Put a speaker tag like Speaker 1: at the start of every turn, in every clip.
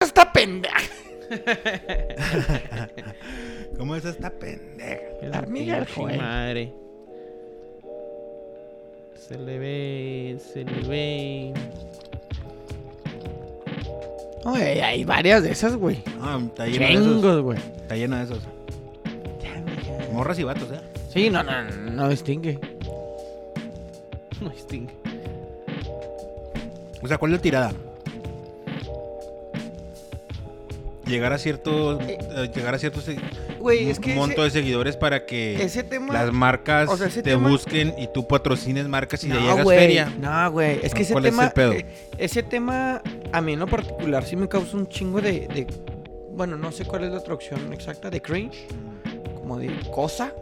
Speaker 1: esta pendeja?
Speaker 2: ¿Cómo es esta pendeja?
Speaker 1: La hormiga del
Speaker 3: Pinche
Speaker 1: Joel.
Speaker 3: Madre. Se le ve, se le ve.
Speaker 1: Oye, hay varias de esas, güey.
Speaker 2: Ah, está lleno de esos.
Speaker 1: Chingos, güey.
Speaker 2: Está lleno de esos. Morras y vatos, ¿eh?
Speaker 1: Sí, no, no, no, no distingue.
Speaker 3: No distingue.
Speaker 2: O sea, ¿cuál es la tirada? Llegar a ciertos. eh, llegar a ciertos. se-
Speaker 1: Güey,
Speaker 2: un
Speaker 1: es que
Speaker 2: monto
Speaker 1: ese,
Speaker 2: de seguidores para que
Speaker 1: ese tema...
Speaker 2: las marcas
Speaker 1: o sea, ese
Speaker 2: te
Speaker 1: tema-
Speaker 2: busquen y tú patrocines marcas y le
Speaker 1: No,
Speaker 2: llegas
Speaker 1: güey.
Speaker 2: feria.
Speaker 1: No, güey. Es que ese
Speaker 2: ¿Cuál es el
Speaker 1: tema.
Speaker 2: pedo?
Speaker 1: eh, ese tema, a mí en lo particular, sí me causa un chingo de. de- bueno, no sé cuál es la traducción exacta. De cringe. Como de cosa.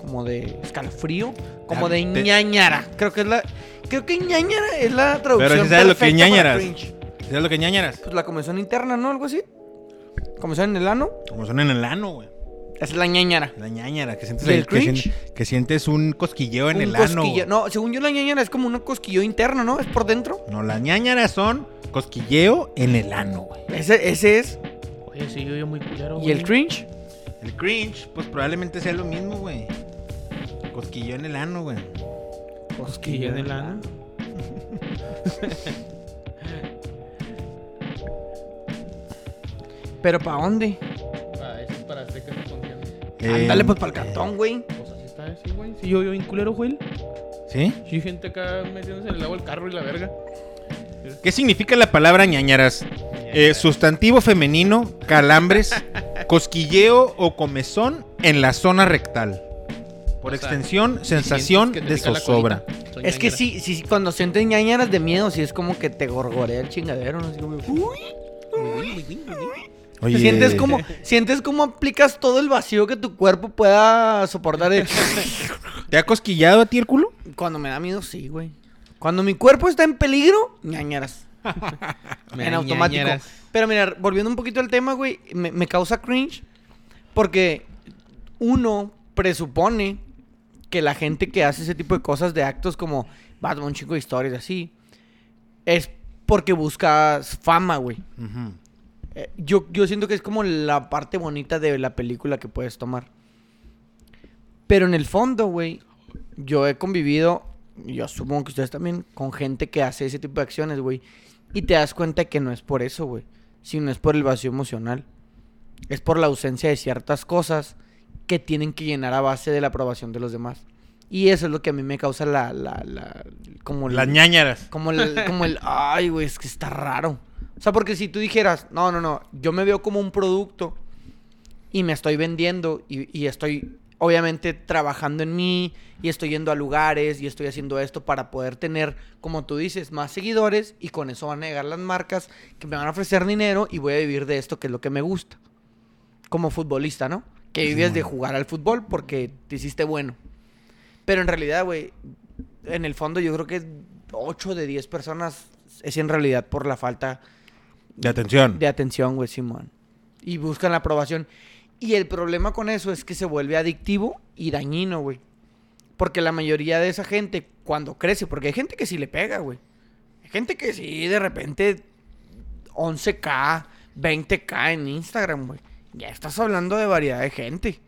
Speaker 1: Como de escalofrío. Como
Speaker 2: Ah,
Speaker 1: de
Speaker 2: te-
Speaker 1: ñañara. Creo que es la. Creo que ñañara es la traducción.
Speaker 2: sí sabes lo que
Speaker 1: perfecta para
Speaker 2: ñañaras.
Speaker 1: cringe.
Speaker 2: ¿Sabes lo que ñañaras?
Speaker 1: Pues la convención interna, ¿no? Algo así. Convención en el ano.
Speaker 2: Como son en el ano, güey.
Speaker 1: Esa es la ñañara.
Speaker 2: La ñañara, que sientes,
Speaker 1: ¿Del
Speaker 2: el- que, sien-
Speaker 1: cringe?
Speaker 2: que sientes un cosquilleo en
Speaker 1: Un
Speaker 2: el ano.
Speaker 1: cosquilla-
Speaker 2: güey.
Speaker 1: No, según yo la ñañara es como un cosquillo interno, ¿no? Es por dentro.
Speaker 2: No, las ñañaras son cosquilleo en el ano, güey.
Speaker 1: Ese, ese es.
Speaker 3: Oye, sí, yo, yo muy culero.
Speaker 1: ¿Y el
Speaker 3: güey.
Speaker 1: cringe?
Speaker 2: El cringe, pues probablemente sea lo mismo, güey. Cosquilleo en el ano, güey.
Speaker 3: Cosquilla en el ano.
Speaker 1: ¿Pero para dónde?
Speaker 3: Ah, eso es para aztecas y confianza.
Speaker 1: Ándale,
Speaker 2: Eh,
Speaker 1: pues para el cantón, güey.
Speaker 3: O sea, sí está así, güey. Sí, yo, yo bien culero, Joel.
Speaker 2: ¿Sí?
Speaker 3: Sí, gente acá metiéndose en el agua el carro y la verga.
Speaker 2: ¿Qué significa la palabra ñañaras? Eh, sustantivo femenino, calambres, cosquilleo o comezón en la zona rectal. Por
Speaker 3: O sea,
Speaker 2: extensión, sensación
Speaker 3: Sientes que te
Speaker 2: de
Speaker 3: pica la
Speaker 2: zozobra.
Speaker 3: colita. Soy
Speaker 1: Es que
Speaker 3: ñañera.
Speaker 1: sí, sí, cuando sientes ñañaras de miedo, sí es como que te gorgorea el chingadero, ¿no? Así como, uy. Sientes como, sientes como aplicas todo el vacío que tu cuerpo pueda soportar. de-
Speaker 2: ¿Te ha cosquillado a ti el culo?
Speaker 1: Cuando me da miedo, sí, güey. Cuando mi cuerpo está en peligro, ñañaras.
Speaker 3: Me
Speaker 1: en
Speaker 3: da
Speaker 1: automático.
Speaker 3: ñañaras.
Speaker 1: Pero mira, volviendo un poquito al tema, güey, me, me causa cringe porque uno presupone que la gente que hace ese tipo de cosas, de actos como Batman, un chico de historias así, es porque buscas fama, güey. Eh, yo, yo siento que es como la parte bonita de la película que puedes tomar. Pero en el fondo, güey, yo he convivido, yo supongo que ustedes también, con gente que hace ese tipo de acciones, güey. Y te das cuenta que no es por eso, güey. Sino es por el vacío emocional. Es por la ausencia de ciertas cosas que tienen que llenar a base de la aprobación de los demás. Y eso es lo que a mí me causa la... la, la como
Speaker 2: Las
Speaker 1: la-
Speaker 2: ñañaras.
Speaker 1: como el, como el, ay, güey, es que está raro. O sea, porque si tú dijeras, no, no, no, yo me veo como un producto y me estoy vendiendo y, y estoy, obviamente, trabajando en mí y estoy yendo a lugares y estoy haciendo esto para poder tener, como tú dices, más seguidores y con eso van a llegar las marcas que me van a ofrecer dinero y voy a vivir de esto que es lo que me gusta. Como futbolista, ¿no? Que vives de jugar al fútbol porque te hiciste bueno. Pero en realidad, güey, en el fondo yo creo que 8 de 10 personas es en realidad por la falta
Speaker 2: De atención.
Speaker 1: de atención, güey, Simón. Y buscan la aprobación. Y el problema con eso es que se vuelve adictivo y dañino, güey. Porque la mayoría de esa gente, cuando crece, porque hay gente que sí le pega, güey. Hay gente que sí, de repente, 11K, 20K en Instagram, güey. Ya estás hablando de variedad de gente.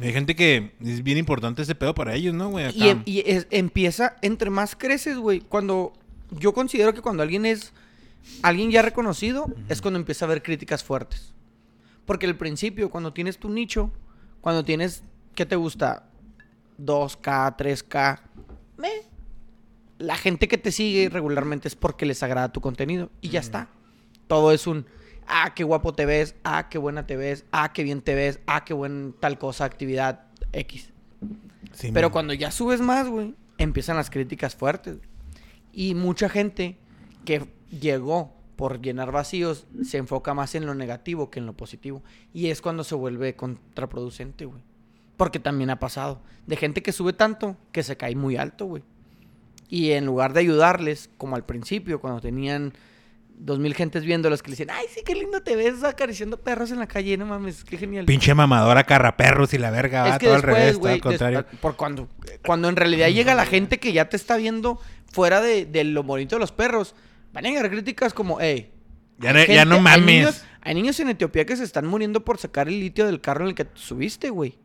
Speaker 2: Hay gente que es bien importante ese pedo para ellos, ¿no, güey? Acá.
Speaker 1: Y, em- y es- empieza, entre más creces, güey, cuando yo considero que cuando alguien es, alguien ya reconocido, es cuando empieza a haber críticas fuertes. Porque al principio, cuando tienes tu nicho, cuando tienes, ¿qué te gusta? 2K, 3K, meh. la gente que te sigue regularmente es porque les agrada tu contenido y ya está. Todo es un, ah, qué guapo te ves, ah, qué buena te ves, ah, qué bien te ves, ah, qué buen tal cosa, actividad X.
Speaker 2: Sí,
Speaker 1: Pero
Speaker 2: man.
Speaker 1: cuando ya subes más, güey, empiezan las críticas fuertes. güey. Y mucha gente que llegó por llenar vacíos se enfoca más en lo negativo que en lo positivo. Y es cuando se vuelve contraproducente, güey. Porque también ha pasado. De gente que sube tanto que se cae muy alto, güey. Y en lugar de ayudarles, como al principio, cuando tenían dos mil gentes viéndolos, que le decían, ay, sí, qué lindo te ves acariciando perros en la calle, no mames, qué genial.
Speaker 2: Pinche mamadora carraperros y la verga, va,
Speaker 1: Es que
Speaker 2: todo al
Speaker 1: después,
Speaker 2: revés, todo
Speaker 1: güey,
Speaker 2: al contrario.
Speaker 1: des- por cuando, cuando en realidad llega la gente que ya te está viendo fuera de, de lo bonito de los perros, van a llegar críticas como, hey,
Speaker 2: Ya no- ya no mames.
Speaker 1: Niños, Hay niños en Etiopía que se están muriendo por sacar el litio del carro en el que subiste, güey.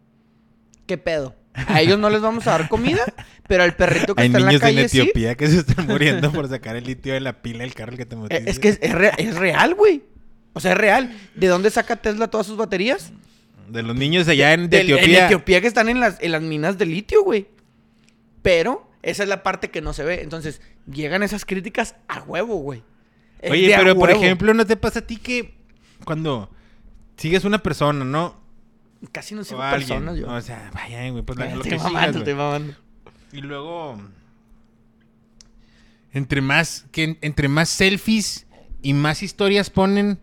Speaker 1: ¿Qué pedo? A ellos no les vamos a dar comida, pero al perrito que
Speaker 2: Hay
Speaker 1: está en la
Speaker 2: niños en
Speaker 1: calle sí.
Speaker 2: Etiopía ¿eh? que se están muriendo por sacar el litio de la pila del carro al que te
Speaker 1: Eh,
Speaker 2: metiste.
Speaker 1: Es que es, es re- es real, güey. O sea, es real. ¿De dónde saca Tesla todas sus baterías?
Speaker 2: De los niños allá en, de
Speaker 1: Del-
Speaker 2: Etiopía.
Speaker 1: En Etiopía que están en las, en las minas de litio, güey. Pero esa es la parte que no se ve. Entonces, llegan esas críticas a huevo, güey. Es
Speaker 2: Oye,
Speaker 1: de a
Speaker 2: pero por
Speaker 1: huevo.
Speaker 2: ejemplo, ¿no te pasa a ti que cuando sigues una persona, no?
Speaker 1: Casi no sigo
Speaker 2: O a alguien.
Speaker 1: personas yo.
Speaker 2: O sea, vaya, güey, pues la- lo
Speaker 1: estoy
Speaker 2: que sigas,
Speaker 1: mamando,
Speaker 2: güey.
Speaker 1: estoy mamando.
Speaker 2: Y luego. Entre más, que en- entre más selfies y más historias ponen,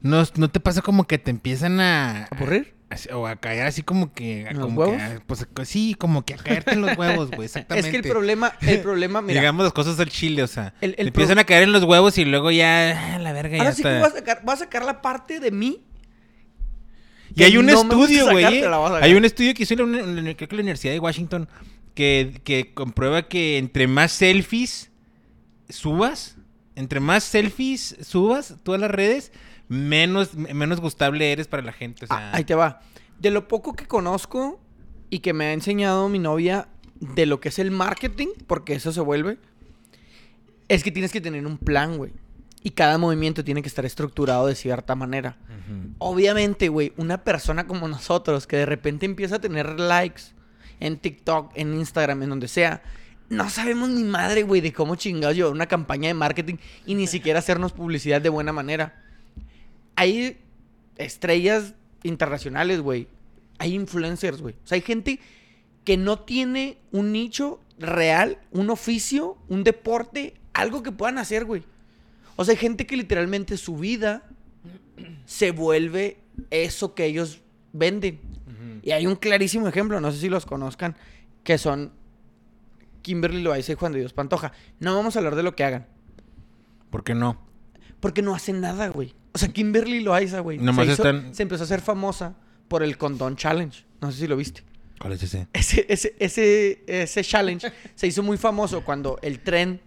Speaker 2: ¿no, no te pasa como que te empiezan a.
Speaker 1: ¿Aburrir?
Speaker 2: a- o a caer así como que. a-
Speaker 1: ¿En los
Speaker 2: como que
Speaker 1: huevos?
Speaker 2: a- pues, co- sí, como que a caerte en los huevos, güey.
Speaker 1: Es
Speaker 2: Exactamente.
Speaker 1: que el problema, el problema, mira.
Speaker 2: Digamos las cosas al chile, o sea.
Speaker 1: El- el
Speaker 2: te empiezan
Speaker 1: pro-
Speaker 2: a caer en los huevos y luego ya. ah, La verga,
Speaker 1: ahora
Speaker 2: ya
Speaker 1: sí que
Speaker 2: está.
Speaker 1: voy a, sacar, voy a sacar la parte de mí.
Speaker 2: Y hay un
Speaker 1: no me gusta
Speaker 2: estudio, güey.
Speaker 1: sacarte,
Speaker 2: ¿eh?
Speaker 1: la vas a sacar.
Speaker 2: Hay un estudio que hizo la, uni- la- creo que la Universidad de Washington que, que comprueba que entre más selfies subas, entre más selfies subas tú a las redes, menos, menos gustable eres para la gente. O sea,
Speaker 1: Ah, ahí te va. De lo poco que conozco y que me ha enseñado mi novia de lo que es el marketing, porque eso se vuelve, es que tienes que tener un plan, güey. Y cada movimiento tiene que estar estructurado de cierta manera.
Speaker 2: Ujú.
Speaker 1: Obviamente, güey, una persona como nosotros que de repente empieza a tener likes en TikTok, en Instagram, en donde sea, no sabemos ni madre, güey, de cómo chingados llevar una campaña de marketing y ni siquiera hacernos publicidad de buena manera. Hay estrellas internacionales, güey. Hay influencers, güey. O sea, hay gente que no tiene un nicho real, un oficio, un deporte, algo que puedan hacer, güey. O sea, hay gente que literalmente su vida se vuelve eso que ellos venden. Y hay un clarísimo ejemplo, no sé si los conozcan, que son Kimberly Loaiza y Juan de Dios Pantoja. No vamos a hablar de lo que hagan,
Speaker 2: ¿Por qué no?
Speaker 1: porque no hacen nada, güey. O sea, Kimberly Loaiza, güey,
Speaker 2: Nomás
Speaker 1: se, hizo-
Speaker 2: están-
Speaker 1: se empezó a hacer famosa por el Condón Challenge. No sé si lo viste.
Speaker 2: ¿Cuál es ese?
Speaker 1: Ese, ese, ese, ese challenge se hizo muy famoso cuando el tren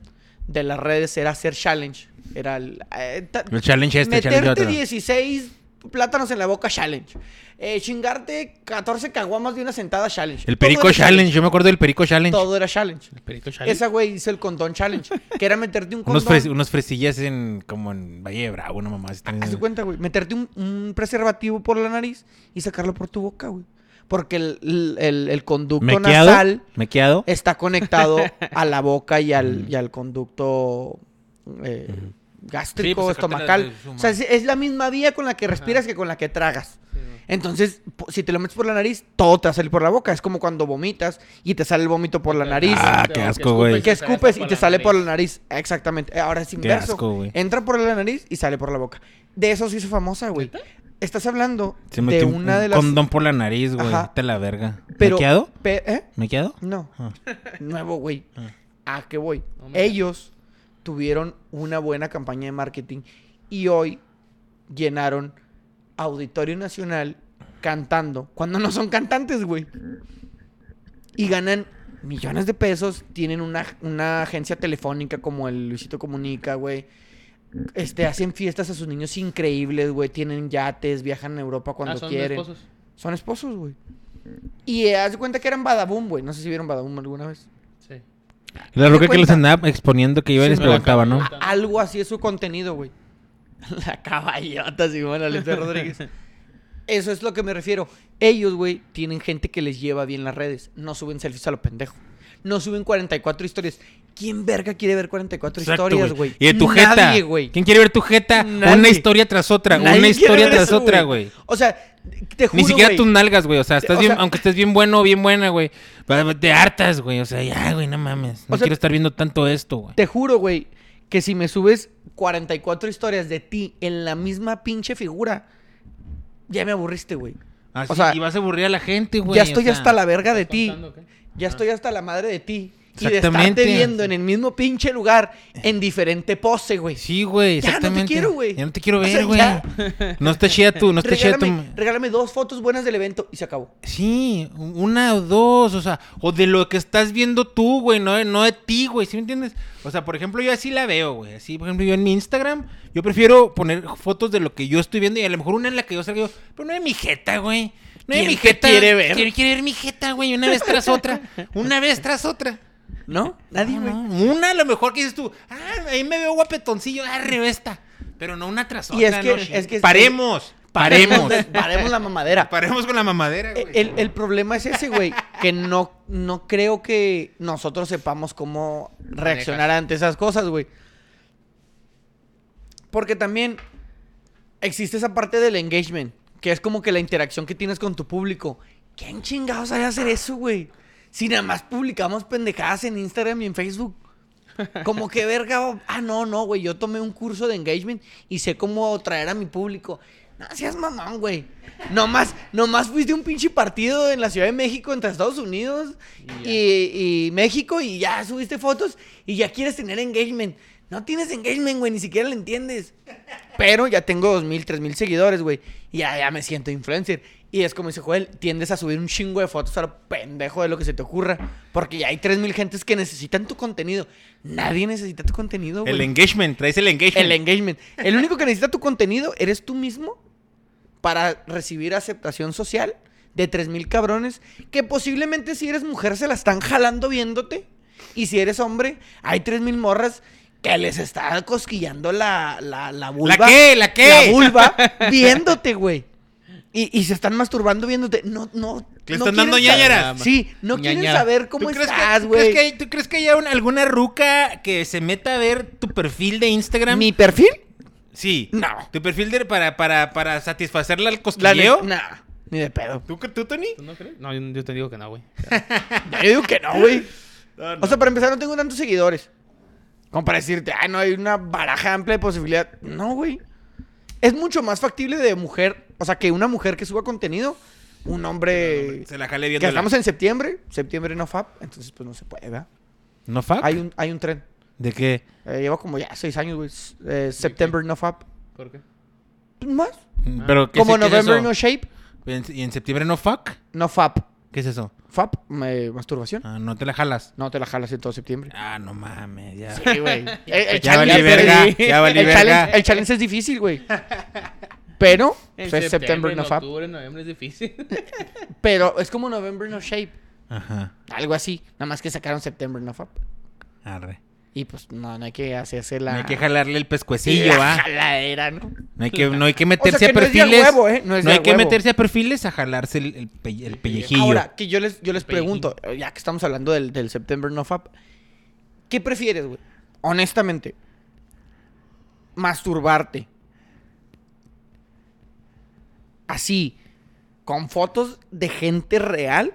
Speaker 1: de las redes era hacer challenge. Era el, eh, ta-
Speaker 2: El challenge este, el challenge
Speaker 1: meterte
Speaker 2: otro.
Speaker 1: 16 plátanos en la boca challenge. Eh, chingarte 14 caguamas de una sentada challenge.
Speaker 2: El
Speaker 1: Todo
Speaker 2: Perico
Speaker 1: era
Speaker 2: Challenge, yo me acuerdo del Perico Challenge.
Speaker 1: Todo era challenge.
Speaker 3: El perito Charlie.
Speaker 1: Esa güey hizo el condón challenge, que era meterte un condón.
Speaker 2: Unos, fres- unos fresillas en, como en Valle de Bravo, una mamá. así también.
Speaker 1: Haz de cuenta, güey. Meterte un, un preservativo por la nariz y sacarlo por tu boca, güey. Porque el, el- el- el conducto
Speaker 2: Mequeado,
Speaker 1: nasal
Speaker 2: mequeado.
Speaker 1: está conectado a la boca y
Speaker 2: Mm.
Speaker 1: al, y al conducto eh,
Speaker 2: Sí,
Speaker 1: gástrico,
Speaker 2: pues, sacarte
Speaker 1: estomacal.
Speaker 2: la- la-
Speaker 1: O sea, es, es la misma vía con la que respiras que con la que tragas.
Speaker 3: Sí, güey.
Speaker 1: Entonces, po- si te lo metes por la nariz, todo te va a salir por la boca. Es como cuando vomitas y te sale el vómito por la nariz.
Speaker 2: Ah, qué
Speaker 3: Que
Speaker 2: asco,
Speaker 3: escupes
Speaker 2: güey.
Speaker 3: y
Speaker 1: que
Speaker 3: pues
Speaker 1: escupes
Speaker 3: te sale por
Speaker 1: y te
Speaker 3: la
Speaker 1: sale por la
Speaker 3: nariz.
Speaker 1: nariz. Exactamente. Ahora es
Speaker 2: Qué
Speaker 1: inverso.
Speaker 2: asco, güey.
Speaker 1: Entra por la nariz y sale por la boca. De eso se hizo famosa, güey. Estás hablando
Speaker 2: Se
Speaker 1: de
Speaker 2: metió un-
Speaker 1: una
Speaker 2: un
Speaker 1: de las...
Speaker 2: condón por la nariz, güey.
Speaker 1: Ajá.
Speaker 2: Vete a la verga.
Speaker 1: Pero,
Speaker 2: ¿Mequeado?
Speaker 1: pe- ¿Eh?
Speaker 2: ¿Mequeado?
Speaker 1: No.
Speaker 2: Ah.
Speaker 1: Nuevo, güey.
Speaker 2: Ah.
Speaker 1: ¿A qué voy?
Speaker 3: No me-
Speaker 1: Ellos tuvieron una buena campaña de marketing y hoy llenaron Auditorio Nacional cantando, cuando no son cantantes, güey. Y ganan millones de pesos, tienen una, una agencia telefónica como el Luisito Comunica, güey. Este, hacen fiestas a sus niños increíbles, güey. Tienen yates, viajan a Europa cuando
Speaker 3: Ah, son
Speaker 1: quieren.
Speaker 3: esposos.
Speaker 1: Son esposos, güey. Y eh, haz de cuenta que eran Badaboom, güey. No sé si vieron Badaboom alguna vez.
Speaker 3: Sí.
Speaker 2: La roca que
Speaker 1: cuenta?
Speaker 2: les andaba exponiendo que iba y
Speaker 1: Sí,
Speaker 2: les
Speaker 1: me
Speaker 3: la
Speaker 2: preguntaba,
Speaker 3: acabo.
Speaker 2: ¿no?
Speaker 1: A- algo así es su contenido, güey. La caballota, Simón Alexia Rodríguez. Eso es lo que me refiero. Ellos, güey, tienen gente que les lleva bien las redes. No suben selfies a lo pendejo. No suben 44 historias. ¿Quién verga quiere ver 44
Speaker 2: Exacto,
Speaker 1: historias, güey?
Speaker 2: Y de tu
Speaker 1: Nadie,
Speaker 2: jeta.
Speaker 1: güey.
Speaker 2: ¿Quién quiere ver tu jeta? Una
Speaker 1: Nadie.
Speaker 2: historia tras otra,
Speaker 1: Nadie
Speaker 2: una
Speaker 1: quiere
Speaker 2: historia
Speaker 1: ver
Speaker 2: tras
Speaker 1: eso,
Speaker 2: otra, güey.
Speaker 1: O sea, te juro,
Speaker 2: Ni siquiera
Speaker 1: güey,
Speaker 2: tus nalgas, güey. O sea, estás
Speaker 1: O
Speaker 2: bien,
Speaker 1: sea-
Speaker 2: aunque estés bien bueno o bien buena, güey. va- Te hartas, güey. O sea, ya, güey, no mames. No
Speaker 1: O sea-
Speaker 2: quiero estar viendo tanto esto, güey.
Speaker 1: Te juro, güey, que si me subes 44 historias de ti en la misma pinche figura, ya me aburriste, güey.
Speaker 2: Así,
Speaker 1: o sea,
Speaker 2: y vas a aburrir a la gente, güey.
Speaker 1: ya
Speaker 2: o
Speaker 1: estoy
Speaker 2: sea.
Speaker 1: hasta la verga de ti.
Speaker 3: ¿Contando o qué?
Speaker 1: Ya estoy hasta la madre de ti. y de
Speaker 2: Ah. Exactamente.
Speaker 1: estarte viendo en el mismo pinche lugar en diferente pose, güey.
Speaker 2: Sí,
Speaker 1: Ya no
Speaker 2: güey,
Speaker 1: te
Speaker 2: exactamente.
Speaker 1: quiero, güey.
Speaker 2: Ya no te quiero
Speaker 1: O sea,
Speaker 2: ver, güey.
Speaker 1: ya.
Speaker 2: No está chida tú, no está chida
Speaker 1: regálame,
Speaker 2: tu...
Speaker 1: regálame dos fotos buenas del evento y se acabó.
Speaker 2: Sí, una o dos, o sea, o de lo que estás viendo tú, güey, no, de- no de ti, güey, ¿sí me entiendes? O sea, por ejemplo, yo así la veo, güey, así, por ejemplo, yo en mi Instagram, yo prefiero poner fotos de lo que yo estoy viendo y a lo mejor una en la que yo salgo, pero no de mi jeta, güey, no de
Speaker 1: ¿Quién
Speaker 2: mi
Speaker 1: te
Speaker 2: jeta.
Speaker 1: quiere ver?
Speaker 2: ¿Quién quiere ver mi jeta, güey? Una vez tras otra, una vez tras otra.
Speaker 1: ¿No? Nadie,
Speaker 2: No,
Speaker 1: güey.
Speaker 2: no, Una a lo mejor que dices tú, ah, ahí me veo guapetoncillo, ah, revesta. Pero no una tras otra.
Speaker 1: Y es que-
Speaker 2: no,
Speaker 1: es que-
Speaker 2: Paremos, paremos.
Speaker 1: Paremos la mamadera.
Speaker 2: paremos con la mamadera, güey.
Speaker 1: Eh, El, el problema es ese, güey, que no, no creo que nosotros sepamos cómo reaccionar ante esas cosas, güey. Porque también existe esa parte del engagement, que es como que la interacción que tienes con tu público. ¿Quién chingados sabe hacer eso, güey? Si nada más publicamos pendejadas en Instagram y en Facebook. Como que verga, oh, ah, no, no, güey. Yo tomé un curso de engagement y sé cómo traer a mi público. No seas mamón, güey. Nomás, nomás fuiste a un pinche partido en la Ciudad de México entre Estados Unidos y, y México y ya subiste fotos y ya quieres tener engagement. No tienes engagement, güey, ni siquiera lo entiendes. Pero ya tengo dos mil, tres mil seguidores, güey. Y ya, ya me siento influencer. Y es como dice Joel, tiendes a subir un chingo de fotos a lo pendejo de lo que se te ocurra. Porque ya hay tres mil gentes que necesitan tu contenido. Nadie necesita tu contenido, güey.
Speaker 2: El engagement, traes el engagement.
Speaker 1: El engagement. El único que necesita tu contenido eres tú mismo para recibir aceptación social de 3000 cabrones que posiblemente si eres mujer se la están jalando viéndote y si eres hombre hay 3000 morras que les está cosquillando la la la vulva.
Speaker 2: qué? ¿La qué?
Speaker 1: La vulva viéndote, güey. Y, y se están masturbando viéndote. No, no.
Speaker 2: Le
Speaker 1: no quieren
Speaker 2: están dando
Speaker 1: saber-
Speaker 2: ñañaras.
Speaker 1: Sí, no quieren
Speaker 3: Ñañara.
Speaker 1: saber
Speaker 2: ¿Tú
Speaker 1: cómo
Speaker 2: crees que-
Speaker 1: estás,
Speaker 2: tú
Speaker 1: güey.
Speaker 2: crees que hay- ¿Tú crees que haya un- alguna ruca que se meta a ver tu perfil de Instagram?
Speaker 1: ¿Mi perfil?
Speaker 2: Sí.
Speaker 1: No.
Speaker 2: ¿Tu perfil de, para, para, para satisfacerla al
Speaker 1: La
Speaker 2: cosquilleo?
Speaker 1: neta, Nah, ni de pedo.
Speaker 2: ¿Tú, ¿Tú, Tony?
Speaker 3: ¿Tú no crees? No, yo, yo te digo que no, güey.
Speaker 1: Ya, Yo digo que no, güey. O sea, para empezar, no tengo tantos seguidores. Como para decirte, ah, no, hay una baraja amplia de posibilidad. No, güey. Es mucho más factible de mujer, o sea, que una mujer que suba contenido, un hombre...
Speaker 2: Se la jale
Speaker 1: Que
Speaker 2: viendo.
Speaker 1: estamos en septiembre, septiembre no fab, entonces pues no se puede, ¿verdad?
Speaker 2: ¿No fuck?
Speaker 1: Hay un, hay un tren.
Speaker 2: ¿De qué?
Speaker 1: Eh, llevo como ya seis años, güey. S- eh, September no fab.
Speaker 3: ¿Por qué?
Speaker 1: Pues Más.
Speaker 2: ¿Pero qué,
Speaker 1: Ah. Como
Speaker 2: se- qué es
Speaker 1: November
Speaker 2: eso?
Speaker 1: no shape,
Speaker 2: ¿En- ¿Y en septiembre no fuck?
Speaker 1: no fab.
Speaker 2: ¿Qué es eso?
Speaker 1: Fab, eh, masturbación.
Speaker 2: Ah, no te la jalas.
Speaker 1: No te la jalas en todo septiembre. Eh,
Speaker 2: Ah, no mames, ya.
Speaker 1: Sí, güey. El- el
Speaker 2: Ya
Speaker 1: challenge-
Speaker 2: valí verga, ya valí
Speaker 1: el
Speaker 2: verga.
Speaker 1: challenge- El challenge es difícil, güey. Pero,
Speaker 3: En
Speaker 1: pues, es septiembre,
Speaker 3: en
Speaker 1: no fab.
Speaker 3: octubre, en noviembre es difícil.
Speaker 1: Pero es como November no shape.
Speaker 2: Ajá.
Speaker 1: Algo así. Nada más que sacaron septiembre no fab.
Speaker 2: Arre.
Speaker 1: Y pues, no, no hay que hacerse
Speaker 2: No
Speaker 1: la.
Speaker 2: hay que jalarle el pescuecillo,
Speaker 1: la
Speaker 2: ¿ah?
Speaker 1: jaladera, ¿no?
Speaker 2: No hay que, no hay que meterse
Speaker 1: que
Speaker 2: a
Speaker 1: no es de a
Speaker 2: perfiles.
Speaker 1: huevo, ¿eh? No es de
Speaker 2: hay
Speaker 1: a
Speaker 2: que
Speaker 1: huevo.
Speaker 2: meterse a perfiles a jalarse el, el pe- el pellejillo.
Speaker 1: Eh, Ahora, que yo les, yo les
Speaker 3: Pellejillo.
Speaker 1: pregunto, eh, ya que estamos hablando del, del September No Fab, ¿qué prefieres, güey? Honestamente, masturbarte. Así, con fotos de gente real.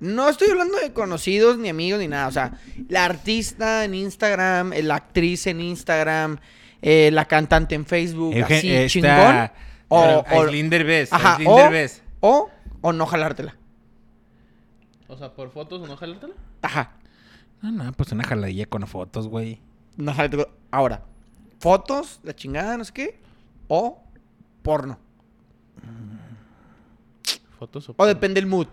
Speaker 1: No estoy hablando de conocidos, ni amigos, ni nada. O sea, la artista en Instagram, eh, la actriz en Instagram, eh, la cantante en Facebook,
Speaker 2: Eugen-
Speaker 1: así,
Speaker 2: esta-
Speaker 1: chingón. O, o-
Speaker 2: Aislinn Derbez,
Speaker 1: ajá,
Speaker 2: Aislinn
Speaker 1: o,
Speaker 2: Derbez.
Speaker 1: o, o no jalártela.
Speaker 3: O sea, por fotos o no jalártela.
Speaker 1: Ajá. Ah,
Speaker 2: No, no, pues una jaladilla con fotos, güey.
Speaker 1: No sale tu- Ahora, fotos, la chingada, no sé qué, o porno.
Speaker 3: Fotos o
Speaker 1: O depende del mood.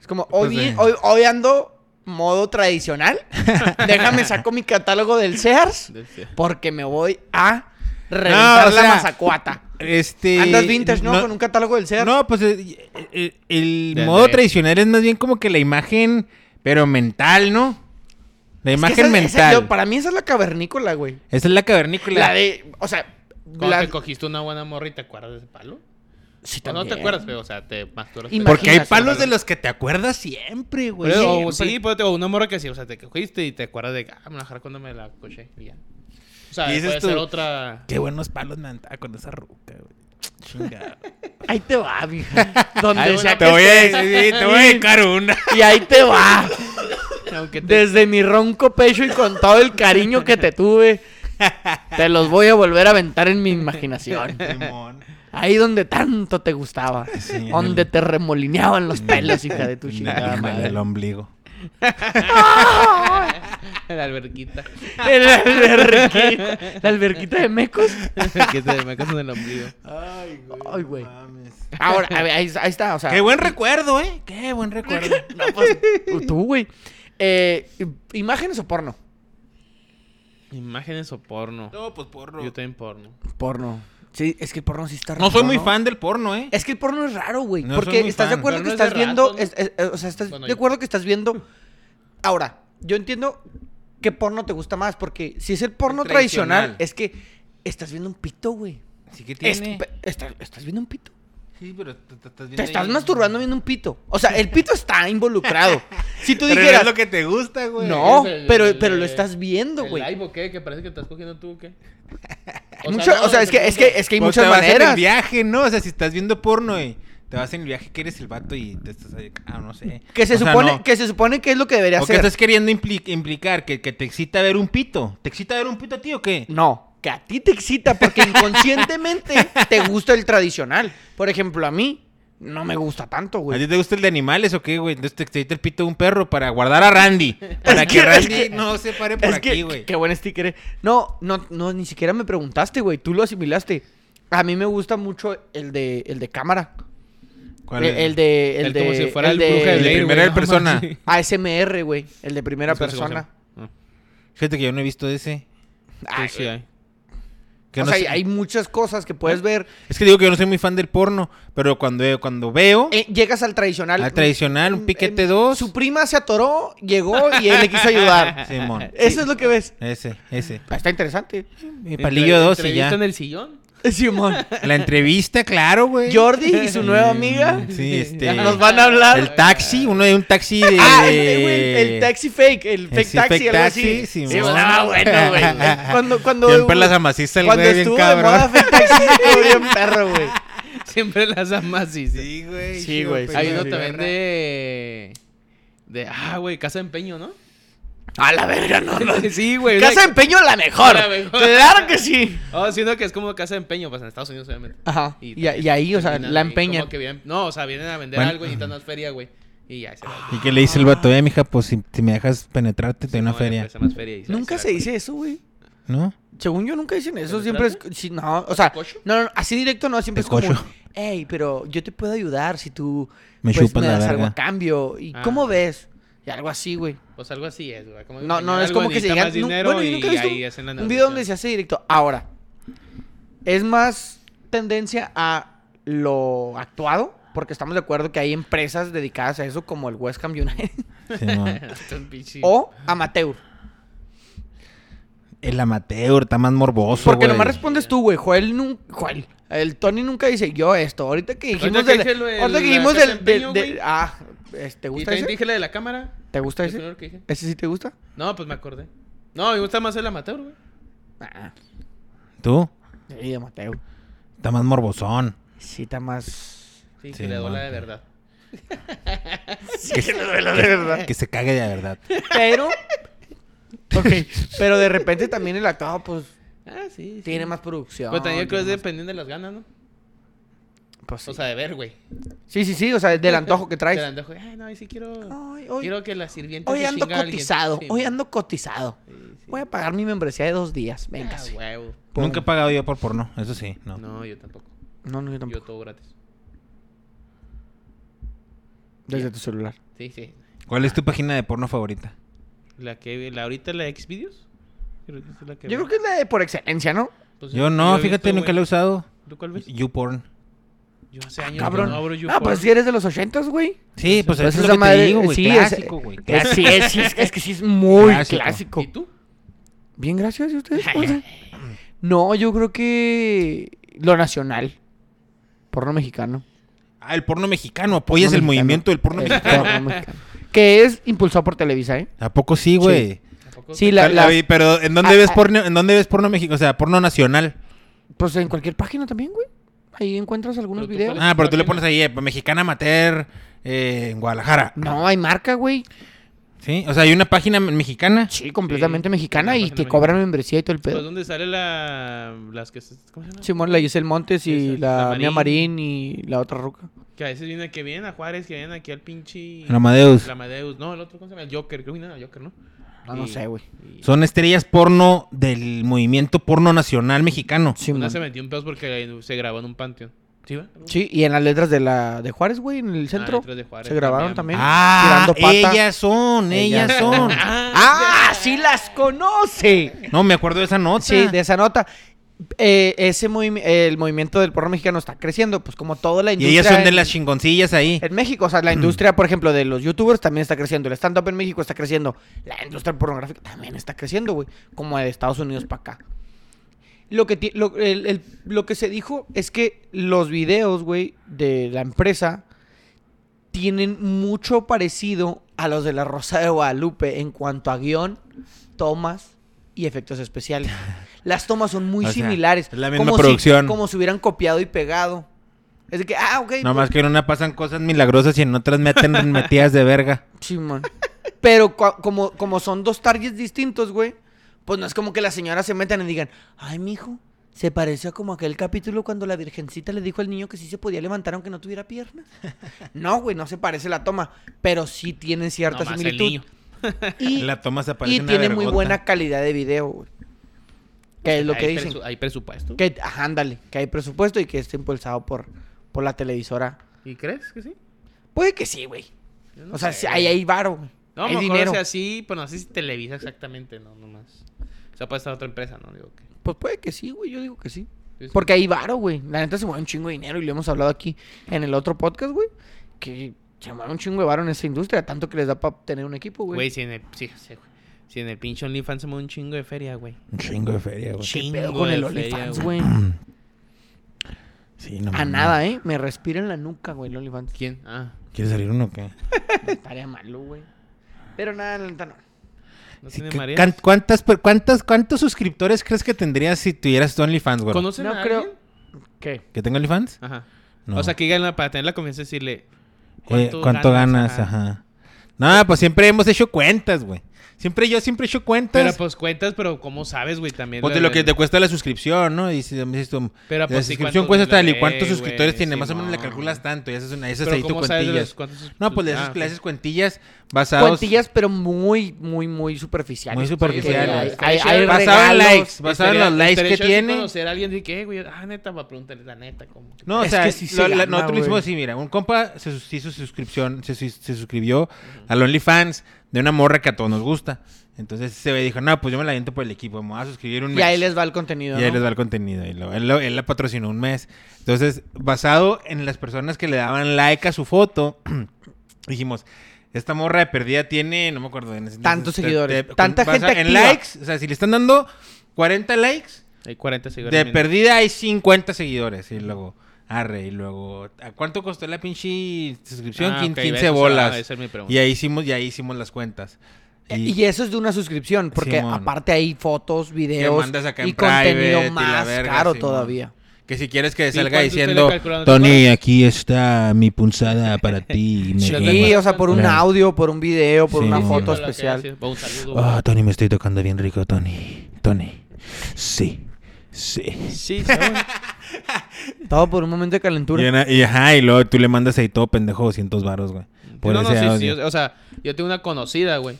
Speaker 1: Es como, hoy,
Speaker 2: Pues,
Speaker 1: bien-
Speaker 2: eh.
Speaker 1: hoy, hoy ando modo tradicional. Déjame saco mi catálogo del Sears
Speaker 3: Del Sears.
Speaker 1: porque me voy a reventar
Speaker 2: o sea,
Speaker 1: la mazacuata.
Speaker 2: Este.
Speaker 1: Andas vintage, ¿no? Con un catálogo del Sears.
Speaker 2: No, pues eh, eh, eh, el
Speaker 3: De
Speaker 2: modo
Speaker 3: Andrés.
Speaker 2: tradicional es más bien como que la imagen, pero mental, ¿no? La
Speaker 1: Es que
Speaker 2: imagen
Speaker 1: esa- esa-
Speaker 2: mental.
Speaker 1: yo- para mí esa es la cavernícola, güey.
Speaker 2: Esa es la cavernícola.
Speaker 1: La de, o sea,
Speaker 3: Cuando
Speaker 1: la-
Speaker 3: te cogiste una buena morra y te acuerdas de ese palo.
Speaker 1: Sí,
Speaker 3: O no te
Speaker 1: también.
Speaker 3: acuerdas, pero, o sea, te masturbas.
Speaker 1: Ima-
Speaker 2: Porque hay
Speaker 1: imagínate,
Speaker 2: palos de
Speaker 1: cabrón.
Speaker 2: los que te acuerdas siempre, güey.
Speaker 3: Pero, o,
Speaker 2: Siempre.
Speaker 3: sí, pues, o una morra que sí, o sea, te cogiste y te acuerdas de, ah, me la jaré cuando me la coché y ya. O sea,
Speaker 2: Y dices
Speaker 3: puede
Speaker 2: tú,
Speaker 3: ser otra...
Speaker 2: Qué buenos palos me andaba con esa ruca, güey. Chingado.
Speaker 1: Ahí te va, mija. Donde
Speaker 3: Ay,
Speaker 1: sea
Speaker 3: te
Speaker 1: que
Speaker 3: voy
Speaker 1: estés.
Speaker 2: decir, te voy a dedicar una.
Speaker 1: Y ahí te va.
Speaker 3: Aunque te...
Speaker 1: Desde mi ronco pecho y con todo el cariño que te tuve, te los voy a volver a aventar en mi imaginación.
Speaker 2: Simón.
Speaker 1: Ahí donde tanto te gustaba.
Speaker 2: Sí.
Speaker 1: donde te remolineaban los pelos, hija de tu chingada
Speaker 2: En
Speaker 1: madre.
Speaker 2: el ombligo.
Speaker 3: La alberquita.
Speaker 1: En la alberquita, la alberquita de mecos.
Speaker 3: que te me casan el ombligo.
Speaker 2: Ay, güey.
Speaker 1: Ay, güey. Ahora, a ver, ahí, ahí está, o sea.
Speaker 2: Qué buen recuerdo, ¿eh? Qué buen recuerdo.
Speaker 1: No, pues, tú, güey. Eh, ¿Imágenes o porno?
Speaker 3: Imágenes o porno.
Speaker 2: No, pues porno.
Speaker 3: Yo también porno.
Speaker 1: Porno. Sí, es que el porno sí está raro.
Speaker 2: No soy muy fan del porno, ¿eh?
Speaker 1: Es que el porno es raro, güey.
Speaker 2: No soy
Speaker 1: porque
Speaker 2: muy
Speaker 1: estás de
Speaker 2: fan.
Speaker 1: acuerdo que
Speaker 3: Pero no es de
Speaker 1: estás viendo.
Speaker 3: rato,
Speaker 1: es- es- es- o sea, estás
Speaker 3: Bueno,
Speaker 1: de
Speaker 3: yo-
Speaker 1: acuerdo que estás viendo. Ahora, yo entiendo qué porno te gusta más. Porque si es el porno
Speaker 2: El
Speaker 1: tradicional,
Speaker 2: tradicional.
Speaker 1: es que estás viendo un pito, güey.
Speaker 2: Sí que
Speaker 1: Es-
Speaker 2: tiene.
Speaker 1: pe- estás- estás viendo un pito.
Speaker 2: Sí, pero te, te estás viendo
Speaker 1: Te estás
Speaker 2: ahí.
Speaker 1: masturbando viendo un pito. O sea, el pito está involucrado. Si tú
Speaker 2: Pero no
Speaker 1: dijeras.
Speaker 2: es lo que te gusta, güey.
Speaker 1: No,
Speaker 3: Es el-
Speaker 1: pero,
Speaker 3: el-
Speaker 1: pero lo
Speaker 3: el-
Speaker 1: estás viendo,
Speaker 3: ¿El
Speaker 1: güey.
Speaker 3: live o qué? Que parece que estás cogiendo tú o qué.
Speaker 1: Mucho- O sea, es que, es que, es que hay
Speaker 2: Pues te
Speaker 1: muchas
Speaker 2: vas en el
Speaker 1: maneras.
Speaker 2: viaje, ¿no? O sea, si estás viendo porno y te vas en el viaje que eres el vato y te estás ahí, ah, no sé.
Speaker 1: Que se
Speaker 2: O sea,
Speaker 1: supone,
Speaker 2: no.
Speaker 1: que se supone que es lo que debería
Speaker 2: O que
Speaker 1: hacer.
Speaker 2: estás queriendo impli- implicar que, que te excita ver un pito. ¿Te excita ver un pito a ti o qué?
Speaker 1: No, que a ti te excita porque inconscientemente te gusta el tradicional. Por ejemplo, a mí no me gusta tanto,
Speaker 2: ¿A
Speaker 1: güey.
Speaker 2: ti te gusta el de animales o qué, güey? Entonces te excita el pito de un perro para guardar a Randy. Para que,
Speaker 1: que- es
Speaker 2: Randy
Speaker 1: que-
Speaker 2: no se pare por
Speaker 1: Es
Speaker 2: aquí,
Speaker 1: que,
Speaker 2: güey.
Speaker 1: qué buen sticker. eh. No, no, no, ni siquiera me preguntaste, güey. Tú lo asimilaste. A mí me gusta mucho el de, el de cámara.
Speaker 2: ¿Cuál
Speaker 1: el,
Speaker 2: es?
Speaker 1: el de, el, de,
Speaker 3: como si fuera el,
Speaker 1: de-
Speaker 3: bruja de
Speaker 2: el
Speaker 3: Blair,
Speaker 2: primera
Speaker 3: güey, no
Speaker 2: persona.
Speaker 3: mames.
Speaker 1: ASMR, güey. El de primera
Speaker 3: No sé cómo se
Speaker 1: persona.
Speaker 3: llama.
Speaker 2: Fíjate que yo no he visto ese.
Speaker 1: Ay,
Speaker 3: Ah, sí, sí, hay.
Speaker 2: Que
Speaker 1: o
Speaker 2: no
Speaker 1: sea,
Speaker 2: sé-
Speaker 1: hay muchas cosas que puedes ver.
Speaker 2: Es que digo que yo no soy muy fan del porno, pero cuando, cuando veo
Speaker 1: Eh, llegas al tradicional.
Speaker 2: al tradicional,
Speaker 1: Mm,
Speaker 2: un piquete
Speaker 1: em,
Speaker 2: dos.
Speaker 1: Su prima se atoró, llegó y él le quiso ayudar.
Speaker 2: Simón.
Speaker 1: Eso es lo que ves.
Speaker 2: Ese, ese.
Speaker 1: Ah, Está interesante.
Speaker 2: Mi palillo
Speaker 3: Entre-
Speaker 2: dos y
Speaker 3: entrevista
Speaker 2: ya.
Speaker 3: en el sillón?
Speaker 1: Eh, Simón.
Speaker 2: La entrevista, claro, güey. Mm,
Speaker 1: Jordi y su nueva amiga.
Speaker 2: Sí, este.
Speaker 1: Ya nos van a hablar.
Speaker 2: El taxi, uno de un taxi de.
Speaker 1: Ah, el, güey, el taxi fake, el fake
Speaker 2: sí,
Speaker 1: taxi,
Speaker 2: fake
Speaker 1: algo
Speaker 2: taxi,
Speaker 1: así. Sí,
Speaker 2: Simón.
Speaker 1: estaba
Speaker 3: Ah,
Speaker 1: bueno, güey. Cuando, cuando,
Speaker 2: Siempre las amaciza el
Speaker 1: cuando
Speaker 2: güey, bien
Speaker 1: estuvo de moda
Speaker 2: cabrón.
Speaker 1: fake taxi, estuvo bien perro, güey.
Speaker 3: Siempre las amas y sí.
Speaker 2: Sí, güey.
Speaker 1: Sí, güey, sí,
Speaker 3: Hay
Speaker 1: güey.
Speaker 3: uno también de... De... Ah, güey, Casa de Empeño, ¿no?
Speaker 1: A la verga, no, no.
Speaker 3: Sí, güey. una-
Speaker 1: Casa de Empeño la mejor.
Speaker 3: La mejor.
Speaker 1: Claro que sí.
Speaker 3: Oh, sino que es como Casa de Empeño, pues en Estados Unidos obviamente.
Speaker 1: Ajá. Y,
Speaker 3: Y
Speaker 1: y ahí, o sea,
Speaker 3: Terminan
Speaker 1: la
Speaker 3: ahí,
Speaker 1: empeñan.
Speaker 3: como que vienen- no, o sea, vienen a vender
Speaker 2: Bueno.
Speaker 3: algo y necesitan más feria, güey. Y ya se va.
Speaker 1: Ah,
Speaker 2: ¿Y que le dice el vato? Eh, mija, pues si, si me dejas penetrarte, te doy una
Speaker 3: No,
Speaker 2: feria.
Speaker 3: ofrece pues, más feria y se-
Speaker 1: Nunca
Speaker 3: la
Speaker 1: se
Speaker 3: cuelga.
Speaker 1: dice eso, güey.
Speaker 2: ¿No?
Speaker 1: Según yo nunca dicen eso,
Speaker 3: ¿Te
Speaker 1: siempre es...
Speaker 3: trata?
Speaker 1: sí, no, o sea,
Speaker 3: cocho?
Speaker 1: no, no, no, así directo no, siempre
Speaker 2: Te
Speaker 1: es como...
Speaker 2: cocho.
Speaker 1: un, Ey, pero yo te puedo ayudar si tú pues,
Speaker 2: Me chupas
Speaker 1: me
Speaker 2: la
Speaker 1: das algo a
Speaker 2: verga.
Speaker 1: cambio. ¿Y
Speaker 3: Ah.
Speaker 1: cómo ves? Y algo así, güey.
Speaker 3: Pues algo así es, güey. Como
Speaker 1: No, no,
Speaker 3: que
Speaker 1: es como
Speaker 3: algo
Speaker 1: que se
Speaker 3: necesita
Speaker 1: llegan...
Speaker 3: más
Speaker 1: nu-
Speaker 3: dinero
Speaker 1: bueno, yo nunca he
Speaker 3: y
Speaker 1: visto
Speaker 3: ahí hacen la
Speaker 1: un, un video donde se
Speaker 3: negociación.
Speaker 1: hace directo. Ahora, es más tendencia a lo actuado, porque estamos de acuerdo que hay empresas dedicadas a eso como el West Ham United,
Speaker 2: Simón.
Speaker 3: Están pinche-
Speaker 1: o amateur.
Speaker 2: El amateur está más morboso,
Speaker 1: Porque
Speaker 2: güey.
Speaker 1: nomás respondes tú, güey. Joel nunca. Joel. El Tony nunca dice yo esto. Ahorita que dijimos
Speaker 3: que
Speaker 1: del.
Speaker 3: dije lo del-
Speaker 1: Ahorita que
Speaker 3: la
Speaker 1: dijimos
Speaker 3: casa
Speaker 1: del.
Speaker 3: de
Speaker 1: del-
Speaker 3: empeño,
Speaker 1: del-
Speaker 3: güey.
Speaker 1: ah, es- ¿te
Speaker 3: Y
Speaker 1: gusta
Speaker 3: también
Speaker 1: ese?
Speaker 3: dije la de la cámara.
Speaker 1: ¿Te gusta
Speaker 3: El
Speaker 1: ese?
Speaker 3: primero que dije.
Speaker 1: ¿Ese sí te gusta?
Speaker 3: No, pues me acordé. No, me gusta más el amateur, güey.
Speaker 2: Tú,
Speaker 1: Ah, Sí, de Mateo.
Speaker 2: está más morbosón.
Speaker 1: Sí, está más.
Speaker 3: Sí,
Speaker 2: Sí,
Speaker 3: que le doy la
Speaker 2: man.
Speaker 3: de verdad.
Speaker 1: que le duele de verdad.
Speaker 2: Que se cague de verdad.
Speaker 1: Pero. Ok. Pero de repente también el actuado, pues.
Speaker 3: Ah, sí. sí.
Speaker 1: Tiene más producción.
Speaker 3: Pero Pues también creo que es
Speaker 1: tiene más-
Speaker 3: dependiendo de las ganas, ¿no?
Speaker 1: pues, sí.
Speaker 3: O sea, de ver, güey.
Speaker 1: sí, sí, sí. O sea, del antojo que
Speaker 3: Te la
Speaker 1: traes.
Speaker 3: dejo, Ay, no, ahí sí quiero.
Speaker 1: Ay, hoy-
Speaker 3: Quiero que la sirvienta.
Speaker 1: Hoy
Speaker 3: se
Speaker 1: ando
Speaker 3: chingue a alguien".
Speaker 1: cotizado.
Speaker 3: Sí,
Speaker 1: Hoy
Speaker 3: man.
Speaker 1: ando cotizado.
Speaker 3: Sí, sí.
Speaker 1: Voy a pagar mi membresía de dos días. Venga.
Speaker 3: Ah, huevo.
Speaker 1: Pum.
Speaker 2: Nunca he pagado yo por porno, eso sí, no.
Speaker 3: No, yo tampoco.
Speaker 1: No, no, yo
Speaker 3: Yo
Speaker 1: tampoco.
Speaker 3: todo gratis.
Speaker 1: Desde tu celular.
Speaker 3: Sí, sí.
Speaker 2: ¿Cuál es tu página de porno favorita?
Speaker 3: La que. La ahorita la Xvideos. Creo que es la que
Speaker 1: Yo
Speaker 3: veo.
Speaker 1: creo que es la de por excelencia, ¿no?
Speaker 3: Pues,
Speaker 2: Yo no,
Speaker 3: he
Speaker 2: fíjate,
Speaker 3: visto,
Speaker 2: nunca la he
Speaker 3: güey.
Speaker 2: usado.
Speaker 3: ¿Tú cuál ves?
Speaker 2: YouPorn.
Speaker 3: Yo hace años
Speaker 1: Cabrón.
Speaker 3: que no abro
Speaker 1: ah,
Speaker 3: YouPorn.
Speaker 1: pues si eres de los ochentas, güey.
Speaker 2: Sí, pues
Speaker 1: Pues
Speaker 2: eso es
Speaker 1: esa
Speaker 2: lo que
Speaker 1: madre-
Speaker 2: te digo, güey.
Speaker 1: sí, es-
Speaker 2: clásico, güey.
Speaker 1: Es,
Speaker 2: clásico.
Speaker 1: sí, es, sí, es- es que sí es muy
Speaker 2: Clásico.
Speaker 1: clásico.
Speaker 3: ¿Y tú?
Speaker 1: Bien, gracias. ¿Y ustedes? ¿Cómo están? no, yo creo que lo nacional. Porno mexicano.
Speaker 2: Ah, el porno mexicano. Apoyas
Speaker 1: Porno
Speaker 2: el
Speaker 1: mexicano.
Speaker 2: movimiento del porno
Speaker 1: El
Speaker 2: mexicano.
Speaker 1: porno mexicano. Que es impulsado por Televisa, ¿eh?
Speaker 2: ¿A poco sí, güey?
Speaker 3: Tampoco-
Speaker 1: Sí, la-
Speaker 2: Ah,
Speaker 1: las-
Speaker 2: oye, pero ¿en dónde
Speaker 1: Ah,
Speaker 2: ves
Speaker 1: ah.
Speaker 2: porno? ¿En dónde ves porno mexicano? O sea, porno nacional.
Speaker 1: Pues en cualquier página también, güey. Ahí encuentras algunos
Speaker 3: Pero tú
Speaker 1: videos.
Speaker 3: cuál es-
Speaker 2: Ah, pero tú le pones ahí eh, mexicana amateur eh, en Guadalajara.
Speaker 1: No, hay marca, güey.
Speaker 2: Sí, o sea, hay una página me- mexicana.
Speaker 1: Sí, completamente mexicana
Speaker 3: una
Speaker 1: y
Speaker 3: página
Speaker 1: te
Speaker 3: mexicana.
Speaker 1: cobran membresía y todo el
Speaker 3: Pues
Speaker 1: pedo.
Speaker 3: donde sale la. Las que. se- ¿Cómo se llama?
Speaker 1: Simón, la Giselle Montes y
Speaker 3: Esa,
Speaker 1: la,
Speaker 3: la
Speaker 1: Mía
Speaker 3: Marín.
Speaker 1: Marín y la otra ruca.
Speaker 3: Que a veces vienen, que vienen a Juárez, que vienen aquí al pinche.
Speaker 2: El Amadeus.
Speaker 3: El Amadeus. No, el otro, ¿cómo se llama? El Joker. Creo que no, el Joker, ¿no?
Speaker 1: No, no
Speaker 3: Y-
Speaker 1: sé, güey.
Speaker 3: y-
Speaker 2: Son estrellas porno del movimiento porno nacional mexicano.
Speaker 1: Simón.
Speaker 3: Una se metió un pedo porque se grabó en un panteón. ¿Sí, va?
Speaker 1: Sí, y en las letras de la de Juárez, güey, en el centro.
Speaker 3: letras de Juárez,
Speaker 1: se grabaron
Speaker 3: también.
Speaker 1: también.
Speaker 2: Ah,
Speaker 1: tirando pata.
Speaker 2: ellas son, ellas
Speaker 1: Ellas.
Speaker 2: son.
Speaker 1: ¡Ah! ¡Sí las conoce!
Speaker 2: No, me acuerdo de esa nota.
Speaker 1: Sí, de esa nota. Eh, ese movim- el movimiento del porno mexicano está creciendo, pues como toda la
Speaker 2: Y
Speaker 1: industria.
Speaker 2: ellas son de
Speaker 1: en-
Speaker 2: las chingoncillas ahí.
Speaker 1: En México, o sea,
Speaker 2: Mm.
Speaker 1: la industria, por ejemplo, de los youtubers también está creciendo. El stand-up en México está creciendo. La industria pornográfica también está creciendo, güey. Como de Estados Unidos para acá. Lo que, ti- lo, el- el- lo que se dijo es que los videos, güey, de la empresa tienen mucho parecido a los de La Rosa de Guadalupe en cuanto a guión, tomas y efectos especiales. Las tomas son muy
Speaker 2: O sea,
Speaker 1: similares.
Speaker 2: es la misma
Speaker 1: como si-
Speaker 2: producción.
Speaker 1: como si hubieran copiado y pegado. Es de que, ah, ok.
Speaker 2: Nomás que en una pasan cosas milagrosas y en otras meten metidas de verga.
Speaker 1: Sí, man. Pero cua- como, como son dos targets distintos, güey, pues no es como que las señoras se metan y digan, ay, mijo, se parece a como aquel capítulo cuando la virgencita le dijo al niño que sí se podía levantar aunque no tuviera piernas. No, güey, no se parece la toma, pero sí tienen cierta
Speaker 3: Nomás el
Speaker 1: similitud.
Speaker 3: niño.
Speaker 1: Y,
Speaker 2: La toma se parece
Speaker 1: y
Speaker 2: una
Speaker 1: tiene muy
Speaker 2: vergota.
Speaker 1: buena calidad de video, güey. Que es lo que
Speaker 3: Hay
Speaker 1: dicen.
Speaker 3: presu- Hay presupuesto.
Speaker 1: Que, ajá, ándale, que hay presupuesto y que esté impulsado por, por la televisora.
Speaker 3: ¿Y crees que sí?
Speaker 1: Puede que sí, güey.
Speaker 3: Yo no
Speaker 1: O sea,
Speaker 3: sé,
Speaker 1: sí,
Speaker 3: güey.
Speaker 1: ahí hay varo, güey.
Speaker 3: No,
Speaker 1: hay
Speaker 3: mejor
Speaker 1: dinero.
Speaker 3: o sea, sí, pero no sé si Televisa exactamente, no, nomás. O sea, puede estar otra empresa, ¿no? Digo que.
Speaker 1: Pues puede que sí, güey. Yo digo que sí.
Speaker 3: Sí, sí.
Speaker 1: Porque hay varo, güey. La neta se mueve un chingo de dinero y lo hemos hablado aquí en el otro podcast, güey. Que se mueve un chingo de varo en esa industria. Tanto que les da para tener un equipo, güey.
Speaker 3: Güey, si en el. Sí, sí, güey. Si en el pinche OnlyFans se mueve un chingo de feria, güey.
Speaker 2: Un chingo de feria, güey.
Speaker 1: ¿Qué
Speaker 3: chingo
Speaker 1: pedo con
Speaker 3: de
Speaker 1: el
Speaker 3: feria,
Speaker 1: OnlyFans,
Speaker 3: güey.
Speaker 1: güey?
Speaker 2: Sí, no
Speaker 1: A
Speaker 2: mames.
Speaker 1: nada, ¿eh? Me respira en la nuca, güey, el OnlyFans.
Speaker 3: ¿Quién? Ah.
Speaker 2: ¿Quieres salir uno o qué?
Speaker 1: Estaría malo, güey. Pero nada, la neta no.
Speaker 3: ¿No
Speaker 2: Sí,
Speaker 3: tiene
Speaker 2: ¿qué-
Speaker 3: María?
Speaker 2: can- ¿cuántas, per- cuántas- ¿Cuántos suscriptores crees que tendrías si tuvieras tu OnlyFans, güey?
Speaker 3: ¿Conocen
Speaker 1: No
Speaker 3: a
Speaker 1: creo-
Speaker 3: alguien?
Speaker 1: ¿Qué?
Speaker 2: ¿Que tengo OnlyFans?
Speaker 3: Ajá.
Speaker 2: No.
Speaker 3: O sea, que digan la- para tener la confianza de decirle.
Speaker 2: Eh, ¿Cuánto ganas? Ajá. No, pues siempre hemos hecho cuentas, güey. Siempre yo siempre he hecho cuentas.
Speaker 3: Pero pues cuentas, pero ¿cómo sabes, güey? También.
Speaker 2: Ponte
Speaker 3: la-
Speaker 2: lo que te cuesta la suscripción, ¿no? Y si me dices tú,
Speaker 3: Pero,
Speaker 2: la
Speaker 3: pues, sí,
Speaker 2: suscripción
Speaker 3: ¿cuántos
Speaker 2: cuesta
Speaker 3: de la
Speaker 2: tal y cuántos
Speaker 3: ley,
Speaker 2: suscriptores
Speaker 3: güey?
Speaker 2: tiene. Más o
Speaker 3: Sí,
Speaker 2: menos le
Speaker 3: no.
Speaker 2: calculas tanto. Y haces, una, esas
Speaker 3: Pero
Speaker 2: ahí tu
Speaker 3: ¿cómo sabes de
Speaker 2: cuentillas.
Speaker 3: los cuántos-
Speaker 2: No, pues le
Speaker 3: Ah,
Speaker 2: haces, le
Speaker 3: ok.
Speaker 2: haces cuentillas basadas...
Speaker 1: Cuantillas, pero muy, muy, muy superficiales.
Speaker 2: Muy superficiales.
Speaker 1: Porque Hay, hay, hay
Speaker 2: Basado en
Speaker 1: regalos.
Speaker 2: likes. Basado en
Speaker 3: Estaría-
Speaker 2: los likes
Speaker 3: estaría
Speaker 2: que
Speaker 3: chido
Speaker 2: tiene.
Speaker 3: conocer a alguien de que, "Eh, güey, ah, neta, va a preguntarle la neta, ¿cómo?
Speaker 2: No, o
Speaker 1: Es
Speaker 2: sea,
Speaker 1: que sí se
Speaker 2: lo- la-
Speaker 1: gana,
Speaker 2: nosotros lo hicimos
Speaker 1: güey.
Speaker 2: así, mira, un compa se sus- hizo suscripción, se, sus- se suscribió al OnlyFans de una morra que a todos nos gusta. Entonces se ve y dijo, no, pues yo me la viento por el equipo, me voy a suscribir un mes.
Speaker 1: Y ahí les va el contenido.
Speaker 2: Y ahí
Speaker 1: ¿no?
Speaker 2: les va el contenido. Y lo- él, lo- él la patrocinó un mes. Entonces, basado en las personas que le daban like a su foto, dijimos, esta morra de perdida tiene, no me acuerdo. en ese entonces,
Speaker 1: Tantos
Speaker 2: te-
Speaker 1: seguidores,
Speaker 2: te-
Speaker 1: tanta
Speaker 2: basa-
Speaker 1: gente
Speaker 2: En
Speaker 1: activa.
Speaker 2: likes, o sea, si le están dando 40 likes,
Speaker 3: Hay 40 seguidores.
Speaker 2: de
Speaker 3: mínimo.
Speaker 2: perdida hay 50 seguidores. Y luego, arre, y luego, ¿a cuánto costó la pinche suscripción?
Speaker 3: Ah,
Speaker 2: Quin-
Speaker 3: ok,
Speaker 2: 15
Speaker 3: ves, o sea,
Speaker 2: bolas.
Speaker 3: esa es Eh, mi pregunta.
Speaker 2: y ahí hicimos, y ahí hicimos las cuentas.
Speaker 1: Eh, Y, eso es de una suscripción, porque
Speaker 2: Simón.
Speaker 1: aparte hay fotos, videos
Speaker 2: mandas acá
Speaker 1: y
Speaker 2: en private y
Speaker 1: contenido
Speaker 2: la
Speaker 1: más
Speaker 2: verga,
Speaker 1: caro
Speaker 2: Simón.
Speaker 1: todavía.
Speaker 2: que si quieres que
Speaker 3: ¿Y
Speaker 2: salga
Speaker 3: cuánto usted le
Speaker 2: diciendo,
Speaker 3: calcularon?
Speaker 2: Tony, aquí está mi punzada para ti. me Ah,
Speaker 1: Sí,
Speaker 2: quema".
Speaker 1: o sea, por un
Speaker 2: Claro.
Speaker 1: audio, por un video, por
Speaker 2: Sí,
Speaker 1: una
Speaker 2: sí,
Speaker 1: foto
Speaker 3: Hola, ¿qué
Speaker 1: especial.
Speaker 3: haces? Va, Un saludo.
Speaker 2: Ah,
Speaker 3: güey.
Speaker 2: Tony, me estoy tocando bien rico, Tony. Tony. Sí. Sí.
Speaker 3: Sí, sabe.
Speaker 1: Todo por un momento de
Speaker 2: Y,
Speaker 1: calentura.
Speaker 2: una- y ajá, y luego tú le mandas ahí todo pendejo 200 varos, güey. Por
Speaker 3: no, no,
Speaker 2: ese
Speaker 3: sí, sí,
Speaker 2: audio.
Speaker 3: o, o sea, yo tengo una conocida, güey.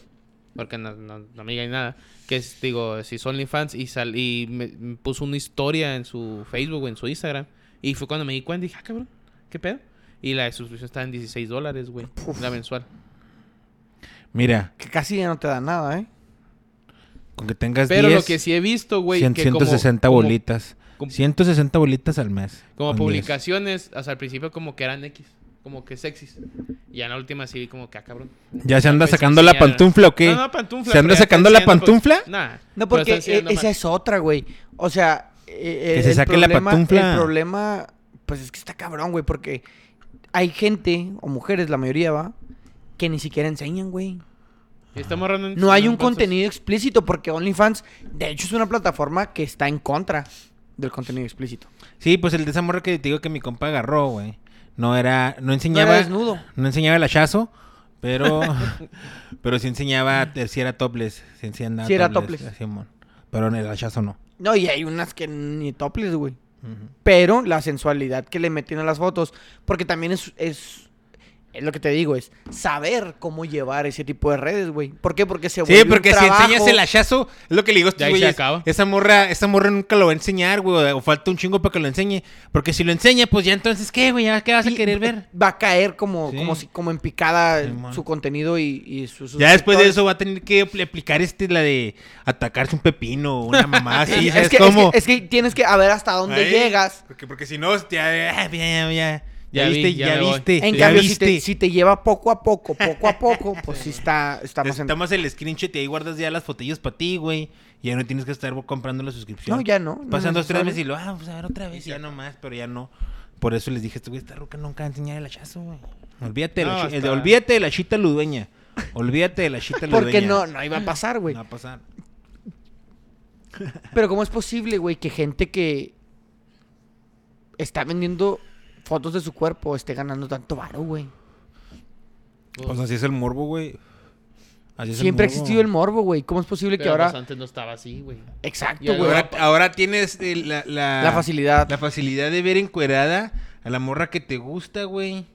Speaker 3: Porque no, no, no me diga ni nada. Que es, digo, si son fans y, sal, y me, me puso una historia en su Facebook o en su Instagram. Y fue cuando me di cuenta y dije, ah, cabrón, ¿qué pedo? Y la de suscripción está en 16 dólares, güey. La mensual.
Speaker 2: Mira,
Speaker 1: Que casi ya no te da nada, ¿eh?
Speaker 2: con que tengas
Speaker 3: Pero
Speaker 2: 10,
Speaker 3: lo que sí he visto, güey.
Speaker 2: Cien-
Speaker 3: que como-
Speaker 2: 160
Speaker 3: como-
Speaker 2: bolitas.
Speaker 3: como-
Speaker 2: 160 bolitas al mes.
Speaker 3: Como
Speaker 2: Con
Speaker 3: publicaciones, o sea, al principio como que eran X, como que sexys. Y ya en la última sí vi como que, ah, cabrón.
Speaker 2: diez. ¿Ya se anda
Speaker 3: Empezó a
Speaker 2: sacando la
Speaker 3: enseñar-
Speaker 2: pantufla o qué?
Speaker 3: pues, No, no, pantufla.
Speaker 2: ¿Se anda
Speaker 3: pero ya está
Speaker 2: sacando la
Speaker 3: enseñando,
Speaker 2: pantufla?
Speaker 3: pues, nah,
Speaker 1: No,
Speaker 3: pero está
Speaker 1: porque eh,
Speaker 3: enseñando
Speaker 1: esa
Speaker 3: más.
Speaker 1: es otra, güey. O sea, eh,
Speaker 2: Que
Speaker 1: eh,
Speaker 2: se
Speaker 1: el
Speaker 2: saque la
Speaker 1: problema-
Speaker 2: pantufla.
Speaker 1: El problema, pues es que está cabrón, güey, porque hay gente, o mujeres, la mayoría va, que ni siquiera enseñan, güey.
Speaker 3: Y está morrando en-
Speaker 1: No hay un
Speaker 3: en puestos.
Speaker 1: contenido explícito porque OnlyFans, de hecho, es una plataforma que está en contra del contenido explícito.
Speaker 2: Sí, pues el de esa morra que te digo que mi compa agarró, güey. No era... No
Speaker 1: No
Speaker 2: enseñaba...
Speaker 1: era
Speaker 2: No,
Speaker 1: desnudo.
Speaker 2: enseñaba el hachazo, Pero, pero sí enseñaba, si era topless, sí enseñaba
Speaker 1: Sí era topless.
Speaker 2: así, mon. Pero en el hachazo no.
Speaker 1: No, y hay unas que ni topless, güey.
Speaker 2: Ujú.
Speaker 1: Pero la sensualidad que le meten a las fotos, porque también es, es, es lo que te digo, es saber cómo llevar ese tipo de redes, güey. ¿Por qué? Porque se vuelve
Speaker 2: Sí,
Speaker 1: un
Speaker 2: porque si
Speaker 1: trabajo.
Speaker 2: enseñas el hachazo, es lo que le digo a
Speaker 3: Ya
Speaker 2: estos
Speaker 3: ahí se
Speaker 2: güeyes.
Speaker 3: acaba.
Speaker 2: Esa morra, esa morra nunca lo va a enseñar, güey. O falta un chingo para que lo enseñe. Porque si lo enseña, pues ya entonces, ¿qué, güey? ¿Ya ¿Qué vas a
Speaker 1: Sí,
Speaker 2: querer ver?
Speaker 1: Va a caer como,
Speaker 2: Sí.
Speaker 1: como, si- como en picada
Speaker 2: Sí, man.
Speaker 1: su contenido y, y su- sus
Speaker 2: Ya después de
Speaker 1: sectores.
Speaker 2: eso va a tener que apl- aplicar este, la de atacarse un pepino o una mamá así.
Speaker 1: es,
Speaker 2: ¿sabes
Speaker 1: que, es
Speaker 2: cómo?
Speaker 1: que- es que tienes que a ver hasta dónde
Speaker 2: Ahí,
Speaker 1: llegas.
Speaker 2: Porque, porque si no, ya, ya, ya, ya, ya
Speaker 3: Ya vi,
Speaker 2: viste,
Speaker 3: ya
Speaker 2: ya,
Speaker 3: me voy.
Speaker 2: viste,
Speaker 1: en
Speaker 2: ya
Speaker 1: cambio, si
Speaker 2: viste.
Speaker 1: te, si te lleva poco a poco, poco a poco, pues sí está, está más en-
Speaker 2: Necesitamos el screenshot y ahí guardas ya las fotillas para ti, güey. Ya no tienes que estar comprando la suscripción.
Speaker 1: No, ya no, no
Speaker 2: Pasan dos,
Speaker 1: necesario.
Speaker 2: tres meses y lo, ah, pues a ver otra vez, ya nomás, pero ya no. Por eso les dije, este güey, esta ruca nunca va a enseñar el hachazo, güey. Olvídate, de la
Speaker 3: No,
Speaker 2: chi-
Speaker 3: hasta-
Speaker 2: eh, de- olvídate de la chita ludueña. Olvídate de la chita ludueña.
Speaker 1: Porque no, no iba a pasar, güey.
Speaker 2: No va a pasar.
Speaker 1: Pero ¿cómo es posible, güey, que gente que está vendiendo fotos de su cuerpo esté ganando tanto varo, güey?
Speaker 2: Pues así es el morbo, güey. Así es el
Speaker 1: Siempre ha
Speaker 2: morbo.
Speaker 1: existido el morbo, güey. ¿Cómo es posible que
Speaker 3: Pero
Speaker 1: ahora...
Speaker 3: pues antes no estaba así, güey.
Speaker 1: Exacto,
Speaker 3: Ya,
Speaker 1: güey.
Speaker 2: Ahora, ahora tienes eh, la, la,
Speaker 1: La facilidad.
Speaker 2: La facilidad de ver encuerada a la morra que te gusta, güey.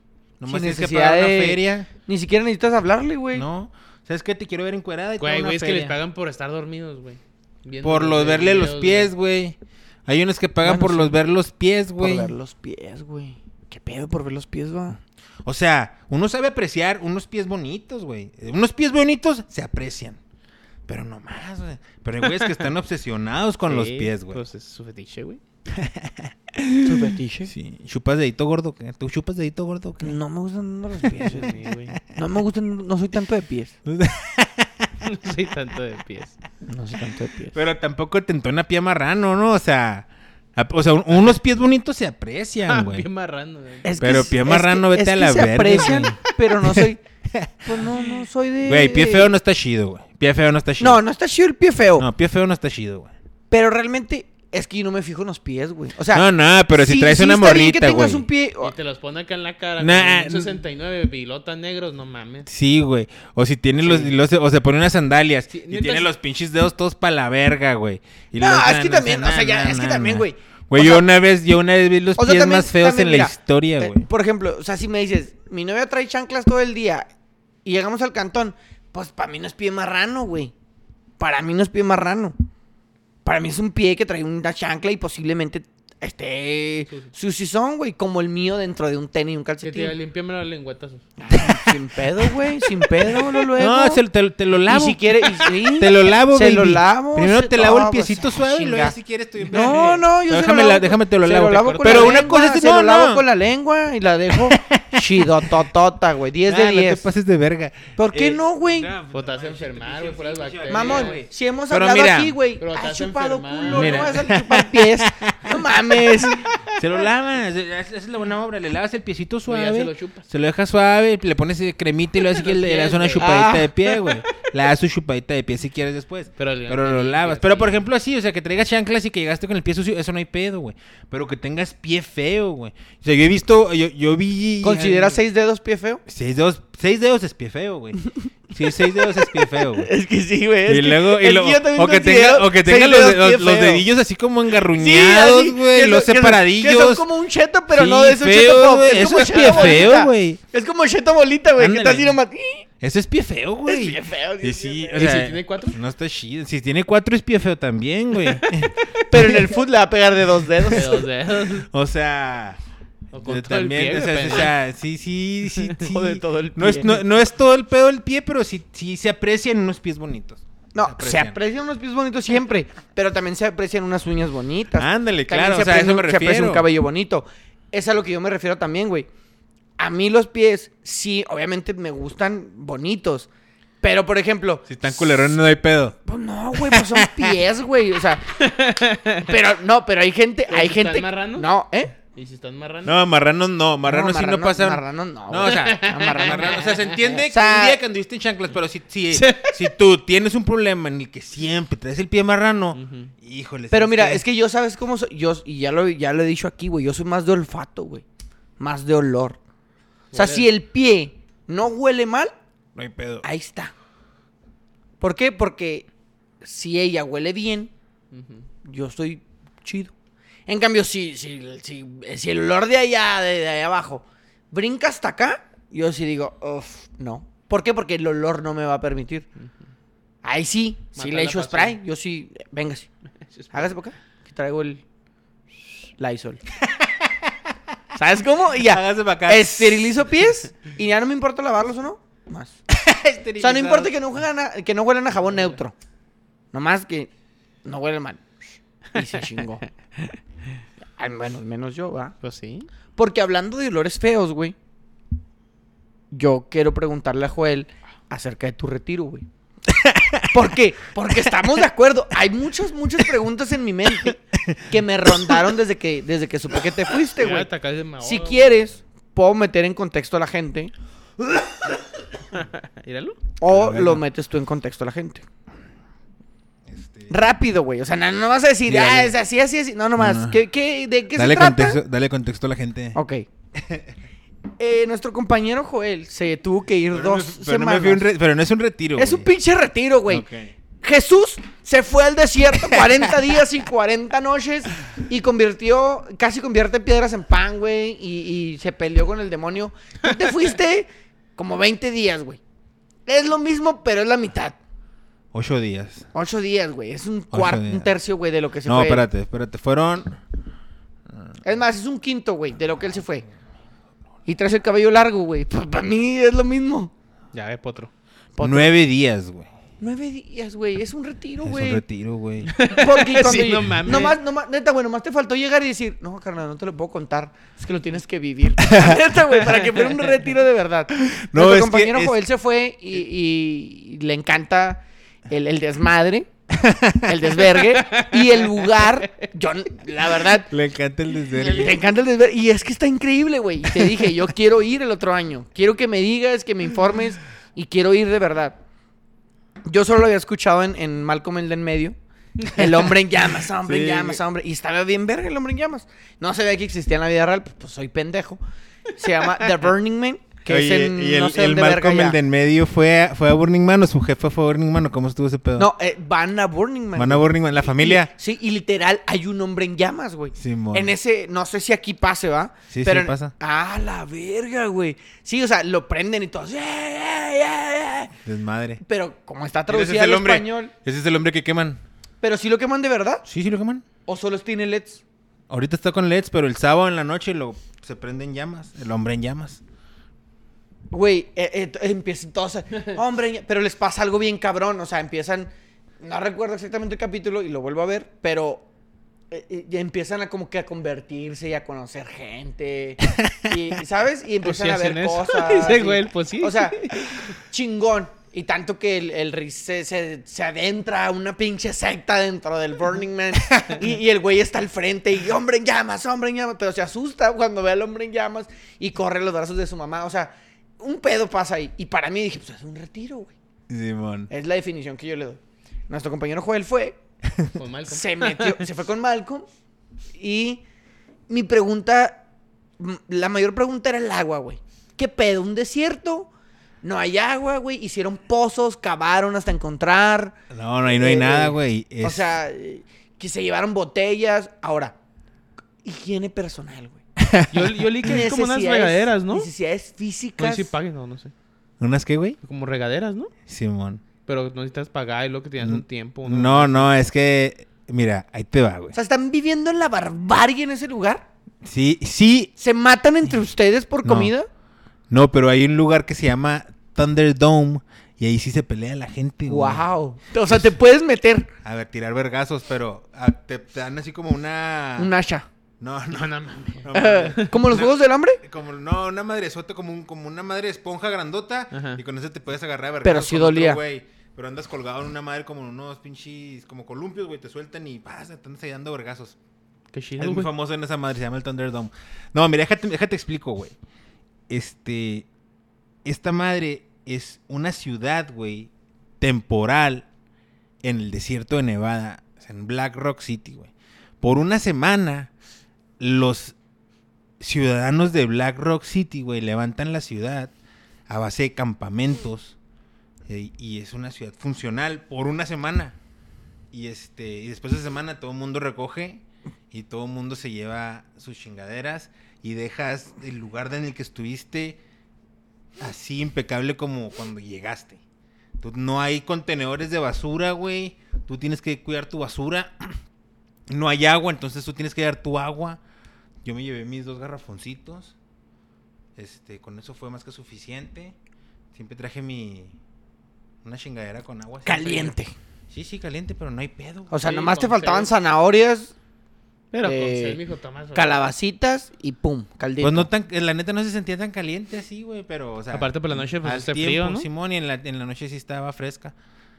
Speaker 1: Sin
Speaker 2: Nomás tienes que
Speaker 1: necesidad
Speaker 2: pagar una
Speaker 1: de-
Speaker 2: feria.
Speaker 1: Ni siquiera necesitas hablarle, güey.
Speaker 2: No. ¿Sabes qué? Te quiero ver encuerada y te
Speaker 3: Güey,
Speaker 2: doy una
Speaker 3: güey, es que les
Speaker 2: feria.
Speaker 3: pagan por estar dormidos, güey. Viendo
Speaker 2: Por los verle
Speaker 3: videos,
Speaker 2: los pies, güey. Hay unos que pagan
Speaker 1: Bueno,
Speaker 2: por
Speaker 1: sí.
Speaker 2: los ver los pies,
Speaker 1: Por
Speaker 2: güey.
Speaker 1: ver los pies, güey. ¿Qué pedo por ver los pies, va?
Speaker 2: O sea, uno sabe apreciar unos pies bonitos, güey. Eh, Unos pies bonitos se aprecian. Pero no más, güey. Pero hay güeyes que están obsesionados con los
Speaker 3: Sí,
Speaker 2: pies, güey.
Speaker 3: Pues es su fetiche, güey.
Speaker 1: ¿Tu fetiche?
Speaker 2: Sí. ¿Chupas dedito gordo? qué? ¿Tú chupas dedito gordo? qué?
Speaker 1: No me gustan los pies,
Speaker 3: Sí,
Speaker 1: güey.
Speaker 3: güey.
Speaker 1: No me gustan... No soy tanto de pies.
Speaker 3: No soy tanto de pies.
Speaker 1: No soy tanto de pies.
Speaker 2: Pero tampoco te entona pie marrano, ¿no? O sea, a- o sea, un- unos pies bonitos se aprecian,
Speaker 3: Ah,
Speaker 2: güey.
Speaker 3: pie marrano, güey.
Speaker 1: Es
Speaker 2: Pero pie marrano, vete a la
Speaker 1: se
Speaker 2: verga,
Speaker 1: aprecian,
Speaker 2: güey.
Speaker 1: pero no soy... Pues no, no soy de...
Speaker 2: Güey, pie feo no está chido, güey. Pie feo no está chido.
Speaker 1: No, no está chido el pie feo.
Speaker 2: No, pie feo no está chido, güey.
Speaker 1: Pero realmente es que yo no me fijo en los pies, güey. O sea,
Speaker 2: No, no, pero si
Speaker 1: sí-
Speaker 2: traes
Speaker 1: sí
Speaker 2: una
Speaker 1: está bien que
Speaker 2: morrita,
Speaker 1: tengas
Speaker 2: güey.
Speaker 1: un pie.
Speaker 3: Y te los pone acá en la cara.
Speaker 2: Nah,
Speaker 3: con un 69 pilotas negros, no mames.
Speaker 2: Sí, güey. O si tiene los,
Speaker 3: Sí.
Speaker 2: los- O se pone unas sandalias.
Speaker 3: Sí,
Speaker 2: y
Speaker 3: neta,
Speaker 2: tiene
Speaker 3: sí.
Speaker 2: los pinches dedos todos pa' la verga, güey. Y
Speaker 1: No,
Speaker 2: los-
Speaker 1: es que también, o sea, ya, es que
Speaker 2: na,
Speaker 1: también,
Speaker 2: na.
Speaker 1: güey.
Speaker 2: Güey,
Speaker 1: O
Speaker 2: yo
Speaker 1: sea,
Speaker 2: una vez, yo una vez vi los
Speaker 1: o sea,
Speaker 2: pies
Speaker 1: también-
Speaker 2: más feos
Speaker 1: también,
Speaker 2: en
Speaker 1: mira,
Speaker 2: la historia,
Speaker 1: eh,
Speaker 2: güey.
Speaker 1: por ejemplo, o sea, si me dices, mi novia trae chanclas todo el día y llegamos al cantón, pues para mí no es pie marrano, güey. Para mí no es pie marrano. Para mí es un pie que trae una chancla y posiblemente esté sucizón, güey, como el mío dentro de un tenis y un
Speaker 3: Que te diga,
Speaker 1: calcetín. pues,
Speaker 3: limpiame los lengüetazos.
Speaker 1: Ah, Sin pedo, güey, sin pedo, lo luego.
Speaker 2: No, se, te, te lo lavo.
Speaker 1: Y si quiere, y- sí.
Speaker 2: Te lo lavo,
Speaker 1: Se
Speaker 2: baby.
Speaker 1: lo lavo.
Speaker 2: Primero
Speaker 1: se-
Speaker 2: te lavo
Speaker 1: no,
Speaker 2: el piecito
Speaker 1: pues,
Speaker 2: suave y
Speaker 1: chinga.
Speaker 2: luego ya si quieres tú...
Speaker 1: No, no, yo se
Speaker 2: déjame,
Speaker 1: lo
Speaker 2: la-
Speaker 1: lavo,
Speaker 2: déjame te lo
Speaker 1: se
Speaker 2: lavo.
Speaker 1: lavo con
Speaker 2: Pero
Speaker 1: la
Speaker 2: una
Speaker 1: lengua,
Speaker 2: cosa es...
Speaker 1: se
Speaker 2: no,
Speaker 1: lo lavo
Speaker 2: no.
Speaker 1: con la lengua y la dejo chidototota, güey. 10
Speaker 2: Ah,
Speaker 1: de
Speaker 2: no te
Speaker 1: 10.
Speaker 2: pases de verga.
Speaker 1: ¿Por qué
Speaker 2: Eh,
Speaker 1: no, güey?
Speaker 2: no,
Speaker 3: O te vas a
Speaker 2: madre,
Speaker 3: enfermar, güey, por las bacterias.
Speaker 1: Mamón,
Speaker 2: güey.
Speaker 1: si hemos
Speaker 2: Pero
Speaker 1: hablado
Speaker 2: mira,
Speaker 1: aquí, güey,
Speaker 3: pero
Speaker 1: has
Speaker 3: estás
Speaker 1: chupado
Speaker 3: enfermado.
Speaker 1: culo,
Speaker 2: Mira.
Speaker 1: no vas a chupar pies. No mames.
Speaker 2: Se lo lavas, es- es la buena obra, le lavas el piecito
Speaker 3: Y
Speaker 2: suave.
Speaker 3: Pues ya se lo chupas.
Speaker 2: Se lo dejas suave, le pones eh, cremita y luego si quieres le
Speaker 3: pies,
Speaker 2: das una
Speaker 3: güey.
Speaker 2: chupadita
Speaker 1: Ah.
Speaker 2: de pie, güey. Le das su chupadita de pie si quieres después.
Speaker 3: Pero
Speaker 2: Pero,
Speaker 3: el-
Speaker 2: lo
Speaker 3: el-
Speaker 2: lavas.
Speaker 3: el-
Speaker 2: Pero por ejemplo así, o sea, que traigas chanclas y que llegaste con el pie sucio, eso no hay pedo, güey. Pero que tengas pie feo, güey. O sea, yo he visto, yo, yo vi...
Speaker 1: ¿Consideras seis dedos pie feo?
Speaker 2: Seis dedos, seis dedos es pie feo, güey. Sí, seis dedos es pie feo, güey.
Speaker 1: Es que sí, güey.
Speaker 2: Y luego, y luego- o, que tenga, o que tenga los, los- los dedillos así como engarruñados, güey, los separadillos.
Speaker 1: Que son como un cheto, pero
Speaker 2: Sí,
Speaker 1: no es un
Speaker 2: feo,
Speaker 1: cheto pop.
Speaker 2: güey,
Speaker 1: Es
Speaker 2: eso
Speaker 1: como
Speaker 2: es
Speaker 1: cheto
Speaker 2: pie
Speaker 1: bolita.
Speaker 2: feo, güey.
Speaker 1: Es como cheto bolita, güey, que está así
Speaker 2: Ándale.
Speaker 1: nomás.
Speaker 2: Eso es pie feo, güey.
Speaker 1: pie feo, sí,
Speaker 2: Y
Speaker 1: es
Speaker 2: sí,
Speaker 1: pie
Speaker 2: o
Speaker 3: feo. ¿Y
Speaker 2: sea,
Speaker 3: si tiene cuatro?
Speaker 2: No está chido. Si tiene cuatro es pie feo también, güey.
Speaker 1: Pero en el foot le va a pegar de dos dedos.
Speaker 3: De dos dedos.
Speaker 2: o sea...
Speaker 3: O con
Speaker 2: eh,
Speaker 3: todo el pie,
Speaker 2: o sea,
Speaker 3: güey,
Speaker 2: o sea, sí, sí, sí, sí.
Speaker 1: O de todo el
Speaker 2: No es,
Speaker 1: pie.
Speaker 2: no, no es todo el pedo del pie, pero sí, sí se aprecian unos pies bonitos.
Speaker 1: No,
Speaker 2: Se
Speaker 1: se
Speaker 2: aprecian.
Speaker 1: aprecian unos pies bonitos siempre, pero también se aprecian unas uñas bonitas.
Speaker 2: Ándale,
Speaker 1: También
Speaker 2: claro,
Speaker 1: se
Speaker 2: o sea, a
Speaker 1: aprecia
Speaker 2: eso me
Speaker 1: un- Se aprecia
Speaker 2: refiero.
Speaker 1: un cabello bonito. Es a lo que yo me refiero también, güey. A mí los pies, sí, obviamente me gustan bonitos. Pero, por ejemplo...
Speaker 2: Si están culerones no hay pedo.
Speaker 1: Pues no, güey, pues son pies, güey. O sea... Pero, no, pero hay gente...
Speaker 3: ¿Pero
Speaker 1: Hay
Speaker 3: si
Speaker 1: gente...
Speaker 3: están marranos?
Speaker 1: No, ¿eh?
Speaker 3: ¿Y si están marrando?
Speaker 2: No, marranos no, marranos sí no
Speaker 1: marrano-
Speaker 2: pasan.
Speaker 1: marrano no,
Speaker 2: No, o
Speaker 1: güey.
Speaker 2: sea,
Speaker 1: No, marrano
Speaker 2: marrano,
Speaker 1: no.
Speaker 2: o sea, se entiende
Speaker 1: O sea-
Speaker 2: que un día que anduviste en chanclas, pero si, si, si tú tienes un problema en el que siempre traes el pie marrano,
Speaker 3: Ujú.
Speaker 2: híjole.
Speaker 1: Pero
Speaker 2: ¿sabes
Speaker 1: mira,
Speaker 2: qué?
Speaker 1: es que yo sabes cómo soy. Yo, y ya lo, ya lo he dicho aquí, güey. Yo soy más de olfato, güey. Más de olor. O sea,
Speaker 3: Huele-
Speaker 1: si el pie no huele mal,
Speaker 2: No hay pedo.
Speaker 1: Ahí está. ¿Por qué? Porque si ella huele bien,
Speaker 3: Ujú.
Speaker 1: yo estoy chido. En cambio, si, si, si, si el olor de allá, de, de allá abajo, brinca hasta acá, yo sí digo, uff, no. ¿Por qué? Porque el olor no me va a permitir. Ahí sí, si
Speaker 3: Matar
Speaker 1: le
Speaker 3: la
Speaker 1: echo
Speaker 3: pasión.
Speaker 1: spray, yo sí, véngase. Hágase por acá, que traigo el Lysol. ¿Sabes cómo? Y ya.
Speaker 2: Hágase para acá.
Speaker 1: Esterilizo pies y ya no me importa lavarlos o no. Más.
Speaker 2: Este,
Speaker 1: O sea, no importa que no, juegan a- que no huelan a jabón neutro. Nomás que no huelen mal. Y se chingó. Al menos, menos yo, ¿verdad?
Speaker 3: Pues sí.
Speaker 1: Porque hablando de olores feos, güey. Yo quiero preguntarle a Joel acerca de tu retiro, güey. ¿Por qué? Porque estamos de acuerdo. Hay muchas, muchas preguntas en mi mente que me rondaron desde que, desde que supe que te fuiste, Este
Speaker 3: Ya,
Speaker 1: güey.
Speaker 3: hasta acá se me ahoga,
Speaker 1: Si
Speaker 3: güey.
Speaker 1: quieres, puedo meter en contexto a la gente
Speaker 3: Míralo.
Speaker 1: o
Speaker 2: A ver,
Speaker 1: lo
Speaker 2: no.
Speaker 1: metes tú en contexto a la gente.
Speaker 2: Este,
Speaker 1: Rápido, güey. O sea, no, no vas a decir,
Speaker 2: Dígale.
Speaker 1: ah, es así, así, así. No, nomás.
Speaker 2: No.
Speaker 1: ¿Qué, qué, ¿De qué
Speaker 2: Dale
Speaker 1: se trata?
Speaker 2: contexto, dale contexto a la gente.
Speaker 1: Ok. Eh, nuestro compañero Joel se tuvo que ir
Speaker 2: Pero no me-
Speaker 1: dos
Speaker 2: pero no me
Speaker 1: semanas.
Speaker 2: fui a un re- pero no es un retiro.
Speaker 1: es un
Speaker 2: güey.
Speaker 1: pinche retiro, güey.
Speaker 2: Ok.
Speaker 1: Jesús se fue al desierto 40 días y 40 noches y convirtió, casi convierte piedras en pan, güey, y, y se peleó con el demonio. Tú te fuiste como 20 días, güey. Es lo mismo, pero es la mitad.
Speaker 2: Ocho días.
Speaker 1: Ocho días, güey. Es un cuarto, un
Speaker 2: días.
Speaker 1: tercio, güey, de lo que se
Speaker 2: No,
Speaker 1: fue.
Speaker 2: espérate, espérate. Fueron.
Speaker 1: Es más, es un quinto, güey, de lo que él se fue. Y traes el cabello largo, güey. Pues, Para mí es lo mismo.
Speaker 3: Ya ves, potro.
Speaker 1: Potro.
Speaker 2: Nueve días, güey.
Speaker 1: Nueve días, güey. Es un retiro,
Speaker 2: Es
Speaker 1: güey.
Speaker 2: un retiro, güey.
Speaker 1: Porque cuando
Speaker 3: Sí,
Speaker 1: yo-
Speaker 3: no mames.
Speaker 1: Nomás, nomás, neta, güey, nomás te faltó llegar y decir, no, carnal, no te lo puedo contar. Es que lo tienes que vivir. neta, güey, para que fuera un retiro de verdad.
Speaker 2: No,
Speaker 1: Nuestro
Speaker 2: es que
Speaker 1: compañero
Speaker 2: es- eh,
Speaker 1: Joel se fue y, y le encanta el, el desmadre, el desvergue y el lugar. Yo, la verdad,
Speaker 2: Le encanta el
Speaker 1: le encanta el desvergue. Y es que está increíble, güey. Y te dije, yo quiero ir el otro año. Quiero que me digas, que me informes y quiero ir de verdad. Yo solo lo había escuchado en, en Malcolm el de en medio. El hombre en llamas, hombre en
Speaker 2: Sí,
Speaker 1: llamas,
Speaker 2: güey.
Speaker 1: hombre. Y estaba bien verga el hombre en llamas. No sabía que existía en la vida real, pues, pues, soy pendejo. Se llama The Burning Man, que es en
Speaker 2: y el,
Speaker 1: no sé
Speaker 2: el
Speaker 1: dónde verga
Speaker 2: Malcolm,
Speaker 1: ya.
Speaker 2: el de en medio, fue a, fue a Burning Man o su jefe fue a Burning Man o cómo estuvo ese pedo.
Speaker 1: No, eh, van a Burning Man.
Speaker 2: Van a Burning Man, la familia.
Speaker 1: Y- sí, y literal hay un hombre en llamas, güey.
Speaker 2: Simón.
Speaker 1: En ese, no sé si aquí pase, ¿va?
Speaker 2: Sí, sí,
Speaker 1: en-
Speaker 2: pasa.
Speaker 1: Ah, la verga, güey. Sí, o sea, lo prenden y todos. "Eh, eh, eh, eh".
Speaker 2: Desmadre.
Speaker 1: Pero como está
Speaker 2: Ese
Speaker 1: traducida al español.
Speaker 2: Ese es el hombre que queman.
Speaker 1: Pero sí lo queman de verdad.
Speaker 2: Sí, sí lo queman.
Speaker 1: O solo tiene E LEDs.
Speaker 2: Ahorita está con LEDs, pero el sábado en la noche lo se prende en llamas. El hombre en llamas.
Speaker 1: Güey, eh, eh, t- empiezan todos. a- Hombre, ña-". pero les pasa algo bien cabrón. O sea, empiezan. No recuerdo exactamente el capítulo y lo vuelvo a ver, pero. eh, eh, ya empiezan a como que a convertirse y a conocer gente. Y, ¿Sabes? Y
Speaker 3: Pues
Speaker 1: empiezan
Speaker 3: sí
Speaker 1: a ver
Speaker 3: hacen eso.
Speaker 1: cosas.
Speaker 3: Dice,
Speaker 1: y-
Speaker 3: güey, pues sí.
Speaker 1: O sea, chingón. Y tanto que el, el Riz se, se- se adentra a una pinche secta dentro del Burning Man. Y, y el güey está al frente y hombre en llamas, hombre en llamas. Pero se asusta cuando ve al hombre en llamas y corre a los brazos de su mamá. O sea, un pedo pasa ahí. Y para mí dije, pues es un retiro, güey.
Speaker 2: Simón.
Speaker 1: Es la definición que yo le doy. Nuestro compañero Joel fue,
Speaker 3: Con Malcolm.
Speaker 1: se metió, se fue con Malcolm. Y mi pregunta, m- la mayor pregunta era el agua, güey. ¿Qué pedo? ¿Un desierto? No hay agua, güey. Hicieron pozos, cavaron hasta encontrar.
Speaker 2: No, no, ahí no hay
Speaker 1: Eh,
Speaker 2: nada, güey.
Speaker 1: O
Speaker 2: Es-
Speaker 1: sea, eh, que se llevaron botellas. Ahora, higiene personal, güey.
Speaker 3: Yo, yo leí que es como unas
Speaker 1: Necesidades-
Speaker 3: regaderas, ¿no? Pues
Speaker 1: Necesidades
Speaker 3: No sé
Speaker 1: físicas.
Speaker 3: si pagues, no, no sé.
Speaker 2: ¿Unas qué, güey?
Speaker 3: Como regaderas, ¿no?
Speaker 2: Simón.
Speaker 3: Pero no necesitas pagar y lo que tienes un tiempo.
Speaker 2: Mm, No, no, es que. Mira, ahí te va, güey.
Speaker 1: o sea, están viviendo en la barbarie en ese lugar.
Speaker 2: Sí, sí,
Speaker 1: ¿Se matan entre ustedes por
Speaker 2: No.
Speaker 1: comida?
Speaker 2: No, pero hay un lugar que se llama Thunderdome y ahí sí se pelea la gente, güey.
Speaker 1: ¡Wow! O sea, te puedes meter
Speaker 2: A ver, tirar vergazos, pero ah, te, te dan así como una...
Speaker 1: un hacha.
Speaker 2: No, no,
Speaker 3: No,
Speaker 2: no.
Speaker 3: no mames.
Speaker 2: madre.
Speaker 1: ¿Como los juegos del hambre?
Speaker 2: Como, no, una madresota, como, un, como una madre esponja grandota
Speaker 3: Ajá.
Speaker 2: y con eso te puedes agarrar a vergazos
Speaker 1: Pero sí
Speaker 2: con otro
Speaker 1: dolía.
Speaker 2: güey. Pero andas colgado en una madre como en unos pinches, como columpios, güey, te sueltan y vas, te andas ahí dando vergazos.
Speaker 3: Qué
Speaker 2: Es
Speaker 3: chido,
Speaker 2: muy
Speaker 3: güey.
Speaker 2: famoso en esa madre, se llama el Thunderdome. No, mira, déjate, déjate explico, güey. Este. Esta madre es una ciudad, güey, temporal en el desierto de Nevada, o sea, en Black Rock City, güey. Por una semana, los ciudadanos de Black Rock City, güey, levantan la ciudad a base de campamentos eh, y es una ciudad funcional por una semana. Y, este, y después de esa semana todo el mundo recoge y todo el mundo se lleva sus chingaderas y dejas el lugar en el que estuviste así impecable como cuando llegaste. Tú- no hay contenedores de basura, güey. Tú tienes que cuidar tu basura. No hay agua, entonces tú tienes que dar tu agua. Yo me llevé mis dos garrafoncitos. Este, con eso fue más que suficiente. Siempre traje mi una chingadera con agua. siempre.
Speaker 1: Caliente.
Speaker 2: Sí, sí, caliente, pero no hay pedo. güey.
Speaker 1: O sea,
Speaker 3: Sí,
Speaker 1: nomás te
Speaker 3: con
Speaker 1: faltaban
Speaker 3: cel.
Speaker 1: zanahorias,
Speaker 3: Pero con
Speaker 1: Eh,
Speaker 3: ser, mijo, Tomás. güey.
Speaker 1: calabacitas y pum, caldito.
Speaker 2: Pues no tan, la neta no se sentía tan caliente así, güey, pero, o sea.
Speaker 3: Aparte por la noche, pues,
Speaker 2: al
Speaker 3: hace
Speaker 2: tiempo,
Speaker 3: frío, ¿no?
Speaker 2: Simón, y en la, en la noche sí estaba fresca.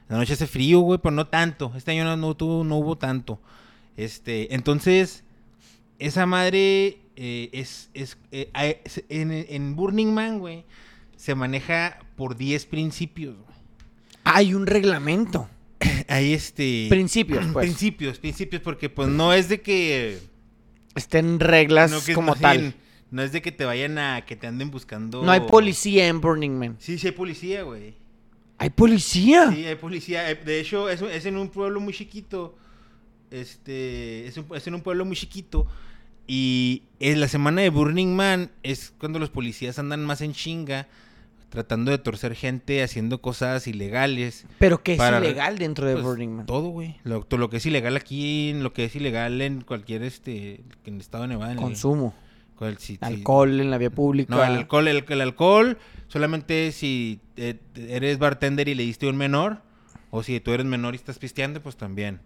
Speaker 2: En la noche hace frío, güey, pero no tanto. Este año no, no tuvo, no hubo tanto. Este, entonces, esa madre eh, es, es, eh, hay- es- en, en Burning Man, güey, se maneja por 10 principios, güey.
Speaker 1: Hay un reglamento.
Speaker 2: Ahí este...
Speaker 1: Principios, pues.
Speaker 2: Principios, principios, porque pues no es de que...
Speaker 1: Estén reglas
Speaker 2: no que-
Speaker 1: como
Speaker 2: sí,
Speaker 1: tal.
Speaker 2: No es de que te vayan a... que te anden buscando...
Speaker 1: No hay policía en Burning Man.
Speaker 2: Sí, sí hay policía, güey.
Speaker 1: ¿Hay policía?
Speaker 2: Sí, hay policía. Eh, De hecho, es, es en un pueblo muy chiquito. Este, es, un- es en un pueblo muy chiquito. Y en la semana de Burning Man es cuando los policías andan más en chinga, tratando de torcer gente, haciendo cosas ilegales.
Speaker 1: Pero que es
Speaker 2: Para-
Speaker 1: ilegal dentro de
Speaker 2: Pues,
Speaker 1: Burning Man.
Speaker 2: Todo, güey. Lo, todo lo que es ilegal aquí, lo que es ilegal en cualquier este, en el estado de Nevada. en el-
Speaker 1: Consumo.
Speaker 2: cual- sí, sí.
Speaker 1: Alcohol en la vía pública.
Speaker 2: No, el alcohol, el, el alcohol, solamente si eh, eres bartender y le diste a un menor, o si tú eres menor y estás pisteando, pues también.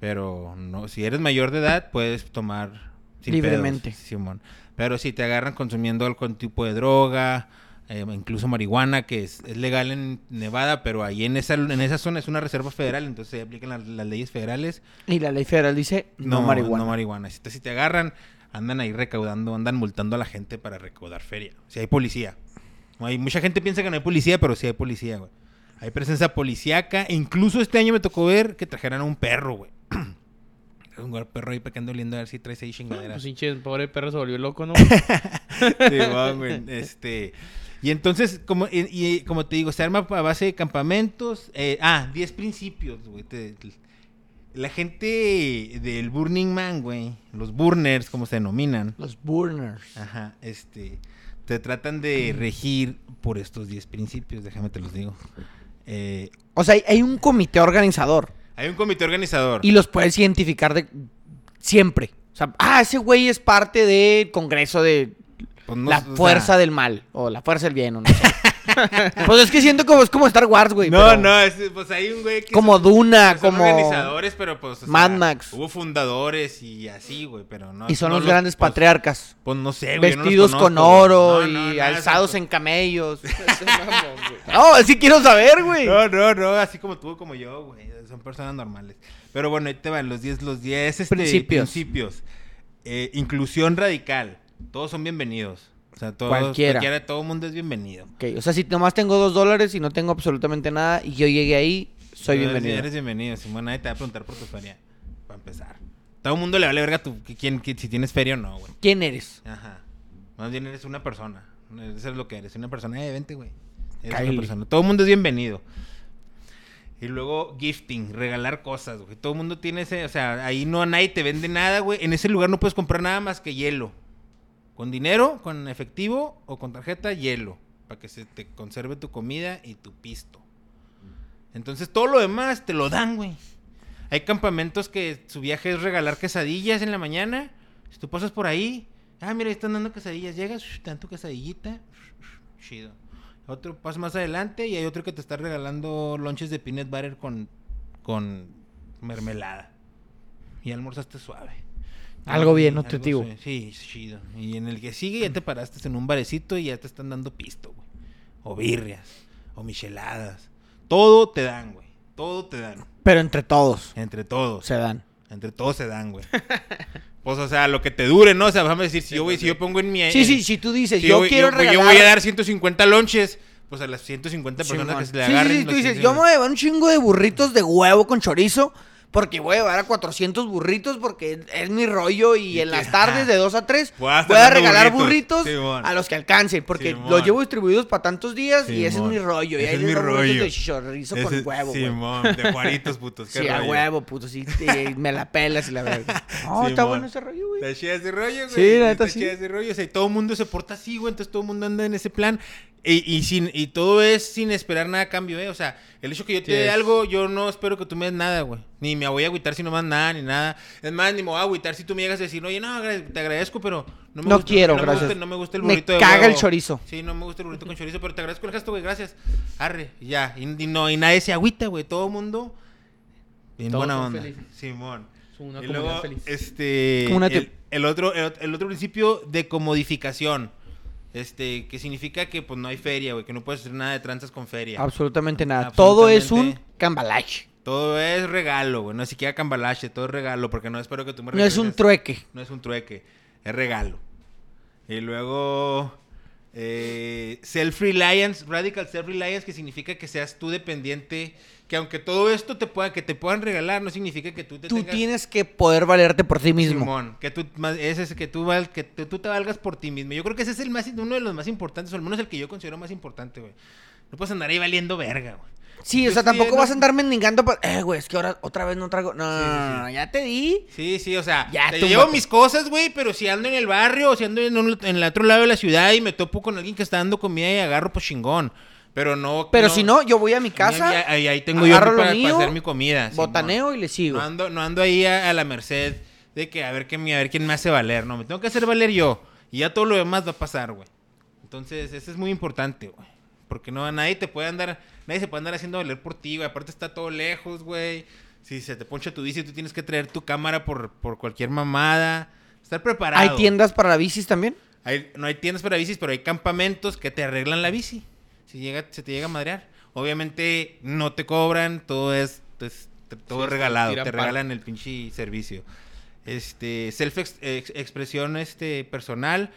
Speaker 2: Pero no, si eres mayor de edad, puedes tomar sin pedos,
Speaker 1: Libremente.
Speaker 2: Simón. Pero si te agarran consumiendo algún tipo de droga, eh, incluso marihuana, que es, es legal en Nevada, pero ahí en esa, en esa zona es una reserva federal, entonces se aplican las- las leyes federales.
Speaker 1: Y la ley federal dice no, marihuana.
Speaker 2: No marihuana. Si te, si te agarran, andan ahí recaudando, andan multando a la gente para recaudar feria. Si hay policía. No Hay, mucha gente piensa que no hay policía, pero sí hay policía, güey. Hay presencia policíaca. E incluso este año me tocó ver que trajeran a un perro, güey. un perro ahí pecando oliendo a ver si trae seis
Speaker 3: Pues
Speaker 2: chingaderas.
Speaker 3: hinche, el pobre perro se volvió loco, ¿no?
Speaker 2: Simón, güey. Este. Y entonces, como, y, y como te digo, se arma a base de campamentos. eh, ah, 10 principios, güey. te- la gente del Burning Man, güey. Los burners, como se denominan.
Speaker 1: Los burners.
Speaker 2: Ajá, este. Te tratan de regir por estos 10 principios, déjame te los digo. Eh,
Speaker 1: O sea, hay, hay un comité organizador.
Speaker 2: hay un comité organizador.
Speaker 1: Y los puedes identificar de siempre. O sea, ah, ese güey es parte del Congreso de
Speaker 2: Pues no-
Speaker 1: la
Speaker 2: o sea,
Speaker 1: fuerza del mal. O la fuerza del bien, o no sé. pues es que siento como es como Star Wars, güey.
Speaker 2: No,
Speaker 1: pero
Speaker 2: no, es- pues hay un güey que.
Speaker 1: Como Duna,
Speaker 2: son
Speaker 1: como.
Speaker 2: organizadores, pero pues. o
Speaker 1: Mad Max.
Speaker 2: Hubo fundadores y así, güey, pero no.
Speaker 1: Y son
Speaker 2: no
Speaker 1: los grandes
Speaker 2: pues,
Speaker 1: patriarcas.
Speaker 2: Pues no sé, güey. yo no los
Speaker 1: Vestidos con
Speaker 2: conozco, güey.
Speaker 1: oro
Speaker 2: No, no,
Speaker 1: y
Speaker 2: nada de eso,
Speaker 1: alzados
Speaker 2: pues.
Speaker 1: en camellos.
Speaker 3: Ese mamón, güey.
Speaker 1: No, sí quiero saber, güey.
Speaker 2: No, no, no, así como tú, como yo, güey. Son personas normales. Pero bueno, ahí te van los 10, los 10 este,
Speaker 1: Principios.
Speaker 2: principios. Eh, inclusión radical. Todos son bienvenidos. O sea, todos,
Speaker 1: Cualquiera.
Speaker 2: cualquiera. todo mundo es bienvenido.
Speaker 1: Ok, o sea, si nomás tengo dos dólares y no tengo absolutamente nada y yo llegué ahí, soy
Speaker 2: Tú eres-
Speaker 1: bienvenido.
Speaker 2: Eres bienvenido, Simón. Nadie te va a preguntar por tu feria. Para empezar. Todo el mundo le vale verga tu, quién, quién- si tienes feria o no, güey.
Speaker 1: ¿Quién eres?
Speaker 2: Ajá. Más bien eres una persona. Eso es lo que eres. Una persona de 20, güey. Eres
Speaker 1: Cáele.
Speaker 2: una persona. Todo el mundo es bienvenido. Y luego gifting, regalar cosas, güey. Todo el mundo tiene ese... O sea, ahí no nadie te vende nada, güey. En ese lugar no puedes comprar nada más que hielo. Con dinero, con efectivo o con tarjeta, hielo. Para que se te conserve tu comida y tu pisto. Entonces todo lo demás te lo dan, güey. Hay campamentos que su viaje es regalar quesadillas en la mañana. Si tú pasas por ahí, ah, mira, ahí están dando quesadillas. Llegas, shh, te dan tu quesadillita. shh, shh, Chido. Otro paso más adelante y hay otro que te está regalando lonches de peanut butter con, con mermelada. Y almorzaste suave.
Speaker 1: Algo bien
Speaker 2: Algo
Speaker 1: nutritivo.
Speaker 2: suave. Sí, chido. Y en el que sigue ya te paraste en un barecito y ya te están dando pisto, güey. O birrias. O micheladas. Todo te dan, güey. Todo te dan.
Speaker 1: Pero entre todos
Speaker 2: Entre todos.
Speaker 1: se dan.
Speaker 2: Entre todos se dan, güey. Pues, o sea, lo que te dure, ¿no? O sea, vamos a decir, si yo, güey, si yo pongo en mi...
Speaker 1: pues, Sí,
Speaker 2: en-
Speaker 1: sí, si tú dices,
Speaker 2: si
Speaker 1: yo,
Speaker 2: voy-
Speaker 1: quiero
Speaker 2: yo, Eh, güey,
Speaker 1: regalar.
Speaker 2: yo voy a dar 150 lonches, pues a las 150 personas
Speaker 1: Simón.
Speaker 2: que se le
Speaker 1: Sí, sí,
Speaker 2: agarren...
Speaker 1: sí, tú
Speaker 2: los
Speaker 1: dices,
Speaker 2: 150.
Speaker 1: yo me voy a llevar un chingo de burritos de huevo con chorizo, porque voy a llevar a 400 burritos porque es- es mi rollo y,
Speaker 2: Y
Speaker 1: en
Speaker 2: que-
Speaker 1: las tardes
Speaker 2: ajá.
Speaker 1: de 2 a 3 voy
Speaker 2: Voy a
Speaker 1: a,
Speaker 2: estar dando
Speaker 1: regalar
Speaker 2: burritos.
Speaker 1: burritos,
Speaker 2: Simón.
Speaker 1: a los que alcancen porque
Speaker 2: Simón.
Speaker 1: los llevo distribuidos para tantos días y ese es
Speaker 2: Simón.
Speaker 1: mi rollo. y
Speaker 2: Ese
Speaker 1: ahí
Speaker 2: es
Speaker 1: les
Speaker 2: mi
Speaker 1: doy burritos
Speaker 2: rollo.
Speaker 1: de chorizo
Speaker 2: Ese-
Speaker 1: con huevo, güey.
Speaker 2: Simón, de Juaritos, putos. qué
Speaker 1: Sí, a
Speaker 2: rollo.
Speaker 1: huevo, puto, sí, te- me la pelas y la verdad. No, está
Speaker 2: Simón.
Speaker 1: bueno ese rollo, güey.
Speaker 2: Está chida ese rollo, güey.
Speaker 1: Sí, la neta
Speaker 2: Está
Speaker 1: sí.
Speaker 2: chida ese rollo. O sea, y todo el mundo se porta así, güey. Entonces todo el mundo anda en ese plan. Y, y sin, y todo es sin esperar nada a cambio, ¿eh? O sea, el hecho que yo
Speaker 3: Sí
Speaker 2: te dé
Speaker 3: es.
Speaker 2: algo, yo no espero que tú me des nada, güey. Ni me voy a agüitar si no me das nada, ni nada. Es más, ni me voy a agüitar si tú me llegas a decir, oye, no, gra- te agradezco, pero no me
Speaker 1: No
Speaker 2: gusta-
Speaker 1: quiero,
Speaker 2: no me
Speaker 1: gracias.
Speaker 2: gusta- no me gusta el
Speaker 1: Me
Speaker 2: burrito de
Speaker 1: caga el
Speaker 2: huevo.
Speaker 1: chorizo.
Speaker 2: Sí, no me gusta el burrito con chorizo, pero te agradezco el gesto, güey, gracias. Arre, ya. Y, y no, y nadie se agüita, güey. Todo el mundo. Bien
Speaker 3: Todos
Speaker 2: buena
Speaker 3: son
Speaker 2: onda.
Speaker 3: felices.
Speaker 2: Simón.
Speaker 3: Es una
Speaker 2: Y
Speaker 3: comunidad
Speaker 2: luego,
Speaker 3: feliz.
Speaker 2: este,
Speaker 1: Como una
Speaker 2: el,
Speaker 1: te-
Speaker 2: el otro, el, ot- el otro principio de comodificación, este, que significa que pues no hay feria, güey, que no puedes hacer nada de tranzas con feria.
Speaker 1: Absolutamente nada. Todo es un
Speaker 2: Absolutamente.
Speaker 1: cambalache.
Speaker 2: todo es regalo, güey, no es siquiera cambalache, todo es regalo, porque no espero que tú me
Speaker 1: No es un
Speaker 2: regreses.
Speaker 1: trueque.
Speaker 2: No es un trueque, es regalo. Y luego, eh, self-reliance, radical self-reliance, que significa que seas tú dependiente, que aunque todo esto te pueda, que te puedan regalar, no significa que tú te
Speaker 1: Tú
Speaker 2: tengas...
Speaker 1: tienes que poder valerte por ti mismo.
Speaker 2: Simón, que tú, más- ese es que tú, val- que tú tú te valgas por ti mismo. Yo creo que ese es el más, uno de los más importantes, o al menos el que yo considero más importante, güey. No puedes andar ahí valiendo verga, güey.
Speaker 1: Sí, o
Speaker 2: Yo
Speaker 1: sea,
Speaker 2: sí,
Speaker 1: tampoco
Speaker 2: no-
Speaker 1: vas a andar mendigando. pa- Eh, güey, es que ahora otra vez no traigo. No,
Speaker 2: Sí, sí, sí.
Speaker 1: no, no, ya te di.
Speaker 2: Sí, sí, o sea,
Speaker 1: Ya,
Speaker 2: te
Speaker 1: tú
Speaker 2: llevo
Speaker 1: mate.
Speaker 2: mis cosas, güey, pero si ando en el barrio, o si ando en, un- en el otro lado de la ciudad y me topo con alguien que está dando comida y agarro, pues chingón. Pero no...
Speaker 1: Pero
Speaker 2: no-
Speaker 1: si no, yo voy a mi casa,
Speaker 2: Ahí, ahí- ahí tengo yo
Speaker 1: agarro
Speaker 2: aquí
Speaker 1: lo
Speaker 2: para, para
Speaker 1: mío,
Speaker 2: hacer mi comida. Simón.
Speaker 1: botaneo y le sigo.
Speaker 2: No ando, no ando ahí a, a la merced de que a ver, qué, me- a ver quién me hace valer. No, me tengo que hacer valer yo. Y ya todo lo demás va a pasar, güey. Entonces, eso es muy importante, güey. Porque no, nadie te puede andar, nadie se puede andar haciendo valer por ti, güey. Aparte está todo lejos, güey. Si se te poncha tu bici, tú tienes que traer tu cámara por, por cualquier mamada. Estar preparado.
Speaker 1: ¿Hay tiendas para la bicis también?
Speaker 2: Hay- no hay tiendas para bicis, pero hay campamentos que te arreglan la bici. Si llega, se te llega a madrear. Obviamente no te cobran, todo es, es- te- todo
Speaker 3: Sí,
Speaker 2: es regalado,
Speaker 3: tiran
Speaker 2: te
Speaker 3: par.
Speaker 2: regalan el pinche servicio. Este, self ex- ex- expresión este personal,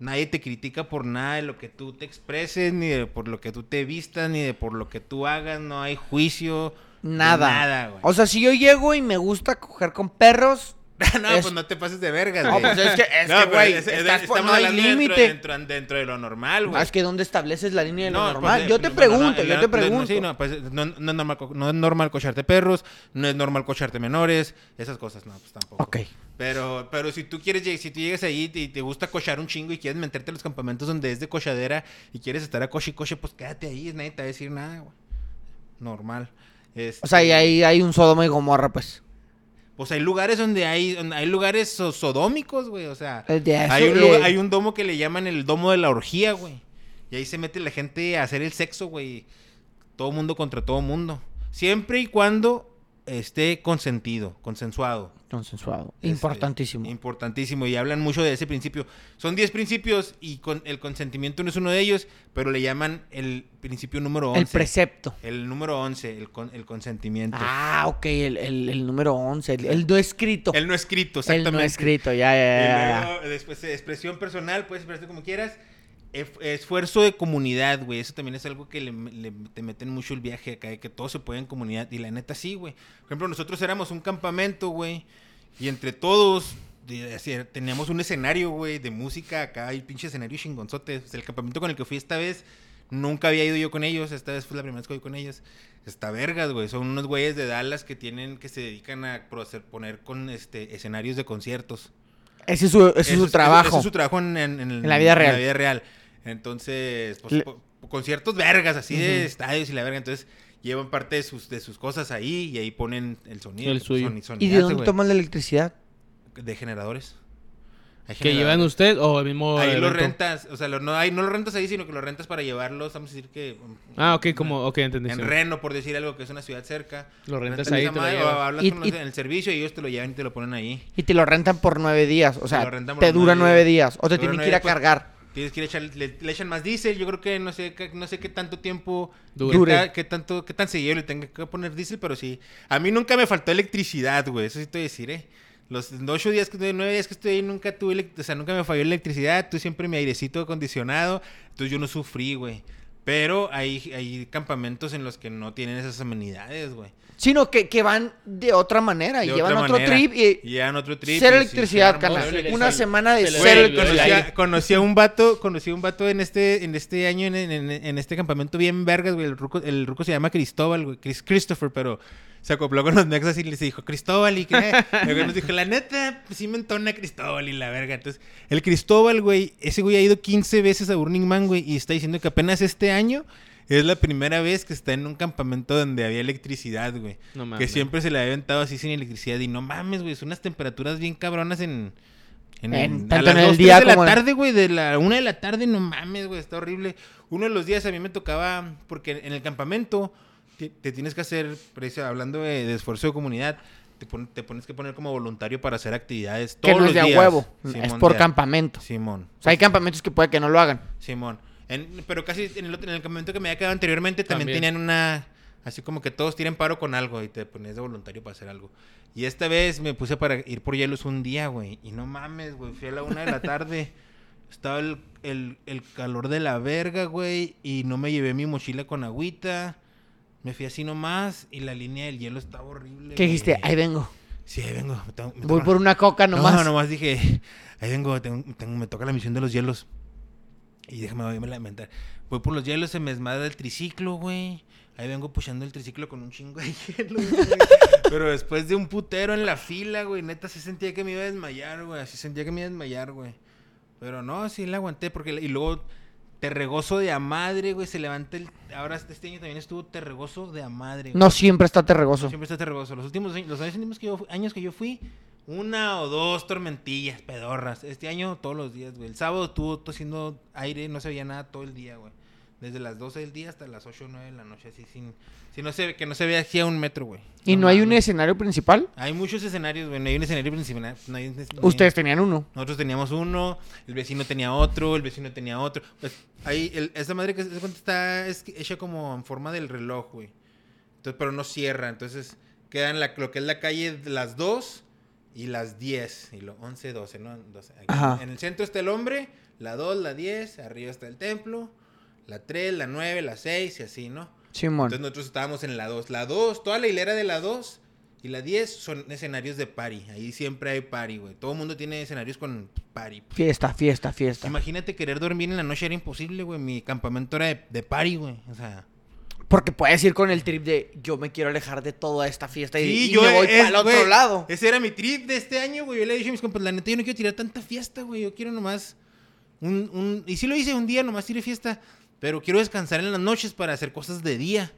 Speaker 2: nadie te critica por nada de lo que tú te expreses, ni de por lo que tú te vistas, ni de por lo que tú hagas, no hay juicio,
Speaker 1: Nada.
Speaker 2: nada, güey.
Speaker 1: O sea, si yo llego y me gusta coger con perros,
Speaker 2: no,
Speaker 1: es-
Speaker 2: pues no te pases de vergas,
Speaker 1: No,
Speaker 2: güey.
Speaker 1: pues es que, es
Speaker 2: No,
Speaker 1: que,
Speaker 2: pero
Speaker 1: güey,
Speaker 2: es- es-
Speaker 1: estás por-
Speaker 2: estamos
Speaker 1: no hay
Speaker 2: hablando dentro-
Speaker 1: límite.
Speaker 2: Dentro, dentro de lo normal, güey.
Speaker 1: Ah, es que ¿dónde estableces la línea de lo
Speaker 2: No,
Speaker 1: normal?
Speaker 2: pues,
Speaker 1: yo
Speaker 2: eh,
Speaker 1: te
Speaker 2: no,
Speaker 1: pregunto,
Speaker 2: no,
Speaker 1: yo
Speaker 2: no,
Speaker 1: te
Speaker 2: no,
Speaker 1: pregunto.
Speaker 2: sí, no, pues, no- no es normal, co- no es normal cocharte perros, no es normal cocharte menores, esas cosas no, pues tampoco.
Speaker 1: Ok.
Speaker 2: Pero, pero si tú quieres, lleg- si tú llegas ahí y te gusta cochar un chingo y quieres meterte a los campamentos donde es de cochadera y quieres estar a coche y coche, pues quédate ahí, nadie te va a decir nada, güey. Normal. Este,
Speaker 1: O sea, y ahí hay un Sodoma y Gomorra, pues.
Speaker 2: Pues hay lugares donde hay, donde hay lugares so- sodomicos, güey. O sea,
Speaker 1: Eh, de eso,
Speaker 2: hay, un
Speaker 1: eh.
Speaker 2: lugar- hay un domo que le llaman el domo de la orgía, güey. Y ahí se mete la gente a hacer el sexo, güey. Todo mundo contra todo mundo. Siempre y cuando esté consentido, consensuado.
Speaker 1: Consensuado.
Speaker 2: Este,
Speaker 1: Importantísimo.
Speaker 2: Importantísimo. Y hablan mucho de ese principio. Son 10 principios y con el consentimiento no es uno de ellos, pero le llaman el principio número 11.
Speaker 1: el precepto.
Speaker 2: El número 11, el, con- el consentimiento.
Speaker 1: Ah, ok, el, el- el número 11, el, el no escrito.
Speaker 2: El no escrito,
Speaker 1: El
Speaker 2: exactamente.
Speaker 1: no escrito, ya, ya, ya, ya.
Speaker 2: Y luego, después, eh, expresión personal, puedes expresarte como quieras. Ef- Esfuerzo de comunidad, güey. Eso también es algo que le, le- te meten mucho el viaje acá, de que todo se puede en comunidad. Y la neta, sí, güey. Por ejemplo, nosotros éramos un campamento, güey. Y entre todos de- así, teníamos un escenario, güey, de música acá. Y el pinche escenario chingonzote. O sea, el campamento con el que fui esta vez, nunca había ido yo con ellos. Esta vez fue la primera vez que fui con ellos. Está vergas, güey. Son unos güeyes de Dallas que tienen, que se dedican a procer- poner con este escenarios de conciertos.
Speaker 1: Ese es su, ese es
Speaker 2: Eso
Speaker 1: su
Speaker 2: eso-
Speaker 1: trabajo.
Speaker 2: eso es su trabajo en, en- en el-
Speaker 1: En la vida real.
Speaker 2: real. Entonces, pues,
Speaker 1: Le-
Speaker 2: po- conciertos vergas, así de
Speaker 1: Ujú.
Speaker 2: estadios y la verga. Entonces, llevan parte de sus, de sus cosas ahí y ahí ponen el sonido.
Speaker 3: El
Speaker 2: que, pues,
Speaker 3: suyo.
Speaker 2: son-
Speaker 1: ¿Y de
Speaker 2: sonidazo,
Speaker 1: dónde
Speaker 2: güey.
Speaker 1: toman la electricidad?
Speaker 2: De generadores. Hay
Speaker 3: ¿Que llevan
Speaker 2: generadores.
Speaker 3: usted o el mismo
Speaker 2: Ahí lo
Speaker 3: evento?
Speaker 2: rentas. O sea, lo- no, ahí no lo rentas ahí, sino que lo rentas para llevarlos. Vamos a decir que.
Speaker 3: Ah, ok, como, ok, entendí.
Speaker 2: En
Speaker 3: sí.
Speaker 2: Reno, por decir algo, que es una ciudad cerca.
Speaker 3: Lo rentas
Speaker 2: esa
Speaker 3: ahí, te lo
Speaker 2: madre, o
Speaker 3: llevas.
Speaker 2: hablas
Speaker 1: Y-
Speaker 2: con los
Speaker 1: y-
Speaker 2: del servicio y ellos te lo llevan y te lo ponen ahí.
Speaker 1: Y te lo rentan por nueve días. O
Speaker 2: lo
Speaker 1: sea,
Speaker 2: rentan por
Speaker 1: te
Speaker 2: los
Speaker 1: dura
Speaker 2: nueve
Speaker 1: nueve
Speaker 2: días.
Speaker 1: días. O te
Speaker 2: Dura
Speaker 1: tienen
Speaker 2: nueve
Speaker 1: que ir a
Speaker 2: días, pues,
Speaker 1: cargar.
Speaker 2: Tienes que ir a echarle- le, le echan más diésel. Yo creo que no sé, qué- no sé qué tanto tiempo
Speaker 3: Dure.
Speaker 2: Dure. ta- Qué, tanto, qué tan seguido le tenga que poner diésel, pero sí. A mí nunca me faltó electricidad, güey. Eso sí te voy a decir, eh. Los ocho días que estuve, nueve días que estuve ahí, nunca tuve, elec- o sea, nunca me falló electricidad. Tú siempre mi airecito acondicionado. Entonces yo no sufrí, güey. Pero hay, hay campamentos en los que no tienen esas amenidades, güey.
Speaker 1: Sino que, que van de otra manera Ah, y
Speaker 2: De
Speaker 1: llevan
Speaker 2: otra
Speaker 1: otro
Speaker 2: manera.
Speaker 1: trip y
Speaker 2: Llevan otro trip.
Speaker 1: cero
Speaker 2: y sí, se
Speaker 1: electricidad,
Speaker 2: arma,
Speaker 1: carnal.
Speaker 2: güey.
Speaker 3: se les
Speaker 1: Una
Speaker 3: sale-
Speaker 1: semana de
Speaker 3: se les
Speaker 1: cero
Speaker 3: sale el
Speaker 2: Conocí
Speaker 1: electricidad.
Speaker 2: a- conocí a un vato, conocí a un vato en este, en este año, en, en- en este campamento bien vergas, güey. El ruco, el ruco se llama Cristóbal, güey. Chris- Christopher, pero se acopló con los nexas y les dijo, Cristóbal, y que luego nos dijo, la neta, pues sí me entona Cristóbal y la verga. Entonces, el Cristóbal, güey, ese güey ha ido 15 veces a Burning Man, güey, y está diciendo que apenas este año es la primera vez que está en un campamento donde había electricidad, güey.
Speaker 3: No mames.
Speaker 2: Que siempre se le había aventado así sin electricidad. Y no mames, güey, son unas temperaturas bien cabronas en... En,
Speaker 1: En-
Speaker 2: a
Speaker 1: tanto
Speaker 2: las
Speaker 1: en el
Speaker 2: dos,
Speaker 1: día
Speaker 2: tres de
Speaker 1: como en-
Speaker 2: la tarde, güey, de la una de la tarde, no mames, güey, está horrible. Uno de los días a mí me tocaba, porque en el campamento te, te tienes que hacer, precisa- hablando de, de esfuerzo de comunidad, te, pon- te pones que poner como voluntario para hacer actividades
Speaker 1: Que
Speaker 2: todos
Speaker 1: no es
Speaker 2: los
Speaker 1: de a
Speaker 2: días.
Speaker 1: huevo. es
Speaker 2: Simón,
Speaker 1: por
Speaker 2: de-
Speaker 1: campamento.
Speaker 2: Simón.
Speaker 1: O sea, hay campamentos que puede que no lo hagan.
Speaker 2: Simón. En- pero casi en el, otro- en el campamento que me había quedado anteriormente también,
Speaker 3: También.
Speaker 2: tenían una... Así como que todos tiran paro con algo y te ponías de voluntario para hacer algo. Y esta vez me puse para ir por hielos un día, güey. Y no mames, güey. Fui a la una de la tarde. Estaba el, el- el calor de la verga, güey. Y no me llevé mi mochila con agüita. Me fui así nomás. Y la línea del hielo estaba horrible.
Speaker 1: ¿Qué dijiste?
Speaker 2: güey.
Speaker 1: Ahí vengo.
Speaker 2: Sí, ahí vengo. me tengo- me
Speaker 1: Voy
Speaker 2: tengo-
Speaker 1: por una coca nomás.
Speaker 2: no, nomás dije, ahí vengo, tengo- tengo- me toca la misión de los hielos. Y déjame voy a lamentar. Voy por los hielos, se me desmadra el triciclo, güey. Ahí vengo puchando el triciclo con un chingo de hielo, güey. Pero después de un putero en la fila, güey, neta, se sentía que me iba a desmayar, güey. Así sentía que me iba a desmayar, güey. Pero no, sí la aguanté porque... la- Y luego Terregoso de a madre, güey. Se levanta el... Ahora este año también estuvo Terregoso de a madre, güey.
Speaker 1: No siempre está terregoso.
Speaker 2: Siempre está terremoso. Los últimos años, los años últimos que yo fu- años que yo fui, una o dos tormentillas, pedorras. Este año todos los días, güey. El sábado estuvo to- haciendo aire, no se veía nada todo el día, güey. Desde las 12 del día hasta las 8 o 9 de la noche, así sin... Si no se, ve- que no se vea así a un metro, güey.
Speaker 1: ¿Y no hay un
Speaker 2: mames.
Speaker 1: escenario principal?
Speaker 2: Hay muchos escenarios, güey. No hay un escenario principal. no hay un es-
Speaker 1: Ustedes tenían uno.
Speaker 2: nosotros teníamos uno, el vecino tenía otro, el vecino tenía otro. Pues, ahí, el- esa madre que se- se cuenta está es que- hecha como en forma del reloj, güey. Entonces, pero no cierra. Entonces, quedan la, lo que es la calle de las 2 y las 10. Y lo 11, 12, ¿no? 12. Aquí.
Speaker 1: Ajá.
Speaker 2: En el centro está el hombre, la 2, la 10, arriba está el templo, la 3, la 9, la 6 y así, ¿no?
Speaker 1: Simón.
Speaker 2: Entonces nosotros estábamos en la 2. La 2, toda la hilera de la 2 y la 10 son escenarios de party. Ahí siempre hay party, güey. Todo el mundo tiene escenarios con party.
Speaker 1: Fiesta, fiesta, fiesta.
Speaker 2: Imagínate querer dormir en la noche era imposible, güey. Mi campamento era de, de party, güey. O sea...
Speaker 1: Porque puedes ir con el trip de yo me quiero alejar de toda esta fiesta y,
Speaker 2: Sí,
Speaker 1: y
Speaker 2: yo
Speaker 1: me voy
Speaker 2: es,
Speaker 1: para el otro
Speaker 2: güey,
Speaker 1: lado.
Speaker 2: Ese era mi trip de este año, güey. Yo le dije a mis compas, la neta, yo no quiero tirar tanta fiesta, güey. Yo quiero nomás un, un... Y sí lo hice un día, nomás tiré fiesta. Pero quiero descansar en las noches para hacer cosas de día.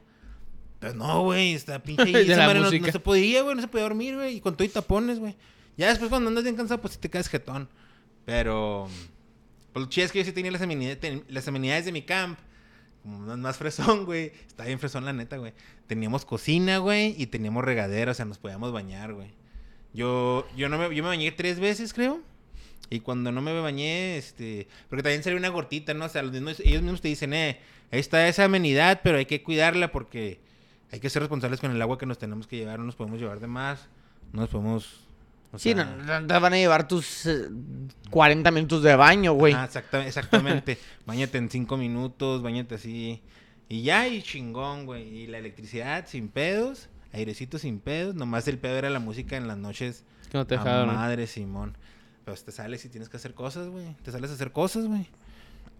Speaker 2: Pero no, güey, esta pinche...
Speaker 3: De
Speaker 2: esa
Speaker 3: la
Speaker 2: madre no, no
Speaker 3: música.
Speaker 2: se podía, güey. No se podía dormir, güey. Y con todo y tapones, güey. Ya después cuando andas bien cansado, pues sí te caes jetón. Pero... Pues lo chido es que yo sí tenía las amenidades, ten- las amenidades de mi camp. Como más, más fresón, güey. Está bien fresón, la neta, güey. Teníamos cocina, güey. Y teníamos regadera, o sea, nos podíamos bañar, güey. Yo, yo, no me, yo me bañé tres veces, creo. Y cuando no me bañé, este... Porque también salió una gortita, ¿no? O sea, los mismos- ellos mismos te dicen, eh, ahí está esa amenidad, pero hay que cuidarla porque hay que ser responsables con el agua que nos tenemos que llevar. No nos podemos llevar de más. No nos podemos... o
Speaker 1: Sí,
Speaker 2: sea,
Speaker 1: no, no te van a llevar tus eh, 40 minutos de baño, güey.
Speaker 2: Ah, exacta- exactamente. bañate en cinco minutos, bañate así. Y ya, y chingón, güey. Y la electricidad sin pedos, airecito sin pedos. Nomás el pedo era la música en las noches.
Speaker 3: Que no te
Speaker 2: A
Speaker 3: dejaron.
Speaker 2: Madre, Simón. Pero te sales y tienes que hacer cosas, güey. Te sales a hacer cosas, güey.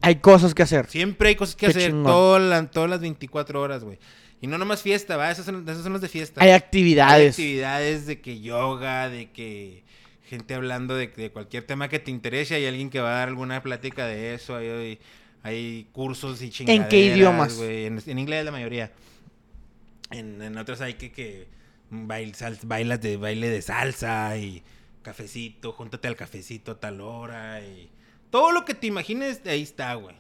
Speaker 1: Hay cosas que hacer.
Speaker 2: Siempre hay cosas que
Speaker 1: Qué
Speaker 2: hacer
Speaker 1: chingón.
Speaker 2: todas las- todas las 24 horas, güey. Y no nomás fiesta, va. Esas son, esas son las de fiesta.
Speaker 1: Hay
Speaker 2: Hay
Speaker 1: actividades.
Speaker 2: actividades de que yoga, de que gente hablando de, de cualquier tema que te interese. Hay alguien que va a dar alguna plática de eso. Hay, hay, hay cursos y chingaderas.
Speaker 1: qué idiomas?
Speaker 2: güey. En, en inglés la mayoría. En, en otros hay que, que bail- sal- bailas de baile de salsa y cafecito, júntate al cafecito a tal hora y todo lo que te imagines ahí está, güey.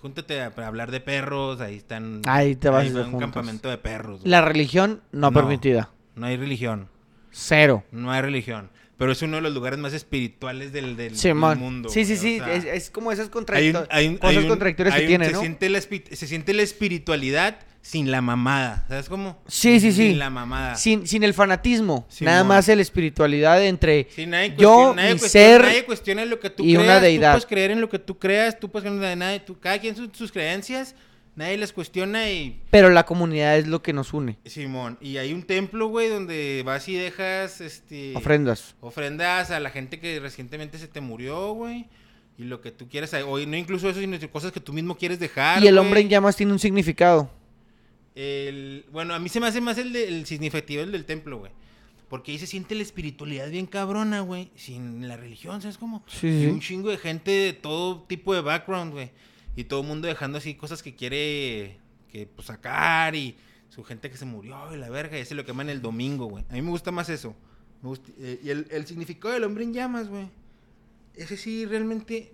Speaker 2: Júntate a, para hablar de perros, ahí están.
Speaker 1: Ahí te vas
Speaker 2: ahí
Speaker 1: de
Speaker 2: va un
Speaker 1: juntos.
Speaker 2: campamento de perros. güey.
Speaker 1: La religión no,
Speaker 2: No.
Speaker 1: permitida.
Speaker 2: No hay religión.
Speaker 1: Cero.
Speaker 2: No hay religión. Pero es uno de los lugares más espirituales del, del- del
Speaker 1: Simón.
Speaker 2: mundo.
Speaker 1: sí, sí,
Speaker 2: güey,
Speaker 1: sí.
Speaker 2: o sea,
Speaker 1: es, es como esas
Speaker 2: hay un-
Speaker 1: contradictorias.
Speaker 2: hay un- hay
Speaker 1: cosas
Speaker 2: un-
Speaker 1: contradictorias
Speaker 2: hay
Speaker 1: que
Speaker 2: un-
Speaker 1: tiene,
Speaker 2: se
Speaker 1: ¿no?
Speaker 2: Siente la, espi- se siente la espiritualidad sin la mamada. ¿Sabes cómo?
Speaker 1: Sí, sí, sí.
Speaker 2: Sin la mamada.
Speaker 1: Sin, sin el fanatismo.
Speaker 2: Simón.
Speaker 1: nada más la espiritualidad entre
Speaker 2: Sí, nadie
Speaker 1: yo,
Speaker 2: cuestiona- nadie
Speaker 1: mi
Speaker 2: cuestiona-
Speaker 1: ser.
Speaker 2: nadie cuestiona lo que tú
Speaker 1: y una
Speaker 2: creas,
Speaker 1: deidad.
Speaker 2: Tú puedes creer en lo que tú creas, tú puedes creer en la de nadie, tú- cada quien sus, sus creencias, nadie las cuestiona y
Speaker 1: Pero la comunidad es lo que nos une.
Speaker 2: Simón. Y hay un templo, güey, donde vas y dejas este
Speaker 1: Ofrendas.
Speaker 2: ofrendas a la gente que recientemente se te murió, güey. Y lo que tú quieras, o no incluso eso, sino cosas que tú mismo quieres dejar.
Speaker 1: y el
Speaker 2: güey.
Speaker 1: hombre en llamas tiene un significado.
Speaker 2: El- bueno, a mí se me hace más el, de- el significativo el del templo, güey. Porque ahí se siente la espiritualidad bien cabrona, güey. Sin la religión, ¿sabes cómo?
Speaker 1: Sí,
Speaker 2: y
Speaker 1: sí.
Speaker 2: un chingo de gente de todo tipo de background, güey. Y todo el mundo dejando así cosas que quiere que, pues, sacar y su gente que se murió y la verga. Y ese lo queman el domingo, güey. A mí me gusta más eso. Me gusta- eh, y el, el significado del hombre en llamas, güey. Ese sí realmente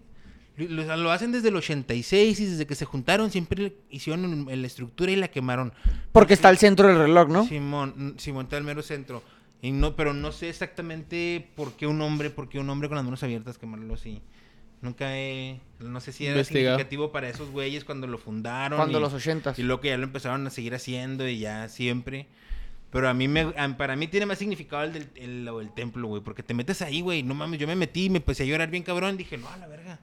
Speaker 2: lo, lo- lo hacen desde el 86 y desde que se juntaron siempre hicieron un- la estructura y la quemaron.
Speaker 1: Porque está al centro del reloj, ¿no?
Speaker 2: Simón, mm, Simón está al mero centro. Y no, pero no sé exactamente por qué un hombre, por qué un hombre con las manos abiertas quemarlo así. Nunca he, no sé si era
Speaker 3: Investigado.
Speaker 2: significativo para esos güeyes cuando lo fundaron.
Speaker 1: Cuando
Speaker 2: y-
Speaker 1: los ochentas.
Speaker 2: y luego que ya lo empezaron a seguir haciendo y ya siempre. Pero a mí me, a- para mí tiene más significado el del el, lo del templo, güey. Porque te metes ahí, güey. No mames, yo me metí y me empecé a llorar bien cabrón. Dije, no, a la verga.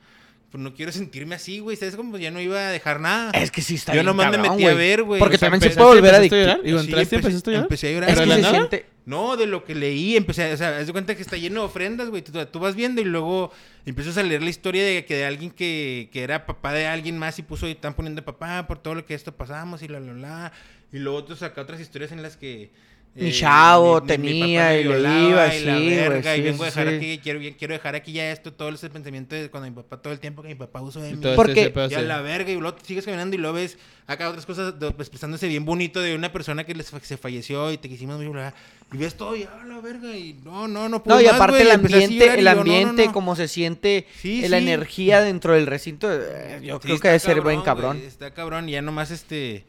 Speaker 2: Pues no quiero sentirme así, güey. ¿Sabes cómo? Ya no iba a dejar nada.
Speaker 1: Es que sí está
Speaker 2: Yo
Speaker 1: bien
Speaker 2: nomás me
Speaker 1: cabrón,
Speaker 2: metí a
Speaker 1: güey.
Speaker 2: ver, güey.
Speaker 1: Porque
Speaker 2: O sea,
Speaker 1: también se
Speaker 2: empe-
Speaker 3: ¿Empezaste-
Speaker 1: puede volver
Speaker 3: empezaste a
Speaker 1: adictivo.
Speaker 3: llorar? Digo,
Speaker 2: Sí,
Speaker 3: entraste y
Speaker 2: empecé-
Speaker 3: empezaste a llorar.
Speaker 2: Empecé a llorar.
Speaker 1: Es que
Speaker 3: Pero de
Speaker 1: se
Speaker 3: la nada.
Speaker 1: siente...
Speaker 2: No, de lo que leí, empecé, a- o sea, haz de cuenta que está lleno de ofrendas, güey. Tú, tú vas viendo y luego empiezas a leer la historia de que de alguien que, que era papá de alguien más y puso y están poniendo papá por todo lo que esto pasamos y la la la. Y luego otros acá otras historias en las que eh,
Speaker 1: Mi chavo
Speaker 2: mi
Speaker 1: tenía
Speaker 2: papá me
Speaker 1: y le
Speaker 2: violaba
Speaker 1: iba,
Speaker 2: y la
Speaker 1: sí, güey,
Speaker 2: verga, y
Speaker 1: sí,
Speaker 2: vengo a dejar
Speaker 1: sí.
Speaker 2: aquí, quiero, quiero dejar aquí ya esto, todo ese pensamiento de cuando mi papá todo el tiempo que mi papá usó de
Speaker 3: Y
Speaker 2: mí.
Speaker 3: todo
Speaker 1: Porque-
Speaker 3: ese pedo,
Speaker 2: Ya
Speaker 3: sí.
Speaker 2: la verga, y luego te sigues caminando y lo ves acá otras cosas do- pues, expresándose bien bonito de una persona que les fa- se falleció y te quisimos muy bla, bla, y ves todo y ah, la verga y no, no, no puedo
Speaker 1: No, y
Speaker 2: más,
Speaker 1: aparte el
Speaker 2: güey, y empecé así a
Speaker 1: ambiente,
Speaker 2: llorar, y
Speaker 1: el
Speaker 2: yo, no, no,
Speaker 1: ambiente,
Speaker 2: no.
Speaker 1: cómo se siente,
Speaker 2: Sí,
Speaker 1: eh, la
Speaker 2: sí.
Speaker 1: energía dentro del recinto, eh, yo
Speaker 2: Sí,
Speaker 1: creo que
Speaker 2: está
Speaker 1: debe ser buen
Speaker 2: cabrón,
Speaker 1: cabrón.
Speaker 2: güey, está cabrón, y ya nomás este,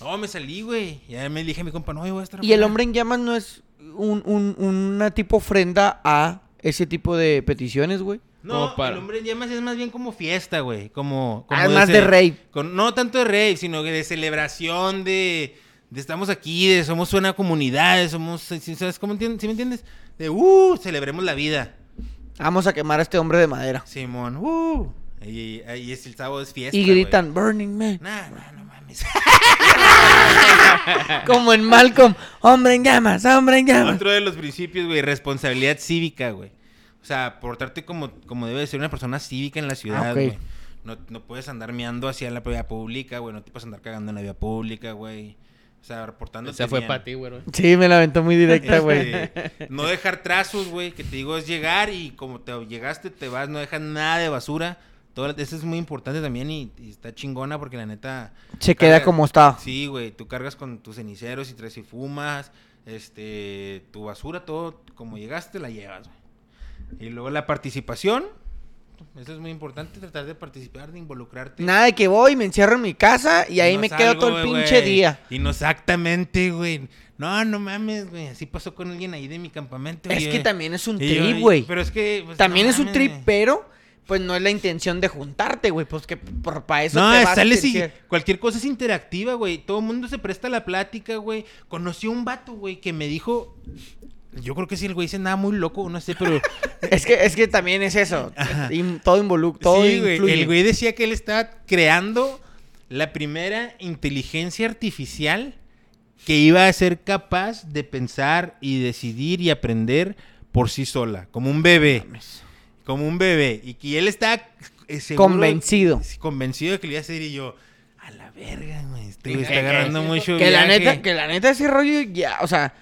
Speaker 2: no, me salí, güey, ya me dije a mi compa, no, yo voy a estar
Speaker 1: Y el
Speaker 2: afuera".
Speaker 1: hombre en llamas no es un, un- una tipo ofrenda a ese tipo de peticiones, güey.
Speaker 2: No,
Speaker 3: Como para-
Speaker 2: el hombre en llamas es más bien como fiesta, güey. Como, como
Speaker 1: Ah, más de
Speaker 2: ce-
Speaker 1: rave.
Speaker 2: con- no tanto de rave, sino que de celebración, de, de estamos aquí, de somos una comunidad, de somos, ¿sí- ¿sabes cómo entiendes? ¿Sí me entiendes? De, uh, celebremos la vida,
Speaker 1: Vamos a quemar a este hombre de madera.
Speaker 2: Simón, uh. Y, ahí es el sábado es fiesta,
Speaker 1: Y gritan Burning Man.
Speaker 2: Nah, nah, no mames.
Speaker 1: Como en Malcolm, hombre en llamas, hombre en llamas.
Speaker 2: Otro de los principios, güey, responsabilidad cívica, güey. O sea, portarte como, como debe de ser una persona cívica en la ciudad,
Speaker 1: Ah, ok.
Speaker 2: güey. No, no puedes andar meando hacia la vía pública, güey. No te puedes andar cagando en la vía pública, güey. O sea, reportando.
Speaker 3: Esa fue para ti, güey. güey.
Speaker 1: Sí, me la aventó muy directa, güey.
Speaker 2: Este, no dejar trazos, güey. Que te digo es llegar y como te llegaste, te vas, no dejas nada de basura. Todo, lo- eso es muy importante también y, y está chingona porque la neta.
Speaker 1: Se queda
Speaker 2: cargas-
Speaker 1: como está.
Speaker 2: Sí, güey, tú cargas con tus ceniceros y traes y fumas, este, tu basura, todo, como llegaste, la llevas, güey. Y luego la participación, eso es muy importante, tratar de participar, de involucrarte.
Speaker 1: Nada de que voy, me encierro en mi casa y ahí
Speaker 2: No
Speaker 1: me quedo
Speaker 2: salgo,
Speaker 1: todo el
Speaker 2: güey,
Speaker 1: pinche
Speaker 2: güey.
Speaker 1: día.
Speaker 2: Y no exactamente, güey. No, no mames, güey, así pasó con alguien ahí de mi campamento.
Speaker 1: Es
Speaker 2: y,
Speaker 1: que
Speaker 2: eh,
Speaker 1: también es un
Speaker 2: y yo-
Speaker 1: trip,
Speaker 2: y-
Speaker 1: güey.
Speaker 2: Pero es que... pues,
Speaker 1: También
Speaker 2: no
Speaker 1: es un
Speaker 2: mames,
Speaker 1: trip,
Speaker 2: güey.
Speaker 1: pero pues no es la intención de juntarte, güey. Pues que por para eso
Speaker 2: No,
Speaker 1: te vas a
Speaker 2: sales y
Speaker 1: terciar.
Speaker 2: cualquier cosa es interactiva, güey. Todo el mundo se presta a la plática, güey. Conocí a un vato, güey, que me dijo. Yo creo que si el güey dice nada muy loco, no sé, pero.
Speaker 1: Es que, es que también es eso. In- todo involucra, todo
Speaker 2: sí, güey.
Speaker 1: influye.
Speaker 2: El güey decía que él estaba creando la primera inteligencia artificial que iba a ser capaz de pensar y decidir y aprender por sí sola, como un bebé. Como un bebé. Y que él está eh,
Speaker 1: Convencido.
Speaker 2: convencido de que lo iba a hacer y yo. A la verga, güey. Este güey
Speaker 1: Que-
Speaker 2: está
Speaker 1: que-
Speaker 2: agarrando mucho.
Speaker 1: Que la
Speaker 2: viaje".
Speaker 1: neta, que la neta ese rollo ya, o sea,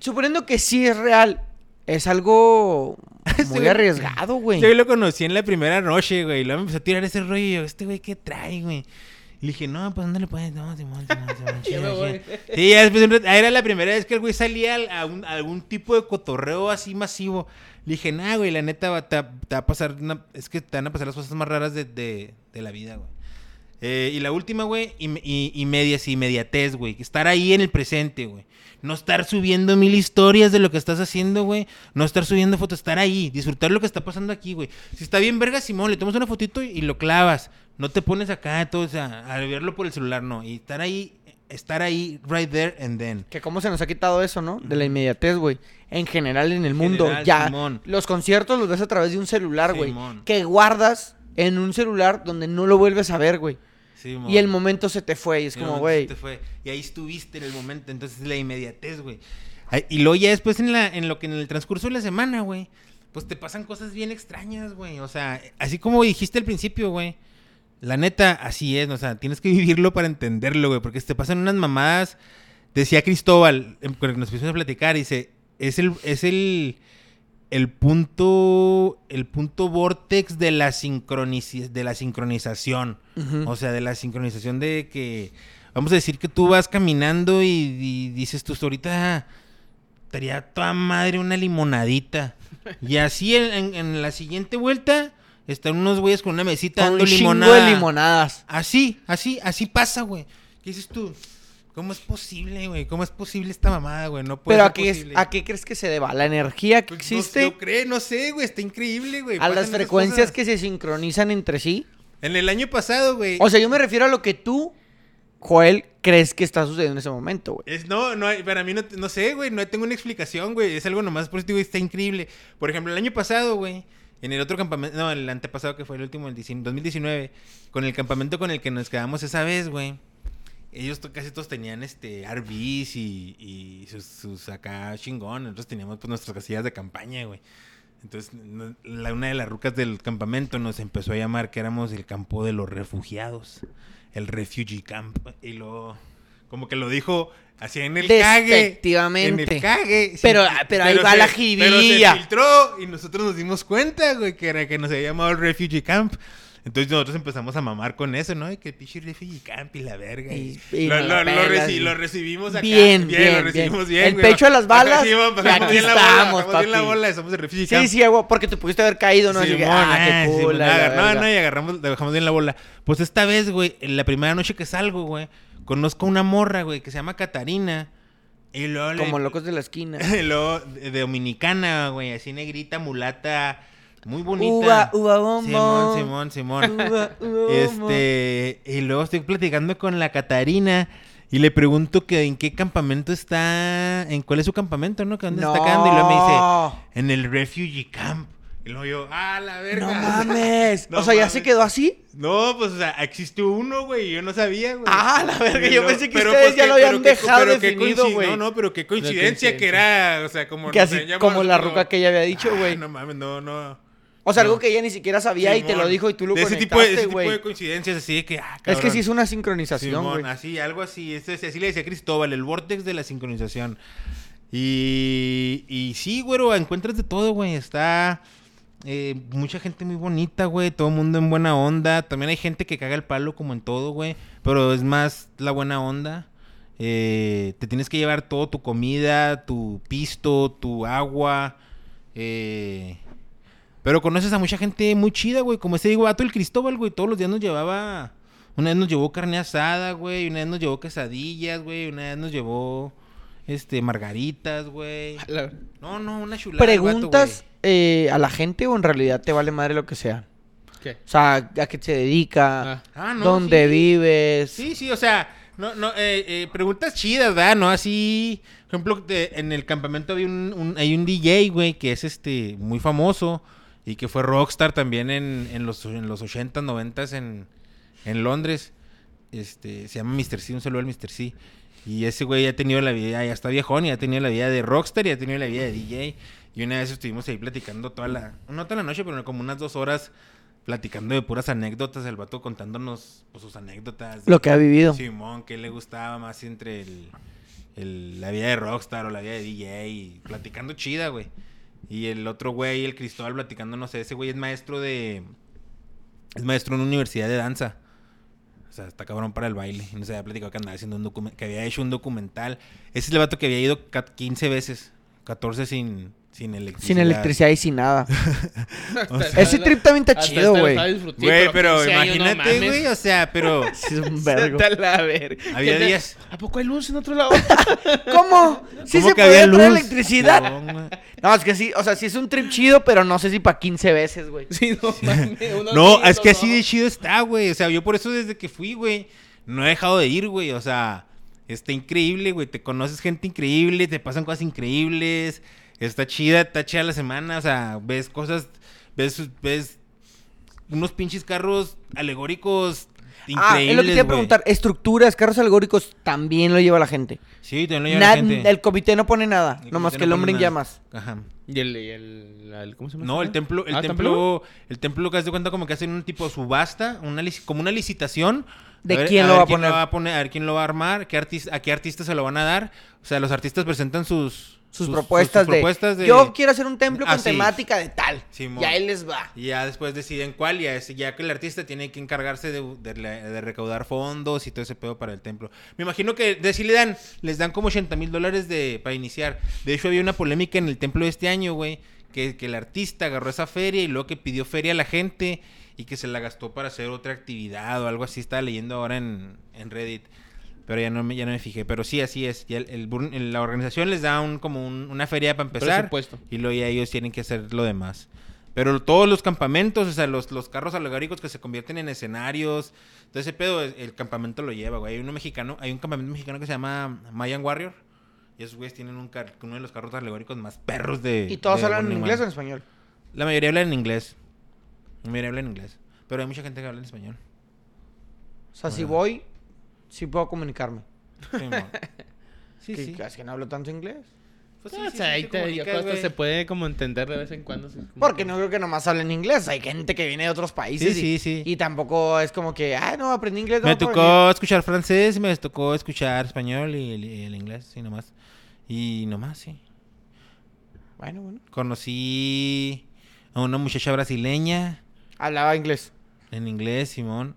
Speaker 1: suponiendo que sí es real, es algo muy
Speaker 2: güey-
Speaker 1: arriesgado, güey.
Speaker 2: Yo lo conocí en la primera noche, güey. Y luego me empezó a tirar ese rollo. Y yo, ¿este güey qué trae, güey? Y le dije, no, pues ¿dónde le puedes? No, Simón, Simón, Simón. chido,
Speaker 3: me voy.
Speaker 2: chido". Sí, ya después de un rato- era la primera vez que el güey salía al- a, un- a algún tipo de cotorreo así masivo. Le dije, nah, güey, la neta va, te, va- te va a pasar. una- es que te van a pasar las cosas más raras de, de- de la vida, güey. Eh, y la última, güey, y, y, y medias, inmediatez, güey. Estar ahí en el presente, güey. No estar subiendo mil historias de lo que estás haciendo, güey. No estar subiendo fotos, estar ahí. Disfrutar lo que está pasando aquí, güey. Si está bien verga, Simón, le tomas una fotito y, y lo clavas. No te pones acá, todo, o sea, a verlo por el celular, no. Y estar ahí, estar ahí, right there and then.
Speaker 1: Que cómo se nos ha quitado eso, ¿no? De la inmediatez, güey. En general en el mundo.
Speaker 2: general,
Speaker 1: ya.
Speaker 2: Simón.
Speaker 1: Los conciertos los ves a través de un celular, güey.
Speaker 2: Simón.
Speaker 1: Que guardas en un celular donde no lo vuelves a ver, güey.
Speaker 2: Simón.
Speaker 1: Y el momento se te fue. Y es
Speaker 2: Y
Speaker 1: como,
Speaker 2: obviamente
Speaker 1: güey.
Speaker 2: se te fue. Y ahí estuviste en el momento, entonces la inmediatez, güey. Ay, Y luego ya después en, la, en lo que en el transcurso de la semana, güey, pues te pasan cosas bien extrañas, güey. O sea, así como dijiste al principio, güey. La neta, así es, o sea, tienes que vivirlo para entenderlo, güey, porque te pasan unas mamadas. Decía Cristóbal, em, cuando nos pusimos a platicar, dice, es el, es el, el punto, el punto vortex de la, sincronici- de la sincronización.
Speaker 1: Ujú.
Speaker 2: O sea, de la sincronización de que. Vamos a decir que tú vas caminando y, y dices, tú ahorita estaría toda madre una limonadita. Y así en, en- en la siguiente vuelta están unos güeyes con una mesita
Speaker 1: Con
Speaker 2: dando
Speaker 1: un chingo
Speaker 2: limonada.
Speaker 1: de
Speaker 2: Pues
Speaker 1: limonadas.
Speaker 2: Así, así, así pasa, güey. ¿Qué dices tú? ¿Cómo es posible, güey? ¿Cómo es posible esta mamada, güey? No puede
Speaker 1: Pero
Speaker 2: ser
Speaker 1: ¿a qué, es-
Speaker 2: posible.
Speaker 1: ¿a qué crees que se deba? ¿La energía que
Speaker 2: Pues,
Speaker 1: existe?
Speaker 2: No, no cree, no sé, güey. Está increíble, güey.
Speaker 1: ¿A
Speaker 2: Pasan
Speaker 1: las
Speaker 2: esas
Speaker 1: frecuencias
Speaker 2: cosas.
Speaker 1: que se sincronizan entre sí?
Speaker 2: En el año pasado, güey.
Speaker 1: O sea, yo me refiero a lo que tú, Joel, crees que está sucediendo en ese momento, güey.
Speaker 2: Es, no, no, hay- para mí no, no sé, güey, no tengo una explicación, güey. Es algo nomás positivo y está increíble. Por ejemplo, el año pasado, güey, en el otro campamento, no, el antepasado que fue el último, el 19 2019, con el campamento con el que nos quedamos esa vez, güey. Ellos to- casi todos tenían este RVs y, y sus, sus acá chingón. Nosotros teníamos pues, nuestras casillas de campaña, güey. Entonces, no- la, una de las rucas del campamento nos empezó a llamar que éramos el campo de los refugiados. El refugee camp. Y luego, como que lo dijo así en el cague.
Speaker 1: Despectivamente.
Speaker 2: En el cague. sí,
Speaker 1: Pero- ah, pero ahí va
Speaker 2: se-
Speaker 1: la
Speaker 2: Pero se
Speaker 1: jiribilla.
Speaker 2: filtró y nosotros nos dimos cuenta, güey, que era que nos había llamado el refugee camp. Entonces nosotros empezamos a mamar con eso, ¿no? Y que el pinche refugee camp y la verga. Y,
Speaker 1: Y- y
Speaker 2: lo,
Speaker 1: nos
Speaker 2: lo-
Speaker 1: la
Speaker 2: lo
Speaker 1: pelas,
Speaker 2: reci-
Speaker 1: y-
Speaker 2: lo recibimos acá.
Speaker 1: Bien, bien,
Speaker 2: lo recibimos
Speaker 1: bien.
Speaker 2: bien.
Speaker 1: El
Speaker 2: güey.
Speaker 1: pecho a las balas,
Speaker 2: Ajá, sí, vamos,
Speaker 1: y
Speaker 2: bajamos
Speaker 1: aquí
Speaker 2: bien la
Speaker 1: estamos,
Speaker 2: bola, bajamos bien la
Speaker 1: papi.
Speaker 2: bola, somos el refugee camp.
Speaker 1: Sí, sí, güey, porque te pudiste haber caído, ¿no? Así que,
Speaker 2: Simón,
Speaker 1: ah, qué
Speaker 2: ah,
Speaker 1: cool,
Speaker 2: Simón,
Speaker 1: la
Speaker 2: agar- no,
Speaker 1: verga.
Speaker 2: no, y agarramos, le bajamos bien la bola. Pues esta vez, güey, en la primera noche que salgo, güey, conozco una morra, güey, que se llama Catarina. Y luego le-
Speaker 1: Como locos de la esquina.
Speaker 2: y luego, de- de dominicana, güey, así negrita, mulata, muy bonita.
Speaker 1: Uva, uva bombo.
Speaker 2: Simón, Simón, Simón.
Speaker 1: Uva, uva bombo.
Speaker 2: Este, y luego estoy platicando con la Catarina y le pregunto que en qué campamento está, en cuál es su campamento, ¿no? Que dónde se está quedando y luego me dice,
Speaker 1: No.
Speaker 2: en el refugee camp. Y luego yo, ah, la verga.
Speaker 1: No mames.
Speaker 2: No
Speaker 1: o sea, ya se
Speaker 2: mames.
Speaker 1: quedó así.
Speaker 2: No, pues, o sea, existe uno, güey, y yo no sabía, güey.
Speaker 1: Ah, la verga,
Speaker 2: Y
Speaker 1: yo
Speaker 2: luego-
Speaker 1: pensé que
Speaker 2: pero,
Speaker 1: ustedes
Speaker 2: pues,
Speaker 1: ya
Speaker 2: qué-
Speaker 1: lo habían
Speaker 2: pero qué-
Speaker 1: dejado
Speaker 2: pero qué
Speaker 1: definido,
Speaker 2: coinci-
Speaker 1: güey.
Speaker 2: No, no, pero qué coincidencia
Speaker 3: coincidencia.
Speaker 2: que era, o sea, como...
Speaker 1: que
Speaker 2: nos habían
Speaker 1: así,
Speaker 2: llamado
Speaker 1: como la
Speaker 2: nosotros.
Speaker 1: ruca que ella había dicho,
Speaker 2: Ah,
Speaker 1: güey.
Speaker 2: no mames, no, no.
Speaker 1: o sea, algo
Speaker 2: no.
Speaker 1: que ella ni siquiera sabía y te lo
Speaker 2: Simón.
Speaker 1: dijo y tú lo
Speaker 2: de ese tipo de, ese
Speaker 1: conectaste,
Speaker 2: tipo
Speaker 1: güey.
Speaker 2: de coincidencias así de que, ah,
Speaker 1: Es que
Speaker 2: cabrón.
Speaker 1: sí es una sincronización,
Speaker 2: Simón,
Speaker 1: güey.
Speaker 2: así, algo así. Esto es- así le decía Cristóbal, el vortex de la sincronización. Y, y sí, güero, encuentras de todo, güey. Está eh, mucha gente muy bonita, güey. Todo el mundo en buena onda. También hay gente que caga el palo, como en todo, güey. Pero es más la buena onda. Eh, te tienes que llevar todo, tu comida, tu pisto, tu agua. Eh, pero conoces a mucha gente muy chida, güey. Como este digo, vato, el Cristóbal, güey. Todos los días nos llevaba. Una vez nos llevó carne asada, güey. Una vez nos llevó quesadillas, güey. Una vez nos llevó. Este, margaritas, güey.
Speaker 3: La-
Speaker 2: No, no, una chulada. el vato,
Speaker 1: ¿Preguntas eh, a la gente o en realidad te vale madre lo que sea?
Speaker 3: ¿Qué?
Speaker 1: O sea, ¿a qué se dedica?
Speaker 3: Ah.
Speaker 2: Ah, no,
Speaker 1: ¿Dónde
Speaker 2: sí.
Speaker 1: vives?
Speaker 2: Sí, sí, o sea, no, no, eh, eh, preguntas chidas, ¿verdad? No así. Por ejemplo, de- en el campamento había un, un- hay un DJ, güey, que es este muy famoso y que fue rockstar también en, en los, en los 80, 90 en, en Londres. Este, se llama Mr. C, un saludo al Mr. C. Y ese güey ya ha tenido la vida, ya está viejón y ha tenido la vida de rockstar y ha tenido la vida de DJ. Y una vez estuvimos ahí platicando toda la, no toda la noche, pero como unas dos horas platicando de puras anécdotas, el vato contándonos pues, sus anécdotas. de-
Speaker 1: Lo que ha vivido.
Speaker 2: Simón, ¿qué le gustaba más entre el, el- la vida de rockstar o la vida de DJ? Y platicando chida, güey. Y el otro güey, el Cristóbal, platicando, no sé, ese güey es maestro de... Es maestro en una universidad de danza. O sea, está cabrón para el baile. Y No se había platicado que andaba haciendo un documental, que había hecho un documental. Ese es el vato que había ido ca- 15 veces, 14 sin, Sin electricidad.
Speaker 1: Sin electricidad y sin nada.
Speaker 2: O sea,
Speaker 1: Ese trip también está
Speaker 3: Hasta
Speaker 1: chido,
Speaker 3: este lo
Speaker 1: güey.
Speaker 3: estaba disfrutando,
Speaker 2: Güey, pero
Speaker 3: 15 años, no
Speaker 2: imagínate,
Speaker 3: mames.
Speaker 2: güey, o sea, pero
Speaker 1: Sí, es un vergo.
Speaker 3: Vete a la verga.
Speaker 2: había
Speaker 3: ¿Qué te-
Speaker 2: días...
Speaker 3: ¿A poco hay luz en otro lado?
Speaker 1: ¿Cómo? ¿Sí
Speaker 2: ¿Cómo
Speaker 1: se
Speaker 2: que
Speaker 1: podía
Speaker 2: había
Speaker 1: traer
Speaker 2: luz?
Speaker 1: electricidad?
Speaker 2: Cabrón, güey.
Speaker 1: No, es que sí, o sea, sí es un trip chido, pero no sé si para 15 veces, güey.
Speaker 3: sí, no mames. uno
Speaker 2: No,
Speaker 3: sí,
Speaker 2: es que
Speaker 3: otro
Speaker 2: así
Speaker 3: no.
Speaker 2: de chido está, güey. O sea, yo por eso desde que fui, güey, no he dejado de ir, güey. O sea, está increíble, güey. Te conoces gente increíble, te pasan cosas increíbles. Está chida, está chida la semana. O sea, ves cosas, ves, ves unos pinches carros alegóricos increíbles.
Speaker 1: Ah, es lo que te iba a
Speaker 2: güey.
Speaker 1: preguntar. Estructuras, carros alegóricos, también lo lleva la gente.
Speaker 2: Sí, también lo lleva
Speaker 1: Na-
Speaker 2: la gente.
Speaker 1: El comité no pone nada,
Speaker 2: El
Speaker 1: nomás
Speaker 2: comité
Speaker 1: que
Speaker 2: no
Speaker 1: el hombre
Speaker 2: pone
Speaker 1: en
Speaker 2: nada.
Speaker 1: llamas.
Speaker 2: Ajá.
Speaker 3: ¿Y el, y el- la- el- ¿Cómo se llama?
Speaker 2: No,
Speaker 3: esa
Speaker 2: el
Speaker 3: madre?
Speaker 2: templo, el
Speaker 3: Ah,
Speaker 2: templo, el templo que has de cuenta como que hacen un tipo subasta, una lic- como una licitación.
Speaker 1: ¿De quién lo va a poner?
Speaker 2: va a poner? A ver quién lo va a armar, qué artis- a qué artistas se lo van a dar. O sea, los artistas presentan sus
Speaker 1: Sus, propuestas,
Speaker 2: sus
Speaker 1: de,
Speaker 2: propuestas de-
Speaker 1: Yo quiero hacer un templo con
Speaker 2: Así.
Speaker 1: temática de tal.
Speaker 2: Simón.
Speaker 1: y ahí les va.
Speaker 2: y ya después deciden cuál, y así- ya que el artista tiene que encargarse de, de la- de recaudar fondos y todo ese pedo para el templo. Me imagino que de si le dan, les dan como 80 mil dólares de, para iniciar. De hecho, había una polémica en el templo de este año, güey, que, que el artista agarró esa feria y luego que pidió feria a la gente y que se la gastó para hacer otra actividad o algo así. Estaba leyendo ahora en, en Reddit. Pero ya no, me, ya no me fijé. Pero sí, así es. Ya el- el bur- la organización les da un, como un- una feria para empezar.
Speaker 3: Presupuesto.
Speaker 2: Y luego ya ellos tienen que hacer lo demás. Pero todos los campamentos, o sea, los, los carros alegóricos que se convierten en escenarios. Todo ese pedo, es- el campamento lo lleva, güey. Hay uno mexicano, hay un campamento mexicano que se llama Mayan Warrior. Y esos güeyes tienen un car- uno de los carros alegóricos más perros de.
Speaker 1: ¿Y todos
Speaker 2: de
Speaker 1: hablan en
Speaker 2: Burning Man.
Speaker 1: inglés o en español?
Speaker 2: La mayoría habla en inglés. La mayoría habla en inglés. Pero hay mucha gente que habla en español.
Speaker 1: O sea, si
Speaker 2: Bueno.
Speaker 1: voy, sí puedo comunicarme.
Speaker 2: Sí, mo. sí,
Speaker 1: Que-
Speaker 2: sí.
Speaker 1: que Es que no hablo tanto inglés.
Speaker 2: Pues
Speaker 3: Ah,
Speaker 2: sí, sí,
Speaker 3: o
Speaker 2: sí,
Speaker 3: sea, ahí te-
Speaker 2: comunicas,
Speaker 3: yo creo que
Speaker 2: güey.
Speaker 3: se puede como entender de vez en cuando. así como
Speaker 1: Porque
Speaker 3: que-
Speaker 1: no creo que nomás hablen inglés. Hay gente que viene de otros países.
Speaker 2: Sí,
Speaker 1: y,
Speaker 2: sí, sí.
Speaker 1: Y tampoco es como que, ah, no, aprendí inglés. no,
Speaker 2: Me
Speaker 1: por
Speaker 2: tocó escuchar francés, me tocó escuchar español y el, el inglés, sí, nomás. Y nomás, sí.
Speaker 1: inglés". Bueno, bueno.
Speaker 2: Conocí a una muchacha brasileña
Speaker 1: Hablaba inglés.
Speaker 2: en inglés, Simón.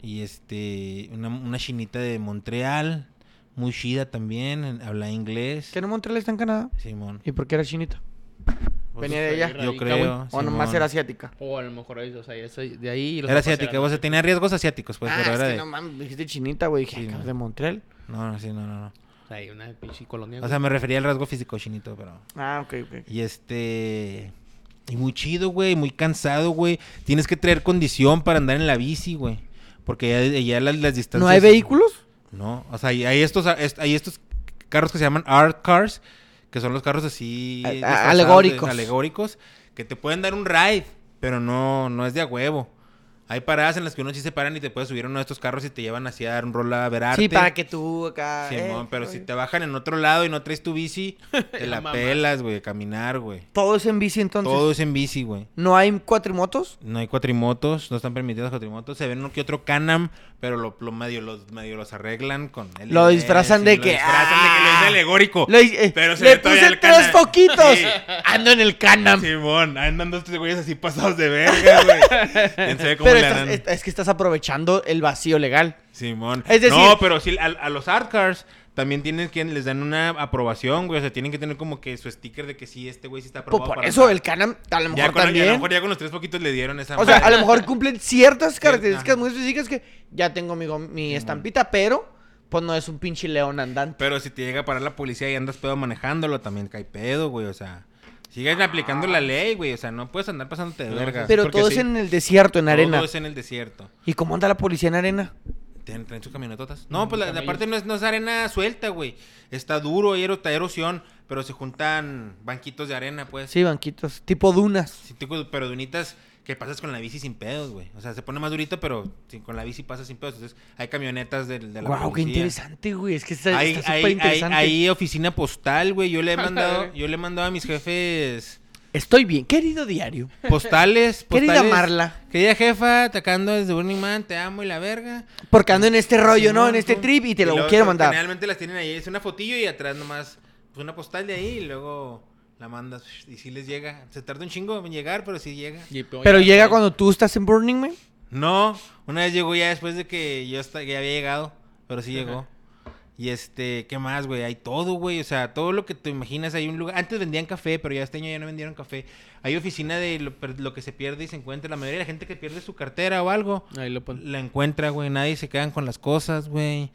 Speaker 2: Y este, una, una chinita de Montreal, muy chida también, en- habla inglés.
Speaker 1: Que no Montreal está en Canadá.
Speaker 2: Simón.
Speaker 1: ¿Y por qué era chinita?
Speaker 2: Vos-
Speaker 1: Venía de allá.
Speaker 2: Yo
Speaker 3: Radica,
Speaker 2: creo.
Speaker 1: O nomás
Speaker 2: Simón.
Speaker 1: era asiática.
Speaker 3: O a lo mejor ellos, o sea, eso- de ahí... los
Speaker 2: Era
Speaker 3: papás
Speaker 2: asiática,
Speaker 3: eran-
Speaker 2: o sea, tenía riesgos asiáticos, pues,
Speaker 1: ah,
Speaker 2: pero
Speaker 1: es
Speaker 2: era
Speaker 1: que
Speaker 2: de...
Speaker 1: no mames, dijiste chinita, güey. Dije,
Speaker 2: Sí,
Speaker 1: "Ah,
Speaker 2: no.
Speaker 1: de Montreal.
Speaker 2: No, no, sí, no, no, no.
Speaker 3: O sea, hay una pinche colonia.
Speaker 2: O sea, me refería al rasgo físico chinito, pero...
Speaker 1: Ah, ok, ok.
Speaker 2: Y este. Y muy chido, güey. Muy cansado, güey. Tienes que traer condición para andar en la bici, güey. Porque ya, ya las, las distancias.
Speaker 1: ¿No hay vehículos?
Speaker 2: No. O sea, hay hay estos, est- hay estos carros que se llaman art cars. Que son los carros así.
Speaker 1: A- a-
Speaker 2: disfrazados de-
Speaker 1: alegóricos.
Speaker 2: alegóricos. Que te pueden dar un ride. Pero no, no es de a huevo. Hay paradas en las que uno sí se paran y te puedes subir a uno de estos carros y te llevan así a dar un rol a ver arte.
Speaker 1: Sí, para que tú acá.
Speaker 2: Simón,
Speaker 1: eh,
Speaker 2: pero si
Speaker 1: oye.
Speaker 2: te bajan en otro lado y no traes tu bici, te la
Speaker 3: La mamá.
Speaker 2: pelas, güey, a caminar, güey.
Speaker 1: Todo es en bici entonces.
Speaker 2: Todo es en bici, güey.
Speaker 1: ¿No hay cuatrimotos?
Speaker 2: No hay cuatrimotos, no están permitidas cuatrimotos. Se ven uno que otro Canam, pero lo, lo medio, los, medio los arreglan con el
Speaker 1: Lo disfrazan de que-
Speaker 2: Lo disfrazan de que lo
Speaker 1: ¡Ah!
Speaker 2: es alegórico.
Speaker 1: Le, eh,
Speaker 2: Oh, pero se
Speaker 1: le
Speaker 2: ve todavía
Speaker 1: puse
Speaker 2: el
Speaker 1: tres
Speaker 2: Can-Am.
Speaker 1: foquitos.
Speaker 2: Sí.
Speaker 1: Ando en el Canam.
Speaker 2: Simón, andando estos güeyes así pasados de verga, güey. ¿Quién sabe cómo
Speaker 1: Pero
Speaker 2: le
Speaker 1: estás-
Speaker 2: harán?
Speaker 1: es, es que estás aprovechando el vacío legal.
Speaker 2: Simón.
Speaker 1: Es decir-
Speaker 2: no, pero sí, a, a los art cars también tienen que les dan una aprobación, güey. O sea, tienen que tener como que su sticker de que sí, este güey sí está
Speaker 1: Pues
Speaker 2: aprobado.
Speaker 1: por
Speaker 2: para
Speaker 1: eso
Speaker 2: andar.
Speaker 1: el Canam a lo
Speaker 2: ya
Speaker 1: mejor
Speaker 2: con, y a lo
Speaker 1: también.
Speaker 2: mejor ya con los tres poquitos le dieron esa
Speaker 1: O sea, a
Speaker 2: madre.
Speaker 1: lo mejor cumplen ciertas características
Speaker 2: ajá.
Speaker 1: muy específicas que ya tengo mi, gom- mi
Speaker 2: Simón.
Speaker 1: estampita, pero pues no es un pinche león andante.
Speaker 2: Pero si te llega a parar la policía y andas pedo manejándolo, también cae pedo, güey. O sea, sigues aplicando la ley, güey. O sea, no puedes andar pasándote de
Speaker 3: No,
Speaker 2: verga.
Speaker 1: Pero
Speaker 3: porque
Speaker 1: todo es
Speaker 3: sí.
Speaker 1: en el desierto, en
Speaker 2: Todo
Speaker 1: arena.
Speaker 2: es en el desierto.
Speaker 1: ¿Y cómo anda la policía en arena?
Speaker 2: ¿Tienen, traen sus camionetotas?
Speaker 1: Mm,
Speaker 2: No, pues la, la
Speaker 3: camellos.
Speaker 2: parte no es, no es arena suelta, güey. Está duro, hay ero- está erosión, pero se juntan banquitos de arena, pues.
Speaker 1: Sí, banquitos, tipo dunas.
Speaker 2: Sí, tipo, pero dunitas que pasas con la bici sin pedos, güey. O sea, se pone más durito, pero sin- con la bici pasas sin pedos. Entonces, hay camionetas de, de la
Speaker 1: Guau, qué
Speaker 2: policía.
Speaker 1: interesante, güey. Es que está
Speaker 2: Hay,
Speaker 1: está
Speaker 2: hay-
Speaker 1: súper
Speaker 2: hay-
Speaker 1: interesante.
Speaker 2: hay oficina postal, güey. Yo le he
Speaker 3: la
Speaker 2: mandado,
Speaker 3: verga.
Speaker 2: yo le he mandado a mis jefes
Speaker 1: Estoy bien, querido diario.
Speaker 2: postales, postales.
Speaker 1: Querida Marla.
Speaker 2: Querida jefa, atacando desde Burning Man, te amo y la verga.
Speaker 1: Porque ando en este rollo,
Speaker 2: Sí,
Speaker 1: ¿no? En este
Speaker 2: tú-
Speaker 1: trip y te lo
Speaker 2: luego,
Speaker 1: quiero
Speaker 2: pues,
Speaker 1: mandar.
Speaker 2: Generalmente las tienen ahí, es una fotillo y atrás nomás pues, una postal de ahí y luego la mandas y si les llega. Se tarda un chingo en llegar, pero sí llega.
Speaker 3: Y pues, pe-
Speaker 1: Pero
Speaker 3: oye,
Speaker 1: llega
Speaker 3: oye,
Speaker 1: cuando tú estás en Burning Man.
Speaker 2: No, una vez llegó ya después de que yo hasta, ya había llegado, pero sí llegó. Y este, ¿qué más, güey? Hay todo, güey. O sea, todo lo que te imaginas. Hay un lugar. Antes vendían café, pero ya este año ya no vendieron café. Hay oficina de lo, per- lo que se pierde y se encuentra. La mayoría de la gente que pierde su cartera o algo,
Speaker 3: Ahí lo
Speaker 1: Pues
Speaker 3: pon.
Speaker 2: la encuentra, güey. Nadie se quedan con las cosas, güey.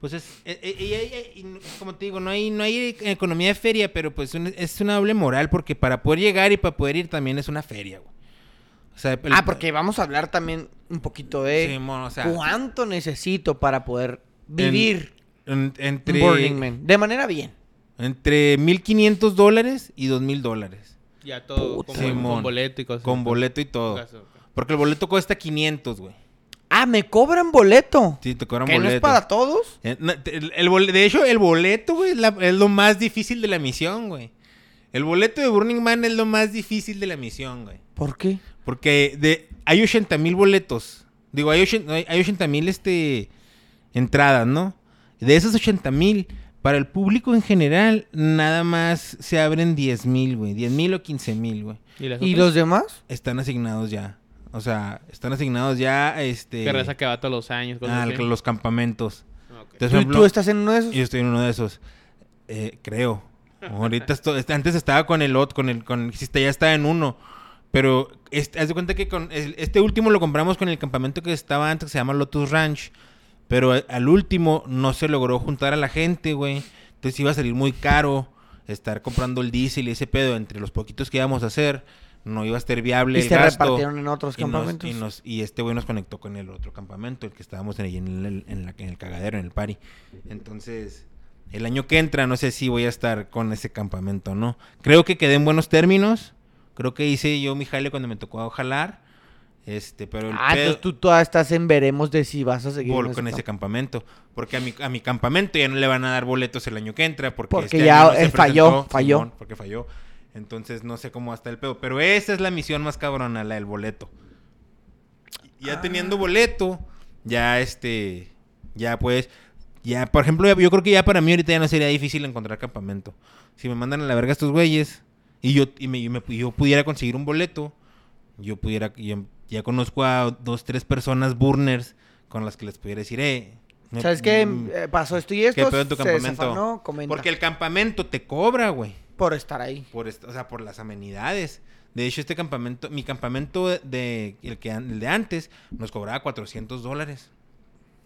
Speaker 2: Pues es. eh, eh, y hay- eh, y no- como te digo, no hay, no hay economía de feria, pero pues un- es una doble moral porque para poder llegar y para poder ir también es una feria, güey. O sea, el-
Speaker 1: Ah, porque eh, vamos a hablar también un poquito de
Speaker 2: Simón, o sea,
Speaker 1: cuánto necesito para poder vivir
Speaker 2: en-
Speaker 1: un
Speaker 2: entre.
Speaker 1: Burning Man. De manera bien.
Speaker 2: Entre 1500 dólares y 2000 dólares.
Speaker 3: Ya todo
Speaker 1: Puta.
Speaker 3: con, bol-
Speaker 2: Simón.
Speaker 3: con boleto y cosas.
Speaker 2: Con boleto y todo.
Speaker 3: Gasto, ok.
Speaker 2: Porque el boleto cuesta 500, güey.
Speaker 1: Ah, me cobran boleto.
Speaker 2: Sí, te cobran
Speaker 1: que
Speaker 2: boleto.
Speaker 1: no es para todos.
Speaker 2: Eh, no, te- el- el bol- de hecho, el boleto, güey, es, la- es lo más difícil de la misión, güey. El boleto de Burning Man es lo más difícil de la misión, güey.
Speaker 1: ¿Por qué?
Speaker 2: Porque de, hay 80 mil boletos. Digo, hay 80 hay- hay 80 mil este, entradas, ¿no? De esas 80 mil, para el público en general, nada más se abren 10 mil, güey. 10 mil o 15 mil, güey.
Speaker 3: ¿Y, las
Speaker 1: ¿Y
Speaker 3: otras?
Speaker 1: los demás?
Speaker 2: Están asignados ya. O sea, están asignados ya este,
Speaker 3: Que raza que va todos los años.
Speaker 1: Ah,
Speaker 3: cosas
Speaker 2: a
Speaker 3: así.
Speaker 2: los campamentos.
Speaker 3: Ah, ok.
Speaker 1: ¿Tú,
Speaker 2: Entonces, por
Speaker 1: tú
Speaker 2: ejemplo,
Speaker 1: estás en uno de esos?
Speaker 2: yo estoy en uno de esos. Eh, creo. Ahorita esto- este- antes estaba con el otro, con el con sí, ya estaba en uno. Pero este, haz de cuenta que con el- este último lo compramos con el campamento que estaba antes que se llama Lotus Ranch, pero a- al último no se logró juntar a la gente, güey. Entonces iba a salir muy caro estar comprando el diésel y ese pedo entre los poquitos que íbamos a hacer, no iba a ser viable
Speaker 1: Y
Speaker 2: el
Speaker 1: se
Speaker 2: gasto.
Speaker 1: repartieron en otros
Speaker 2: Y nos-
Speaker 1: campamentos.
Speaker 2: Y, nos- y este güey nos conectó con el otro campamento, el que estábamos en, ahí en el, en la- en el cagadero, en el party. Entonces, el año que entra, no sé si voy a estar con ese campamento o no. Creo que quedé en buenos términos. Creo que hice yo mi jale cuando me tocó jalar. Este, pero el
Speaker 1: Ah,
Speaker 2: pedo-
Speaker 1: entonces tú todavía estás en veremos de si vas a seguir.
Speaker 2: vol-
Speaker 1: en
Speaker 2: con ese
Speaker 1: campo.
Speaker 2: campamento. Porque a mi, a mi campamento ya no le van a dar boletos el año que entra. Porque,
Speaker 1: Porque
Speaker 2: este
Speaker 1: ya,
Speaker 2: año se
Speaker 1: eh, falló,
Speaker 2: presentó,
Speaker 1: falló.
Speaker 2: Simón, porque falló. Entonces no sé cómo está el pedo. Pero esa es la misión más cabrona, la del boleto. Ya teniendo boleto, ya este. Ya pues. Ya, por ejemplo, ya- yo creo que ya para mí ahorita ya no sería difícil encontrar campamento. Si me mandan a la verga estos güeyes y yo, y me- y me- y yo pudiera conseguir un boleto, yo pudiera, yo ya conozco a dos, tres personas burners con las que les pudiera decir, eh. me-
Speaker 1: ¿Sabes qué?
Speaker 2: mm,
Speaker 1: Eh, Pasó esto y esto.
Speaker 2: ¿Qué pedo en tu
Speaker 1: se
Speaker 2: campamento?
Speaker 1: desafanó, comenta.
Speaker 2: Porque el campamento te cobra, güey.
Speaker 1: Por estar ahí.
Speaker 2: Por est- o sea, por las amenidades. De hecho, este campamento, mi campamento de el que an- el de antes nos cobraba 400 dólares.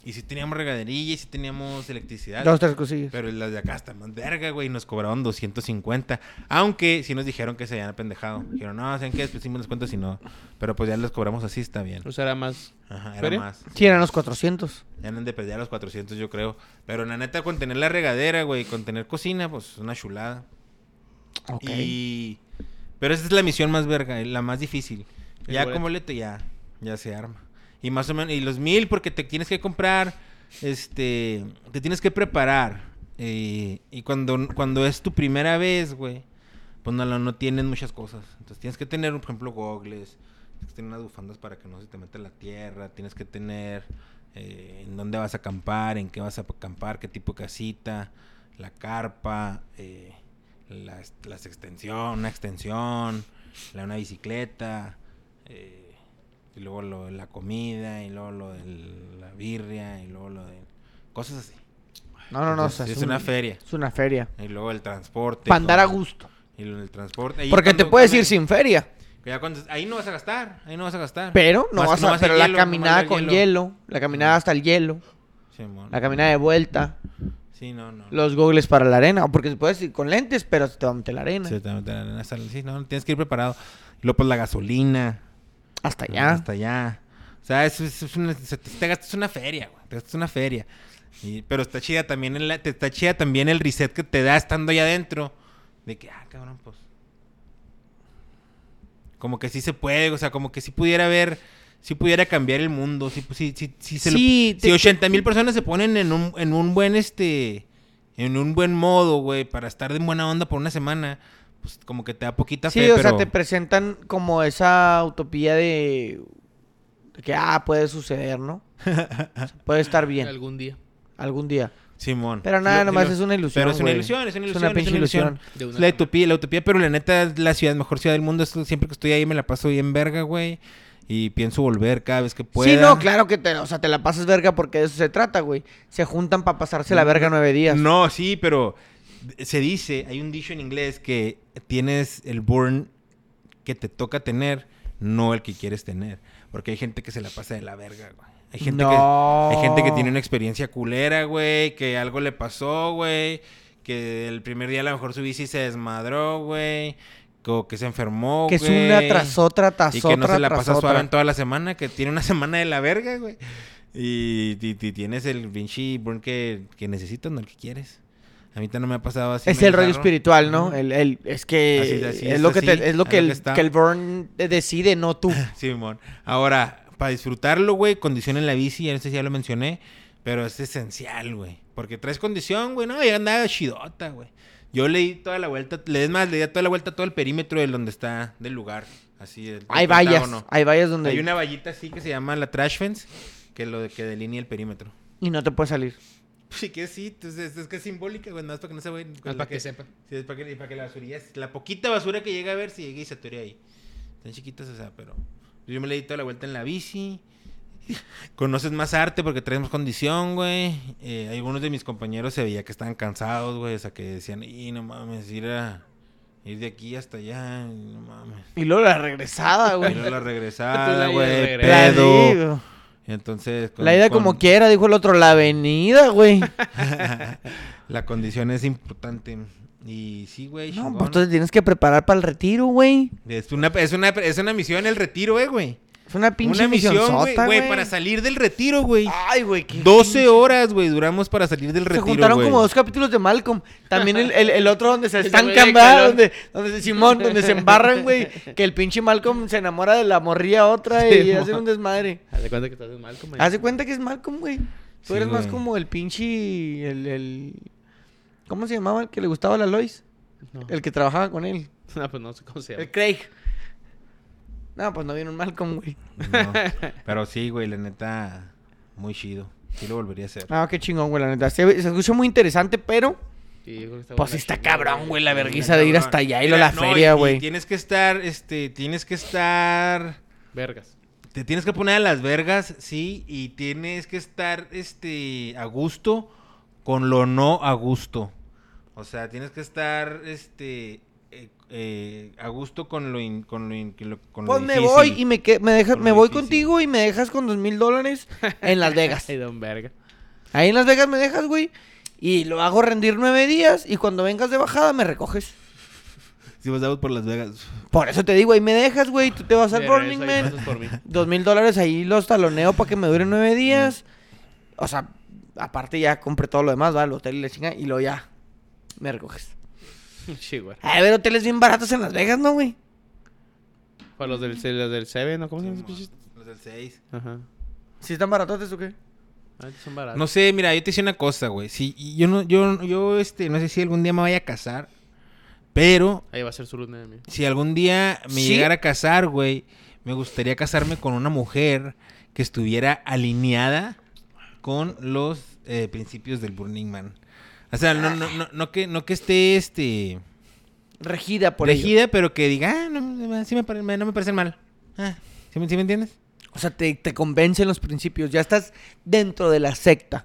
Speaker 2: Y si teníamos regadería y si teníamos electricidad.
Speaker 1: Dos, tres cosillas.
Speaker 2: Pero las de acá están más verga, güey. Nos cobraron 250. Aunque sí nos dijeron que se habían apendejado. Dijeron, no, ¿saben qué? Pues Después hicimos las cuentas y no. Pero pues ya las cobramos así, está bien.
Speaker 3: O sea, era más.
Speaker 2: Ajá, era
Speaker 3: ¿Feria?
Speaker 2: más.
Speaker 1: Sí, eran los 400.
Speaker 2: Ya andan de perder a los 400, yo creo. Pero la neta, con tener la regadera, güey, con tener cocina, pues una chulada.
Speaker 1: Ok.
Speaker 2: Y... Pero esa es la misión más verga, eh, la más difícil.
Speaker 3: El
Speaker 2: ya
Speaker 3: boleto.
Speaker 2: con boleto ya, ya se arma. Y más o menos, y los mil porque te tienes que comprar, este, te tienes que preparar. eh, y cuando, cuando es tu primera vez, güey, pues no, no, no tienes muchas cosas. Entonces tienes que tener, por ejemplo, gogles, tienes que tener unas bufandas para que no se te meta la tierra, tienes que tener eh, en dónde vas a acampar, en qué vas a acampar, qué tipo de casita, la carpa, eh, las, las extensión, una extensión, la, una bicicleta, eh, y luego lo de la comida, y luego lo de la birria, y luego lo de... Cosas así.
Speaker 1: No, no, no. o
Speaker 2: Entonces,
Speaker 1: sea,
Speaker 2: es una feria.
Speaker 1: Es una feria.
Speaker 2: Y luego el transporte.
Speaker 1: Para andar a
Speaker 2: todo.
Speaker 1: gusto.
Speaker 2: Y lo del transporte. Ahí
Speaker 1: Porque te
Speaker 2: cuando-
Speaker 1: puedes
Speaker 2: cuando-
Speaker 1: ir sin feria.
Speaker 2: ya cuando- ahí no vas a gastar, ahí no vas a gastar.
Speaker 1: Pero no
Speaker 2: Vas-
Speaker 1: vas, a,
Speaker 2: vas
Speaker 1: pero
Speaker 2: al
Speaker 1: la
Speaker 2: hielo,
Speaker 1: caminada
Speaker 2: nomás al
Speaker 1: con hielo. la caminada hasta el hielo,
Speaker 2: Sí, mon.
Speaker 1: la caminada de vuelta,
Speaker 2: Sí, no, no.
Speaker 1: los gogles para la arena, o porque te puedes ir con lentes, pero se te va a meter la arena.
Speaker 2: Sí, te- te- te- hasta- sí, no, tienes que ir preparado. Y Luego pues la gasolina.
Speaker 1: Hasta allá.
Speaker 2: Hasta allá. O sea, es, es- es una, se- te gastas una feria, güey. Te gastas una feria. Y- pero está chida también el, te- está chida también el reset que te da estando allá adentro. De que, ah, cabrón, pues. Como que sí se puede, o sea, como que sí pudiera haber, sí pudiera cambiar el mundo. Sí, pues, sí, sí, sí se lo-
Speaker 1: Sí, te-
Speaker 2: si 80 mil personas se ponen en un, en un buen este. En un buen modo, güey, para estar de buena onda por una semana, pues como que te da poquita
Speaker 1: Sí,
Speaker 2: fe,
Speaker 1: o sea,
Speaker 2: pero-
Speaker 1: te presentan como esa utopía de de que ah, puede suceder, ¿no? O sea, puede estar bien
Speaker 3: Algún día.
Speaker 1: algún día.
Speaker 2: Simón.
Speaker 1: Pero nada,
Speaker 2: Lo-
Speaker 1: nomás
Speaker 2: lo-
Speaker 1: es una ilusión,
Speaker 2: Pero es una
Speaker 1: güey.
Speaker 2: ilusión, es una
Speaker 1: Es
Speaker 2: ilusión.
Speaker 1: una
Speaker 2: es una
Speaker 1: pinche
Speaker 2: ilusión.
Speaker 1: ilusión.
Speaker 3: De una
Speaker 2: Es la
Speaker 3: semana.
Speaker 2: utopía, la utopía, pero la neta es la ciudad, mejor ciudad del mundo. Es- Siempre que estoy ahí me la paso bien verga, güey. Y pienso volver cada vez que pueda.
Speaker 1: Sí, no, claro que te, o sea, te la pasas verga porque de eso se trata, güey. Se juntan para pasarse la verga nueve días.
Speaker 2: No, sí, pero se dice, hay un dicho en inglés que tienes el burn que te toca tener, no el que quieres tener. Porque hay gente que se la pasa de la verga, güey. Hay gente,
Speaker 1: No.
Speaker 2: que, hay gente que tiene una experiencia culera, güey, que algo le pasó, güey, que el primer día a lo mejor su bici se desmadró, güey, o que se enfermó,
Speaker 1: que
Speaker 2: güey.
Speaker 1: es una tras otra, tras
Speaker 2: Y
Speaker 1: otra,
Speaker 2: que no se la
Speaker 1: tras
Speaker 2: pasa suave
Speaker 1: otra.
Speaker 2: en toda la semana, que tiene una semana de la verga, güey. Y, y- y tienes el Vinci burn que, que necesitas, no el que quieres. A mí no me ha pasado así.
Speaker 1: es
Speaker 2: me
Speaker 1: el rollo
Speaker 2: agarro.
Speaker 1: espiritual, ¿no?
Speaker 2: Ujú.
Speaker 1: El, el- es que
Speaker 2: Así es, así
Speaker 1: es,
Speaker 2: es,
Speaker 1: lo que
Speaker 2: así,
Speaker 1: te- es lo
Speaker 2: es
Speaker 1: que,
Speaker 2: lo que
Speaker 1: el,
Speaker 2: está.
Speaker 1: que el burn te decide, no tú.
Speaker 2: Simón. Ahora, para disfrutarlo, güey, condición en la bici, ya no sé si ya lo mencioné, pero es esencial, güey. Porque traes condición, güey, no, ya andaba chidota, güey. Yo le di toda la vuelta, le es más, le di toda la vuelta a todo el perímetro de donde está, del lugar. Así, del- del
Speaker 1: Hay vallas,
Speaker 2: pentágono.
Speaker 1: hay vallas donde
Speaker 2: Hay una vallita así que se llama la trash fence, que lo de- que delinea el perímetro. Pues
Speaker 1: y no te puedes salir.
Speaker 2: Sí, que sí, entonces es, es que es simbólica, güey, nada más para que no se vayan. con
Speaker 3: Más
Speaker 2: la
Speaker 3: Ah, para que sepa.
Speaker 2: Sí, es para que, y para que la basurilla, la poquita basura que llega a ver, si llega y se atorea ahí. Están chiquitas, o sea, pero yo me le di toda la vuelta en la bici. Conoces más arte porque traemos condición, güey. Eh, algunos de mis compañeros se veía que estaban cansados, güey, o sea, que decían, y no mames, ir a... Ir de aquí hasta allá, y no mames.
Speaker 1: Y luego la regresada, güey.
Speaker 2: Ir a la
Speaker 3: Entonces,
Speaker 2: regresada,
Speaker 3: ahí
Speaker 2: güey,
Speaker 3: regresa. La
Speaker 2: pedo.
Speaker 1: digo.
Speaker 2: Entonces... con-
Speaker 1: La ida
Speaker 2: con-
Speaker 1: como quiera, dijo el otro, la avenida, güey. pues
Speaker 2: La condición es importante. Y sí, güey.
Speaker 1: No,
Speaker 2: chingón.
Speaker 1: pues entonces tienes que preparar para el retiro, güey.
Speaker 2: Es una, es, una, es una misión el retiro, eh, güey.
Speaker 1: Es una pinche
Speaker 2: Una misión, güey,
Speaker 1: misionzota,
Speaker 2: güey, para salir del retiro, güey.
Speaker 1: Ay, güey, qué
Speaker 2: 12 horas, güey, duramos para salir del
Speaker 1: Se
Speaker 2: retiro,
Speaker 1: juntaron
Speaker 2: güey.
Speaker 1: como dos capítulos de Malcolm. También el, el- el otro donde se
Speaker 3: Ese güey de
Speaker 1: estancan, ¿verdad?
Speaker 3: calor.
Speaker 1: Donde, donde se Simón, donde se embarran, güey. Que el pinche Malcolm se enamora de la morría otra y
Speaker 3: Simón.
Speaker 1: hacen un desmadre.
Speaker 3: Haz de cuenta que estás en mal, como
Speaker 1: Haz de cuenta que es Malcolm, güey. Tú
Speaker 2: Sí,
Speaker 1: eres más
Speaker 2: güey.
Speaker 1: como el pinche. El, el- ¿Cómo se llamaba el que le gustaba a la Lois?
Speaker 3: No.
Speaker 1: El que trabajaba con él.
Speaker 3: No, pues no sé cómo se llama.
Speaker 1: El Craig. No, pues no vieron Malcolm, güey.
Speaker 2: No, pero sí, güey, la neta, muy chido. Sí lo volvería a hacer.
Speaker 1: Ah, qué chingón, güey, la neta. Se, se escucha muy interesante, pero.
Speaker 3: Sí, yo creo que está
Speaker 1: Pues
Speaker 3: buena
Speaker 1: está
Speaker 3: chinga,
Speaker 1: cabrón, güey, la
Speaker 2: Mira,
Speaker 1: vergüenza de ir
Speaker 2: cabrón.
Speaker 1: hasta allá y lo
Speaker 2: Mira,
Speaker 1: la
Speaker 2: no,
Speaker 1: feria,
Speaker 2: y- y
Speaker 1: güey.
Speaker 2: Tienes que estar, este, tienes que estar...
Speaker 3: Vergas.
Speaker 2: Te tienes que poner a las vergas, sí, y tienes que estar este a gusto con lo no a gusto. O sea, tienes que estar este eh, eh, a gusto con lo in- con lo, in- con lo- con lo
Speaker 1: Pues me
Speaker 2: difícil.
Speaker 1: voy y me, que- me, deja-
Speaker 2: Con lo
Speaker 1: me voy
Speaker 2: difícil.
Speaker 1: contigo y me dejas con dos mil dólares en Las Vegas.
Speaker 3: Ay, don verga.
Speaker 1: Ahí en Las Vegas me dejas, güey. Y lo hago rendir nueve días y cuando vengas de bajada me recoges.
Speaker 2: Si vos por Las Vegas.
Speaker 1: Por eso te digo, ahí me dejas, güey. Tú te vas Pues al
Speaker 3: De
Speaker 1: Burning
Speaker 3: regreso ahí
Speaker 1: Man.
Speaker 3: pasas por mí.
Speaker 1: Dos mil dólares ahí los taloneo para que me dure nueve días. O sea, aparte ya compré todo lo demás, va, el hotel y la chinga. Y luego ya me recoges.
Speaker 3: Sí, güey.
Speaker 1: A ver, hoteles bien baratos en Las Vegas, ¿no, güey?
Speaker 3: Para los del, los del Seven, ¿no? ¿Cómo
Speaker 2: Pues,
Speaker 3: se llaman esos pinches?
Speaker 2: Los del seis.
Speaker 3: Ajá.
Speaker 1: ¿Sí están baratotes o qué?
Speaker 3: Ah, son baratos.
Speaker 2: No sé, mira, yo te decía una cosa, güey. Si y yo no yo yo este no sé si algún día me vaya a casar, pero
Speaker 3: Ahí va a ser su luna de miel.
Speaker 2: si algún día me
Speaker 1: ¿Sí?
Speaker 2: llegara a casar, güey, me gustaría casarme con una mujer que estuviera alineada con los eh, principios del Burning Man. O sea, no, no, no, no que, no que esté este,
Speaker 1: Regida por ello.
Speaker 2: regida, pero que diga, ah, no, no, sí me, pare- me- no me parecen mal. Ah, ¿sí, me- sí me entiendes?
Speaker 1: O sea, te, te convencen los principios. Ya estás dentro de la secta.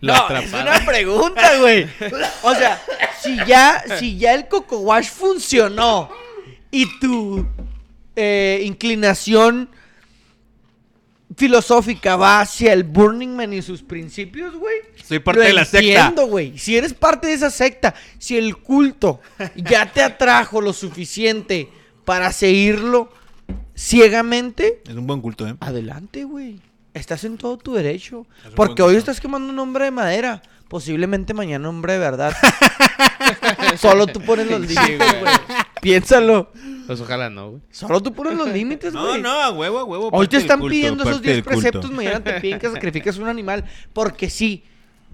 Speaker 3: Lo
Speaker 1: es
Speaker 3: atraparon.
Speaker 1: una pregunta, güey. O sea, si ya, si ya el coco wash funcionó y tu eh, inclinación filosófica va hacia el Burning Man y sus principios, güey.
Speaker 2: Soy
Speaker 1: lo entiendo, güey. Si eres parte de esa secta, si el culto ya te atrajo lo suficiente para seguirlo ciegamente,
Speaker 2: Es un buen culto, ¿eh?
Speaker 1: Adelante, güey. Estás en todo tu derecho.
Speaker 2: Es un
Speaker 1: Porque
Speaker 2: buen
Speaker 1: hoy
Speaker 2: punto.
Speaker 1: estás quemando un hombre de madera. Posiblemente mañana un hombre de verdad. Solo tú pones los
Speaker 3: Sí,
Speaker 1: límites,
Speaker 3: güey.
Speaker 1: güey. Piénsalo.
Speaker 3: Pues ojalá no, güey.
Speaker 1: Solo tú pones los límites,
Speaker 2: No,
Speaker 1: güey.
Speaker 2: no, a huevo, a huevo.
Speaker 1: Hoy
Speaker 2: parte
Speaker 1: te
Speaker 2: del
Speaker 1: están
Speaker 2: culto,
Speaker 1: pidiendo esos
Speaker 2: parte
Speaker 1: 10
Speaker 2: del culto.
Speaker 1: preceptos. Mañana te piden que sacrifiques un animal. Porque sí,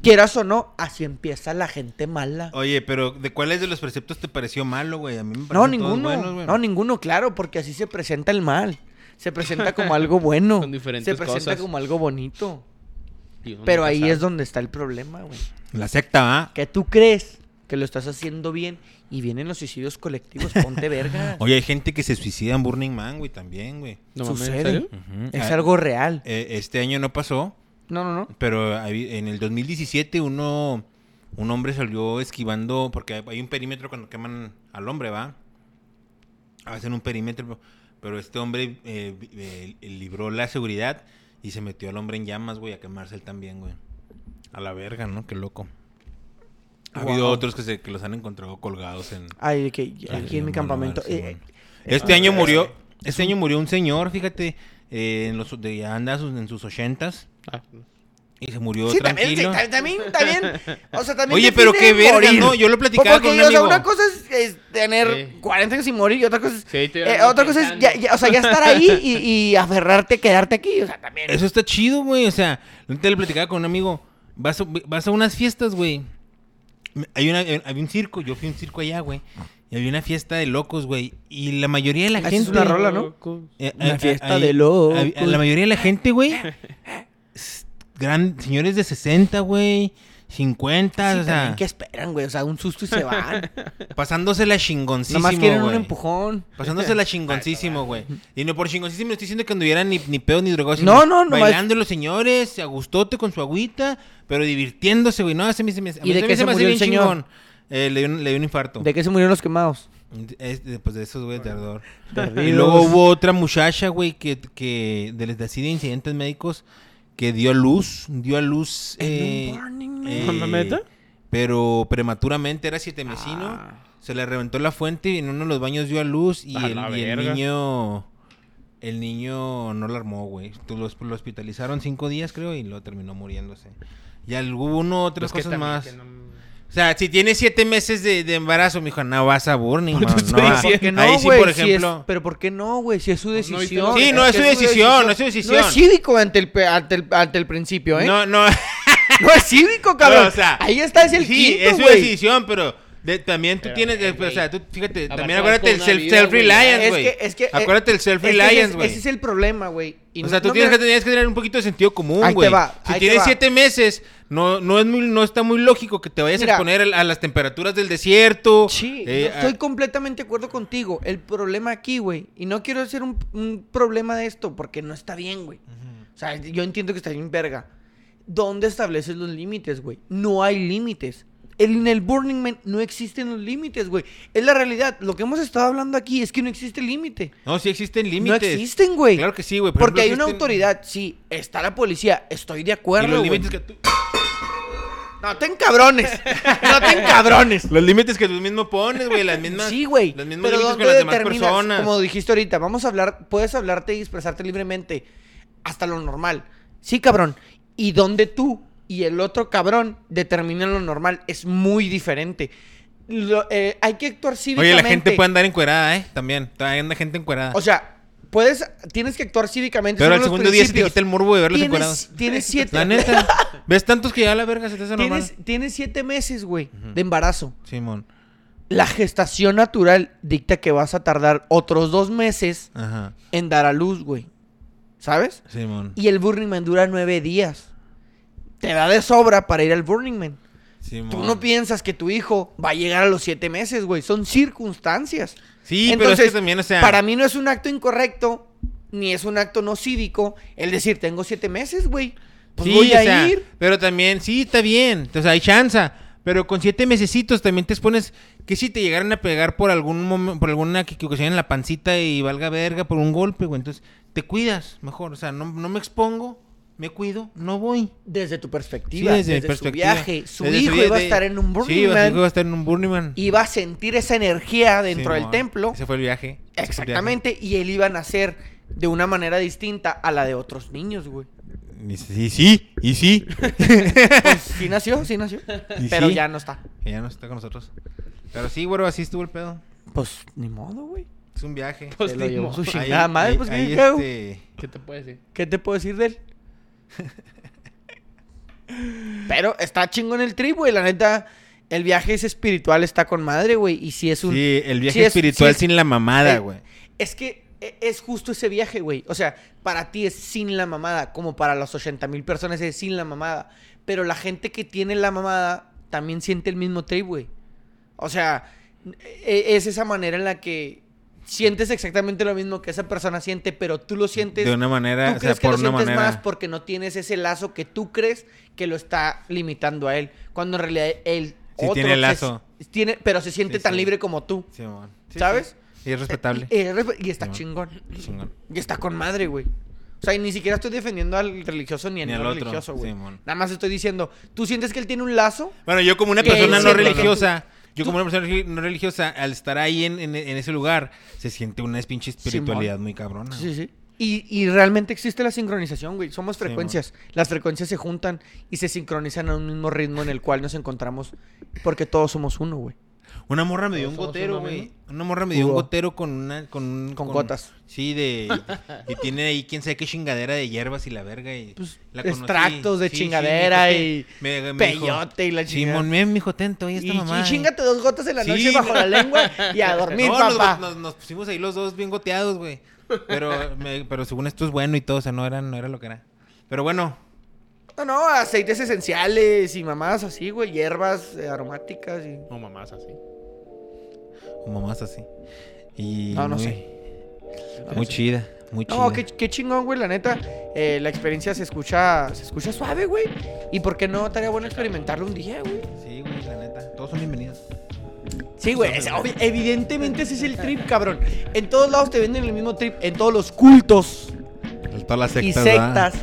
Speaker 1: quieras o no, así empieza la gente mala.
Speaker 2: Oye, pero ¿de cuáles de los preceptos te pareció malo, güey? A mí me
Speaker 1: No,
Speaker 2: parecen todos
Speaker 1: ninguno.
Speaker 2: buenos, güey.
Speaker 1: no, ninguno, claro, porque así se presenta el mal. Se presenta como algo bueno.
Speaker 3: Con diferentes
Speaker 1: se presenta
Speaker 3: cosas.
Speaker 1: como algo bonito.
Speaker 3: Y uno
Speaker 1: Pero
Speaker 3: nunca
Speaker 1: ahí
Speaker 3: sabe.
Speaker 1: es donde está el problema, güey.
Speaker 2: La secta, ¿ah?
Speaker 1: Que tú crees que lo estás haciendo bien y vienen los suicidios colectivos, ponte verga.
Speaker 2: Oye, hay gente que se suicida en Burning Man, güey, también, güey.
Speaker 3: No mames, ¿en
Speaker 1: Sucede.
Speaker 3: serio?
Speaker 2: Ujú.
Speaker 1: es
Speaker 2: Ah,
Speaker 1: algo real.
Speaker 2: eh, este año no pasó,
Speaker 1: No, no, no.
Speaker 2: pero hay- en el 2017 uno, un hombre salió esquivando, porque hay- hay un perímetro cuando queman al hombre, ¿va? Hacen un perímetro, pero este hombre eh, vi- eh, libró la seguridad y se metió al hombre en llamas, güey, a quemarse él también, güey. A la verga, ¿no? Qué loco. Ha habido
Speaker 1: Wow.
Speaker 2: otros que, se, que los han encontrado colgados en...
Speaker 1: Ay, de que
Speaker 2: Sí,
Speaker 1: aquí en mi
Speaker 2: Simón,
Speaker 1: campamento.
Speaker 2: Simón.
Speaker 1: eh,
Speaker 2: este
Speaker 1: eh,
Speaker 2: año
Speaker 1: eh,
Speaker 2: murió, este año murió un señor, fíjate, eh, en los, de, ya anda sus- en sus ochentas
Speaker 3: Ah,
Speaker 2: y se murió
Speaker 1: Sí, también, sí,
Speaker 2: tranquilo.
Speaker 1: ta- también, también, O sea, también.
Speaker 2: Oye,
Speaker 1: te
Speaker 2: pero
Speaker 1: pide
Speaker 2: qué verga,
Speaker 1: morir.
Speaker 2: ¿no? Yo lo platicaba
Speaker 1: Porque,
Speaker 2: con un
Speaker 1: o sea,
Speaker 2: amigo.
Speaker 1: una cosa es, es tener
Speaker 3: Sí.
Speaker 1: 40 años y morir y otra cosa es.
Speaker 3: Sí, ahí te
Speaker 1: eh,
Speaker 3: van
Speaker 1: otra cosa es, ya,
Speaker 3: pensando.
Speaker 1: ya- o sea, ya estar ahí y, y aferrarte, quedarte aquí. O sea, también.
Speaker 2: Eso está chido, güey. O sea, te lo platicaba con un amigo. Vas a, vas a unas fiestas, güey. Hay una, eh, había un circo, yo fui a un circo allá, güey. Y había una fiesta de locos, güey. Y la mayoría de la
Speaker 1: Esa Ah, es
Speaker 2: gente.
Speaker 1: una rola, ¿no?
Speaker 3: Locos.
Speaker 2: Eh,
Speaker 1: Una
Speaker 2: ah,
Speaker 1: fiesta
Speaker 2: ah, ahí-
Speaker 1: de locos.
Speaker 2: ah, ah, La mayoría de la gente, güey. s- Gran, señores de 60, güey. 50,
Speaker 1: Sí, también,
Speaker 2: o sea,
Speaker 1: ¿Qué esperan, güey? O sea, un susto y se van.
Speaker 2: pasándose la chingoncísimo,
Speaker 1: Nomás quieren un
Speaker 2: güey.
Speaker 1: empujón.
Speaker 2: Pasándose la chingoncísimo, güey. Y no por chingoncísimo no estoy diciendo que anduvieran ni, ni pedo ni drogados.
Speaker 1: No, no,
Speaker 2: sino
Speaker 1: nomás-
Speaker 2: Bailando los señores, a gustote con su agüita, pero divirtiéndose, güey. No, se me, se me, a mí
Speaker 1: de
Speaker 2: se me
Speaker 1: qué
Speaker 2: hace
Speaker 1: se
Speaker 2: más
Speaker 1: murió el
Speaker 2: bien
Speaker 1: señor?
Speaker 2: chingón. Eh, le, dio un, le dio un infarto.
Speaker 1: ¿De qué se murieron los quemados?
Speaker 2: Es- de- pues de esos, güey, de ardor. Y
Speaker 1: Perdidos.
Speaker 2: luego hubo otra muchacha, güey, que, que de, de así de incidentes médicos que dio a luz, dio a luz.
Speaker 1: En un
Speaker 2: eh,
Speaker 1: Burning Man.
Speaker 2: eh,
Speaker 3: ¿Neta?
Speaker 2: Pero prematuramente era siete mesino.
Speaker 3: Ah.
Speaker 2: Se le reventó la fuente y en uno de los baños dio a luz y,
Speaker 3: A
Speaker 2: el,
Speaker 3: la
Speaker 2: y el
Speaker 3: verga.
Speaker 2: niño. El niño no la armó, güey. Tú- Lo, lo hospitalizaron cinco días, creo, y lo terminó muriéndose. Y alguno, otras
Speaker 3: Pues que
Speaker 2: cosas
Speaker 3: también
Speaker 2: más.
Speaker 3: que no-
Speaker 2: O sea, si tienes siete meses de, de embarazo, mijo, no vas a Burning,
Speaker 3: Por
Speaker 2: Man,
Speaker 3: eso
Speaker 2: no
Speaker 3: estoy
Speaker 1: ¿Por
Speaker 2: vas-
Speaker 1: qué
Speaker 3: diciendo.
Speaker 1: no,
Speaker 2: Ahí sí,
Speaker 1: güey?
Speaker 2: por
Speaker 1: Si es-
Speaker 2: ejemplo.
Speaker 1: pero ¿por qué no, güey? Si es su
Speaker 3: Pues no viste
Speaker 1: decisión.
Speaker 3: lo-
Speaker 2: Sí, no, es su
Speaker 1: que
Speaker 2: decisión, no es su
Speaker 1: No
Speaker 2: decisión.
Speaker 1: es cívico ante el, pe- ante el, ante el principio, ¿eh? No,
Speaker 2: No, no.
Speaker 1: es cívico, cabrón.
Speaker 2: o sea,
Speaker 1: Ahí está, es el
Speaker 2: sí,
Speaker 1: quinto,
Speaker 2: es su
Speaker 1: güey.
Speaker 2: decisión, pero de- también tú
Speaker 3: Pero,
Speaker 2: tienes.
Speaker 3: eh,
Speaker 2: eh, o sea, tú, fíjate,
Speaker 3: abarcabas
Speaker 2: también acuérdate el
Speaker 3: toda una vida,
Speaker 2: self-reliance,
Speaker 1: Es
Speaker 2: güey.
Speaker 1: que, es que. eh,
Speaker 2: Acuérdate el
Speaker 1: es que ese es-
Speaker 2: self-reliance, güey.
Speaker 1: Ese es el problema, güey. Y
Speaker 2: O
Speaker 1: no-
Speaker 2: sea, tú
Speaker 1: no
Speaker 2: tienes,
Speaker 1: me-
Speaker 2: que, tenías que tener un poquito de sentido común,
Speaker 1: Ahí te
Speaker 2: güey.
Speaker 1: va, ahí
Speaker 2: Si
Speaker 1: te
Speaker 2: tienes
Speaker 1: va.
Speaker 2: siete meses, no, no, es muy, no está muy lógico que te vayas
Speaker 1: Mira.
Speaker 2: a exponer al- a, las temperaturas del desierto.
Speaker 1: Sí,
Speaker 2: eh,
Speaker 1: yo estoy
Speaker 2: a-
Speaker 1: completamente de acuerdo contigo. El problema aquí, güey, y no quiero hacer un, un problema de esto porque no está bien, güey. O sea, yo entiendo que está bien verga. ¿Dónde estableces los límites, güey? No hay límites. El- En el Burning Man no existen los límites, güey. Es la realidad. Lo que hemos estado hablando aquí es que no existe límite.
Speaker 2: No, sí existen
Speaker 1: No
Speaker 2: límites.
Speaker 1: existen, güey.
Speaker 2: Claro que sí, güey. Por
Speaker 1: Porque hay
Speaker 2: ejemplo,
Speaker 1: una
Speaker 2: existen-
Speaker 1: autoridad, sí. Está la policía, estoy de
Speaker 2: Y
Speaker 1: acuerdo.
Speaker 2: los
Speaker 1: güey.
Speaker 2: límites que tú...
Speaker 1: No te encabrones. no te encabrones.
Speaker 2: Los límites que tú mismo pones, güey, las mismas...
Speaker 1: Sí, güey.
Speaker 2: Los mismos
Speaker 1: Pero
Speaker 2: límites
Speaker 1: ¿dónde
Speaker 2: con las demás
Speaker 1: determinas?
Speaker 2: personas.
Speaker 1: Como dijiste ahorita, vamos a hablar, puedes hablarte y expresarte libremente hasta lo normal. Sí, cabrón. Y donde tú y el otro cabrón determinan lo normal es muy diferente. Lo- eh, hay que actuar
Speaker 2: Oye,
Speaker 1: cívicamente.
Speaker 2: la gente puede andar encuerada, ¿eh? También. Hay una gente encuerada.
Speaker 1: O sea, puedes, tienes que actuar cívicamente.
Speaker 2: Pero
Speaker 1: son
Speaker 2: al
Speaker 1: los
Speaker 2: segundo día se te
Speaker 1: principios.
Speaker 2: quita el morbo de verlos
Speaker 1: Tienes,
Speaker 2: encuerados.
Speaker 1: tienes siete.
Speaker 2: La neta. ¿Ves tantos que ya la verga se te hace normal?
Speaker 1: Tienes, tienes siete meses, güey, de embarazo.
Speaker 2: Simón.
Speaker 1: La gestación natural dicta que vas a tardar otros dos meses
Speaker 2: Ajá.
Speaker 1: en dar a luz, güey. ¿Sabes?
Speaker 2: Simón.
Speaker 1: Y el Burning Man dura nueve días. Te da de sobra para ir al Burning Man.
Speaker 2: Simón.
Speaker 1: Tú no piensas que tu hijo va a llegar a los siete meses, güey. Son circunstancias.
Speaker 2: Sí, pero es que también, o sea...
Speaker 1: Para mí no es un acto incorrecto, ni es un acto no cívico el decir, tengo siete meses, güey. Pues
Speaker 2: sí,
Speaker 1: voy
Speaker 2: o
Speaker 1: a
Speaker 2: sea,
Speaker 1: ir.
Speaker 2: Pero también, sí, está bien. O sea, hay chanza. Pero con siete mesecitos también te expones que si te llegaran a pegar por algún momen- por alguna que- que ocasión en la pancita y valga verga por un golpe, güey. Entonces, te cuidas mejor. O sea, no, no me expongo, me cuido, no voy.
Speaker 1: Desde tu
Speaker 2: Sí,
Speaker 1: perspectiva, desde,
Speaker 2: mi
Speaker 1: su
Speaker 2: perspectiva.
Speaker 1: viaje, su
Speaker 2: Desde
Speaker 1: hijo
Speaker 2: vida
Speaker 1: iba a
Speaker 2: de-
Speaker 1: estar en un
Speaker 2: Sí,
Speaker 1: Burning
Speaker 2: iba- su hijo iba a
Speaker 1: Man,
Speaker 2: estar en un Burning Man.
Speaker 1: iba a sentir esa energía dentro del
Speaker 2: Simón.
Speaker 1: templo.
Speaker 2: Ese fue el viaje. Ese fue el viaje.
Speaker 1: Exactamente, y él iba a nacer de una manera distinta a la de otros niños, güey.
Speaker 2: Y sí, sí, y sí.
Speaker 1: Pues sí nació, sí nació,
Speaker 2: Y
Speaker 1: pero
Speaker 2: sí.
Speaker 1: ya no está.
Speaker 2: Que ya no está con nosotros. Pero sí, güey, así estuvo el pedo.
Speaker 1: Pues ni modo, güey.
Speaker 2: Es un viaje.
Speaker 3: Pues
Speaker 1: Se lo
Speaker 3: ni
Speaker 1: llevó
Speaker 3: modo.
Speaker 1: su
Speaker 2: Ahí-
Speaker 1: chingada madre,
Speaker 2: ahí-
Speaker 1: pues
Speaker 2: ahí,
Speaker 1: ¿qué, hago?
Speaker 2: este,
Speaker 3: ¿Qué te puedo decir?
Speaker 1: ¿Qué te puedo decir de él? Pero está chingón el trip, güey, la neta. El viaje es espiritual, está con madre, güey, y si es un
Speaker 2: Sí, el viaje
Speaker 1: sí es-
Speaker 2: espiritual
Speaker 1: sí es-
Speaker 2: sin la mamada,
Speaker 1: Eh,
Speaker 2: güey.
Speaker 1: Es que e- es justo ese viaje, güey. O sea, para ti es sin la mamada, como para las 80 mil personas es sin la mamada. Pero la gente que tiene la mamada también siente el mismo trip, güey. O sea, e- es esa manera en la que sientes exactamente lo mismo que esa persona siente, pero tú lo sientes
Speaker 2: de una manera,
Speaker 1: tú
Speaker 2: o sea,
Speaker 1: crees que
Speaker 2: por
Speaker 1: lo
Speaker 2: una
Speaker 1: sientes
Speaker 2: manera.
Speaker 1: más porque no tienes ese lazo que tú crees que lo está limitando a él. Cuando en realidad él
Speaker 2: Sí,
Speaker 1: otro
Speaker 2: tiene
Speaker 1: se-
Speaker 2: lazo.
Speaker 1: tiene, pero se siente
Speaker 2: Sí,
Speaker 1: tan
Speaker 2: sí.
Speaker 1: libre como tú.
Speaker 2: Simón. Sí,
Speaker 1: ¿Sabes? Eh,
Speaker 2: sí. Y es respetable.
Speaker 1: Y, y- y está
Speaker 2: Simón.
Speaker 1: chingón.
Speaker 2: Chingón.
Speaker 1: Y está con madre, güey. O sea, y ni siquiera estoy defendiendo al religioso ni al
Speaker 2: Ni al
Speaker 1: no
Speaker 2: otro,
Speaker 1: religioso, güey.
Speaker 2: Simón.
Speaker 1: Nada más estoy diciendo, tú sientes que él tiene un lazo
Speaker 2: Bueno, yo como una
Speaker 1: Que
Speaker 2: persona
Speaker 1: él
Speaker 2: no
Speaker 1: siente que
Speaker 2: religiosa, yo como una persona relig- no religiosa, al estar ahí en, en- en ese lugar, se siente una pinche espiritualidad muy cabrona.
Speaker 1: Sí, sí. Y, y realmente existe la sincronización, güey. Somos frecuencias. Las frecuencias se juntan y se sincronizan a un mismo ritmo en el cual nos encontramos porque todos somos uno, güey.
Speaker 2: Una morra me dio un
Speaker 3: Todos somos
Speaker 2: gotero,
Speaker 3: uno
Speaker 2: güey.
Speaker 3: mismo.
Speaker 2: Una morra me dio un
Speaker 1: Hugo.
Speaker 2: gotero con una... Con, un-
Speaker 1: Con gotas.
Speaker 2: Sí, de... Y tiene ahí quién sabe qué chingadera de hierbas y la verga y...
Speaker 1: Pues,
Speaker 2: la conocí.
Speaker 1: extractos de
Speaker 2: Sí, sí,
Speaker 1: chingadera
Speaker 2: me dijo que- me- me dijo,
Speaker 1: Peyote y la chingada.
Speaker 2: Simón, miren, mijo, ten, oye
Speaker 1: Y,
Speaker 2: esta
Speaker 1: y
Speaker 2: mamá. eh.
Speaker 1: chingate dos gotas en la
Speaker 2: Sí,
Speaker 1: noche bajo
Speaker 2: no.
Speaker 1: la lengua y a dormir,
Speaker 2: No, nos-
Speaker 1: papá.
Speaker 2: Nos, nos pusimos ahí los dos bien goteados, güey. Pero, me- pero según esto es bueno y todo, o sea, no era, no era lo que era. Pero bueno,
Speaker 1: No, no, aceites esenciales y mamadas así, güey. Hierbas eh, aromáticas y...
Speaker 3: No mamás así.
Speaker 2: mamás así. Y
Speaker 1: No, no
Speaker 2: muy,
Speaker 1: sé.
Speaker 2: Muy chida, muy chida.
Speaker 1: No, qué, qué chingón, güey, la neta. eh, la experiencia se escucha, se escucha suave, güey. ¿Y por qué no estaría bueno experimentarlo un día, güey?
Speaker 2: Sí, güey, la neta. Todos son bienvenidos.
Speaker 1: Sí, güey. es obvi- evidentemente ese es el trip, cabrón. En todos lados te venden el mismo trip. En todos los cultos
Speaker 2: Pues Todas las
Speaker 1: y sectas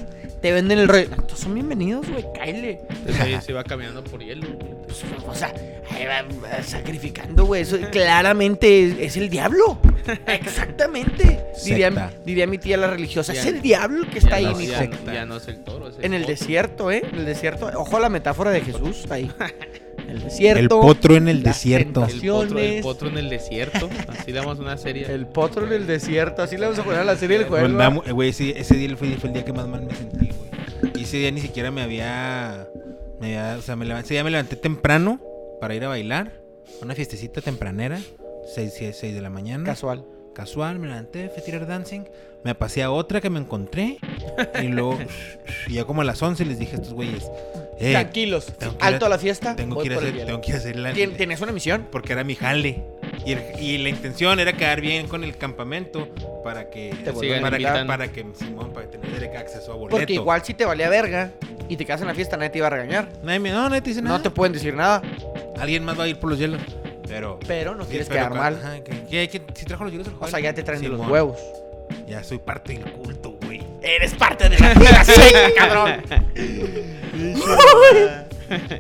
Speaker 1: te venden el rollo. Todos son bienvenidos, güey. Cáele.
Speaker 3: Entonces ahí se iba caminando por hielo.
Speaker 1: Pues, o sea, ahí va, va sacrificando, güey. Eso claramente es, es el diablo. Exactamente. Diría,
Speaker 2: Secta.
Speaker 1: diría mi tía la religiosa. Es
Speaker 3: Ya-
Speaker 1: el diablo el que está ahí,
Speaker 3: ya, no,
Speaker 1: mijo.
Speaker 3: ya, no- ya no es el toro. Es
Speaker 1: En el
Speaker 3: potro.
Speaker 1: desierto, ¿eh? En el desierto. Ojo a la metáfora de Jesús está ahí. El desierto.
Speaker 2: El potro en el
Speaker 1: las
Speaker 2: desierto.
Speaker 3: El potro, el
Speaker 1: tentaciones,
Speaker 3: potro en el desierto. Así le damos una serie.
Speaker 1: El potro en el desierto. Así le vamos a poner a la serie del juego.
Speaker 2: Andamos- eh, Güey, ese, ese día fue, fue el día que más mal me sentí, güey. Y ese día ni siquiera me había. Me había- o sea, me levanté, ese día me levanté temprano para ir a bailar. Una fiestecita tempranera. 6, de la mañana.
Speaker 1: Casual.
Speaker 2: Casual, me levanté, fui a tirar dancing. Me pasé a otra que me encontré. Y luego. y ya como a las 11 les dije a estos güeyes. "Eh,
Speaker 1: Tranquilos.
Speaker 2: tengo que ir
Speaker 1: Alto a la fiesta.
Speaker 2: tengo
Speaker 1: voy
Speaker 2: que, ir a
Speaker 1: por el
Speaker 2: hacer,
Speaker 1: hielo.
Speaker 2: tengo que ir a hacer la.
Speaker 1: Tien- ¿Tienes una misión?
Speaker 2: Porque era mi jale. Y, el- y la intención era quedar bien con el campamento para que
Speaker 1: vuelvan
Speaker 2: para, que,
Speaker 3: invitando.
Speaker 2: para que Simón para tener acceso a boleto.
Speaker 1: Porque igual si te valía verga y te quedas en la fiesta, nadie te iba a regañar.
Speaker 2: Nadie me- no, nadie te dice nada.
Speaker 1: No te pueden decir nada,
Speaker 2: Alguien más va a ir por los hielos. Pero
Speaker 1: pero no
Speaker 2: Sí,
Speaker 1: quieres
Speaker 2: pero
Speaker 1: quedar
Speaker 2: cua-
Speaker 1: mal.
Speaker 2: ajá, que- que- que- si trajo los hielos el
Speaker 1: O
Speaker 2: joven.
Speaker 1: sea, ya te traen de los
Speaker 2: Simón,
Speaker 1: huevos.
Speaker 2: Ya soy parte del culto, güey.
Speaker 1: Eres parte de la vida secta, cabrón.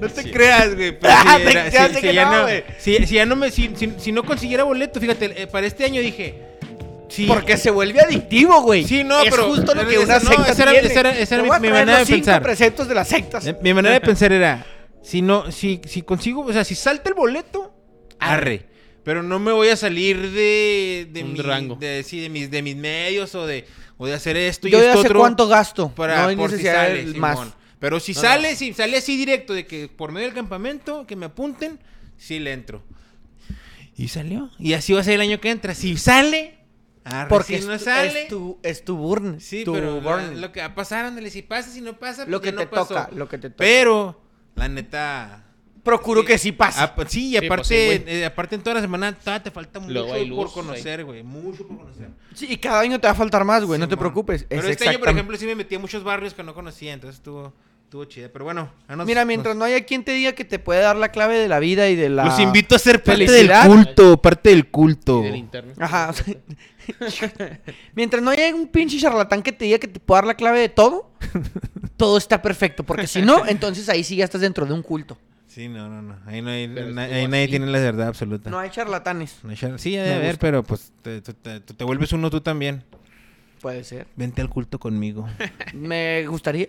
Speaker 2: No te creas, güey. pero
Speaker 1: Ah,
Speaker 2: sí
Speaker 1: te
Speaker 2: era-
Speaker 1: creas
Speaker 2: sí-
Speaker 1: de
Speaker 2: sí
Speaker 1: que
Speaker 2: ya
Speaker 1: no,
Speaker 2: no,
Speaker 1: güey.
Speaker 2: sí- sí ya no me si, si- si no consiguiera boleto, fíjate, eh, para este año dije sí,
Speaker 1: Porque se vuelve adictivo, güey.
Speaker 2: Sí, no,
Speaker 1: es
Speaker 2: pero-
Speaker 1: justo lo
Speaker 2: pero
Speaker 1: que
Speaker 2: esa-
Speaker 1: una
Speaker 2: no,
Speaker 1: secta
Speaker 2: esa era-
Speaker 1: tiene.
Speaker 2: esa era- esa
Speaker 1: Te
Speaker 2: era mi-
Speaker 1: voy a
Speaker 2: mi
Speaker 1: traer
Speaker 2: manera
Speaker 1: los
Speaker 2: de
Speaker 1: cinco
Speaker 2: pensar.
Speaker 1: preceptos de las sectas.
Speaker 2: Eh, Mi manera de pensar era, si no, si, si consigo, o sea, si salta el boleto, arre. Pero no me voy a salir de, de,
Speaker 3: Un
Speaker 2: mi-
Speaker 3: rango.
Speaker 2: de, sí, de mis, de mis medios o de, o de hacer esto y
Speaker 1: Yo ya
Speaker 2: esto
Speaker 1: sé
Speaker 2: otro
Speaker 1: cuánto gasto.
Speaker 2: para
Speaker 1: no hay
Speaker 2: por si
Speaker 1: necesidad de
Speaker 2: sale, Simón.
Speaker 1: más.
Speaker 2: Pero si
Speaker 3: No,
Speaker 2: sale, si sale así directo de que por medio del campamento que me apunten, sí le entro. Y salió. Y así va a ser el año que entra. Si sale, arre.
Speaker 1: Porque
Speaker 2: si no
Speaker 1: es, tu-
Speaker 2: sale,
Speaker 1: es tu, es tu burn.
Speaker 2: sí,
Speaker 1: tu
Speaker 2: pero la-
Speaker 1: burn.
Speaker 2: lo que va a pasar, ándale, si pasa, si no pasa,
Speaker 1: Lo
Speaker 2: pues
Speaker 1: que
Speaker 2: ya
Speaker 1: te
Speaker 2: no pasó.
Speaker 1: toca, lo que te toca.
Speaker 2: Pero, la neta.
Speaker 1: Procuro
Speaker 2: sí.
Speaker 1: que sí pase.
Speaker 2: ap- sí, y
Speaker 3: Sí, pues
Speaker 2: aparte,
Speaker 3: sí, güey.
Speaker 2: eh, aparte en toda la semana todavía te falta mucho
Speaker 3: Luego hay
Speaker 2: por
Speaker 3: luz,
Speaker 2: conocer, güey. Mucho por conocer.
Speaker 1: Sí, y cada año te va a faltar más, güey. no te
Speaker 2: Simón.
Speaker 1: preocupes.
Speaker 2: Pero
Speaker 1: es
Speaker 2: este año, por
Speaker 1: exactam-
Speaker 2: ejemplo, sí me metí a muchos barrios que no conocía, entonces estuvo, estuvo chida. Pero bueno, a nos-
Speaker 1: Mira, mientras no haya quien te diga que te puede dar la clave de la vida y de la.
Speaker 2: nos- los invito a ser parte del
Speaker 1: felicidad.
Speaker 2: culto, parte del culto.
Speaker 3: Y del interno.
Speaker 1: Ajá. o sea, mientras no haya un pinche charlatán que te diga que te puede dar la clave de todo, todo está perfecto. Porque si no, entonces ahí sí ya estás dentro de un culto.
Speaker 2: Sí, no, no, no. Ahí, no hay,
Speaker 3: Pero
Speaker 2: na-
Speaker 3: estuvo
Speaker 2: ahí nadie
Speaker 3: así.
Speaker 2: tiene la verdad absoluta.
Speaker 1: No hay charlatanes.
Speaker 2: No hay chance. sí, debe
Speaker 1: Me
Speaker 2: haber,
Speaker 1: gusta.
Speaker 2: pero pues te, tú- te- tú te vuelves uno tú también.
Speaker 1: Puede ser.
Speaker 2: Vente al culto conmigo.
Speaker 1: Me gustaría.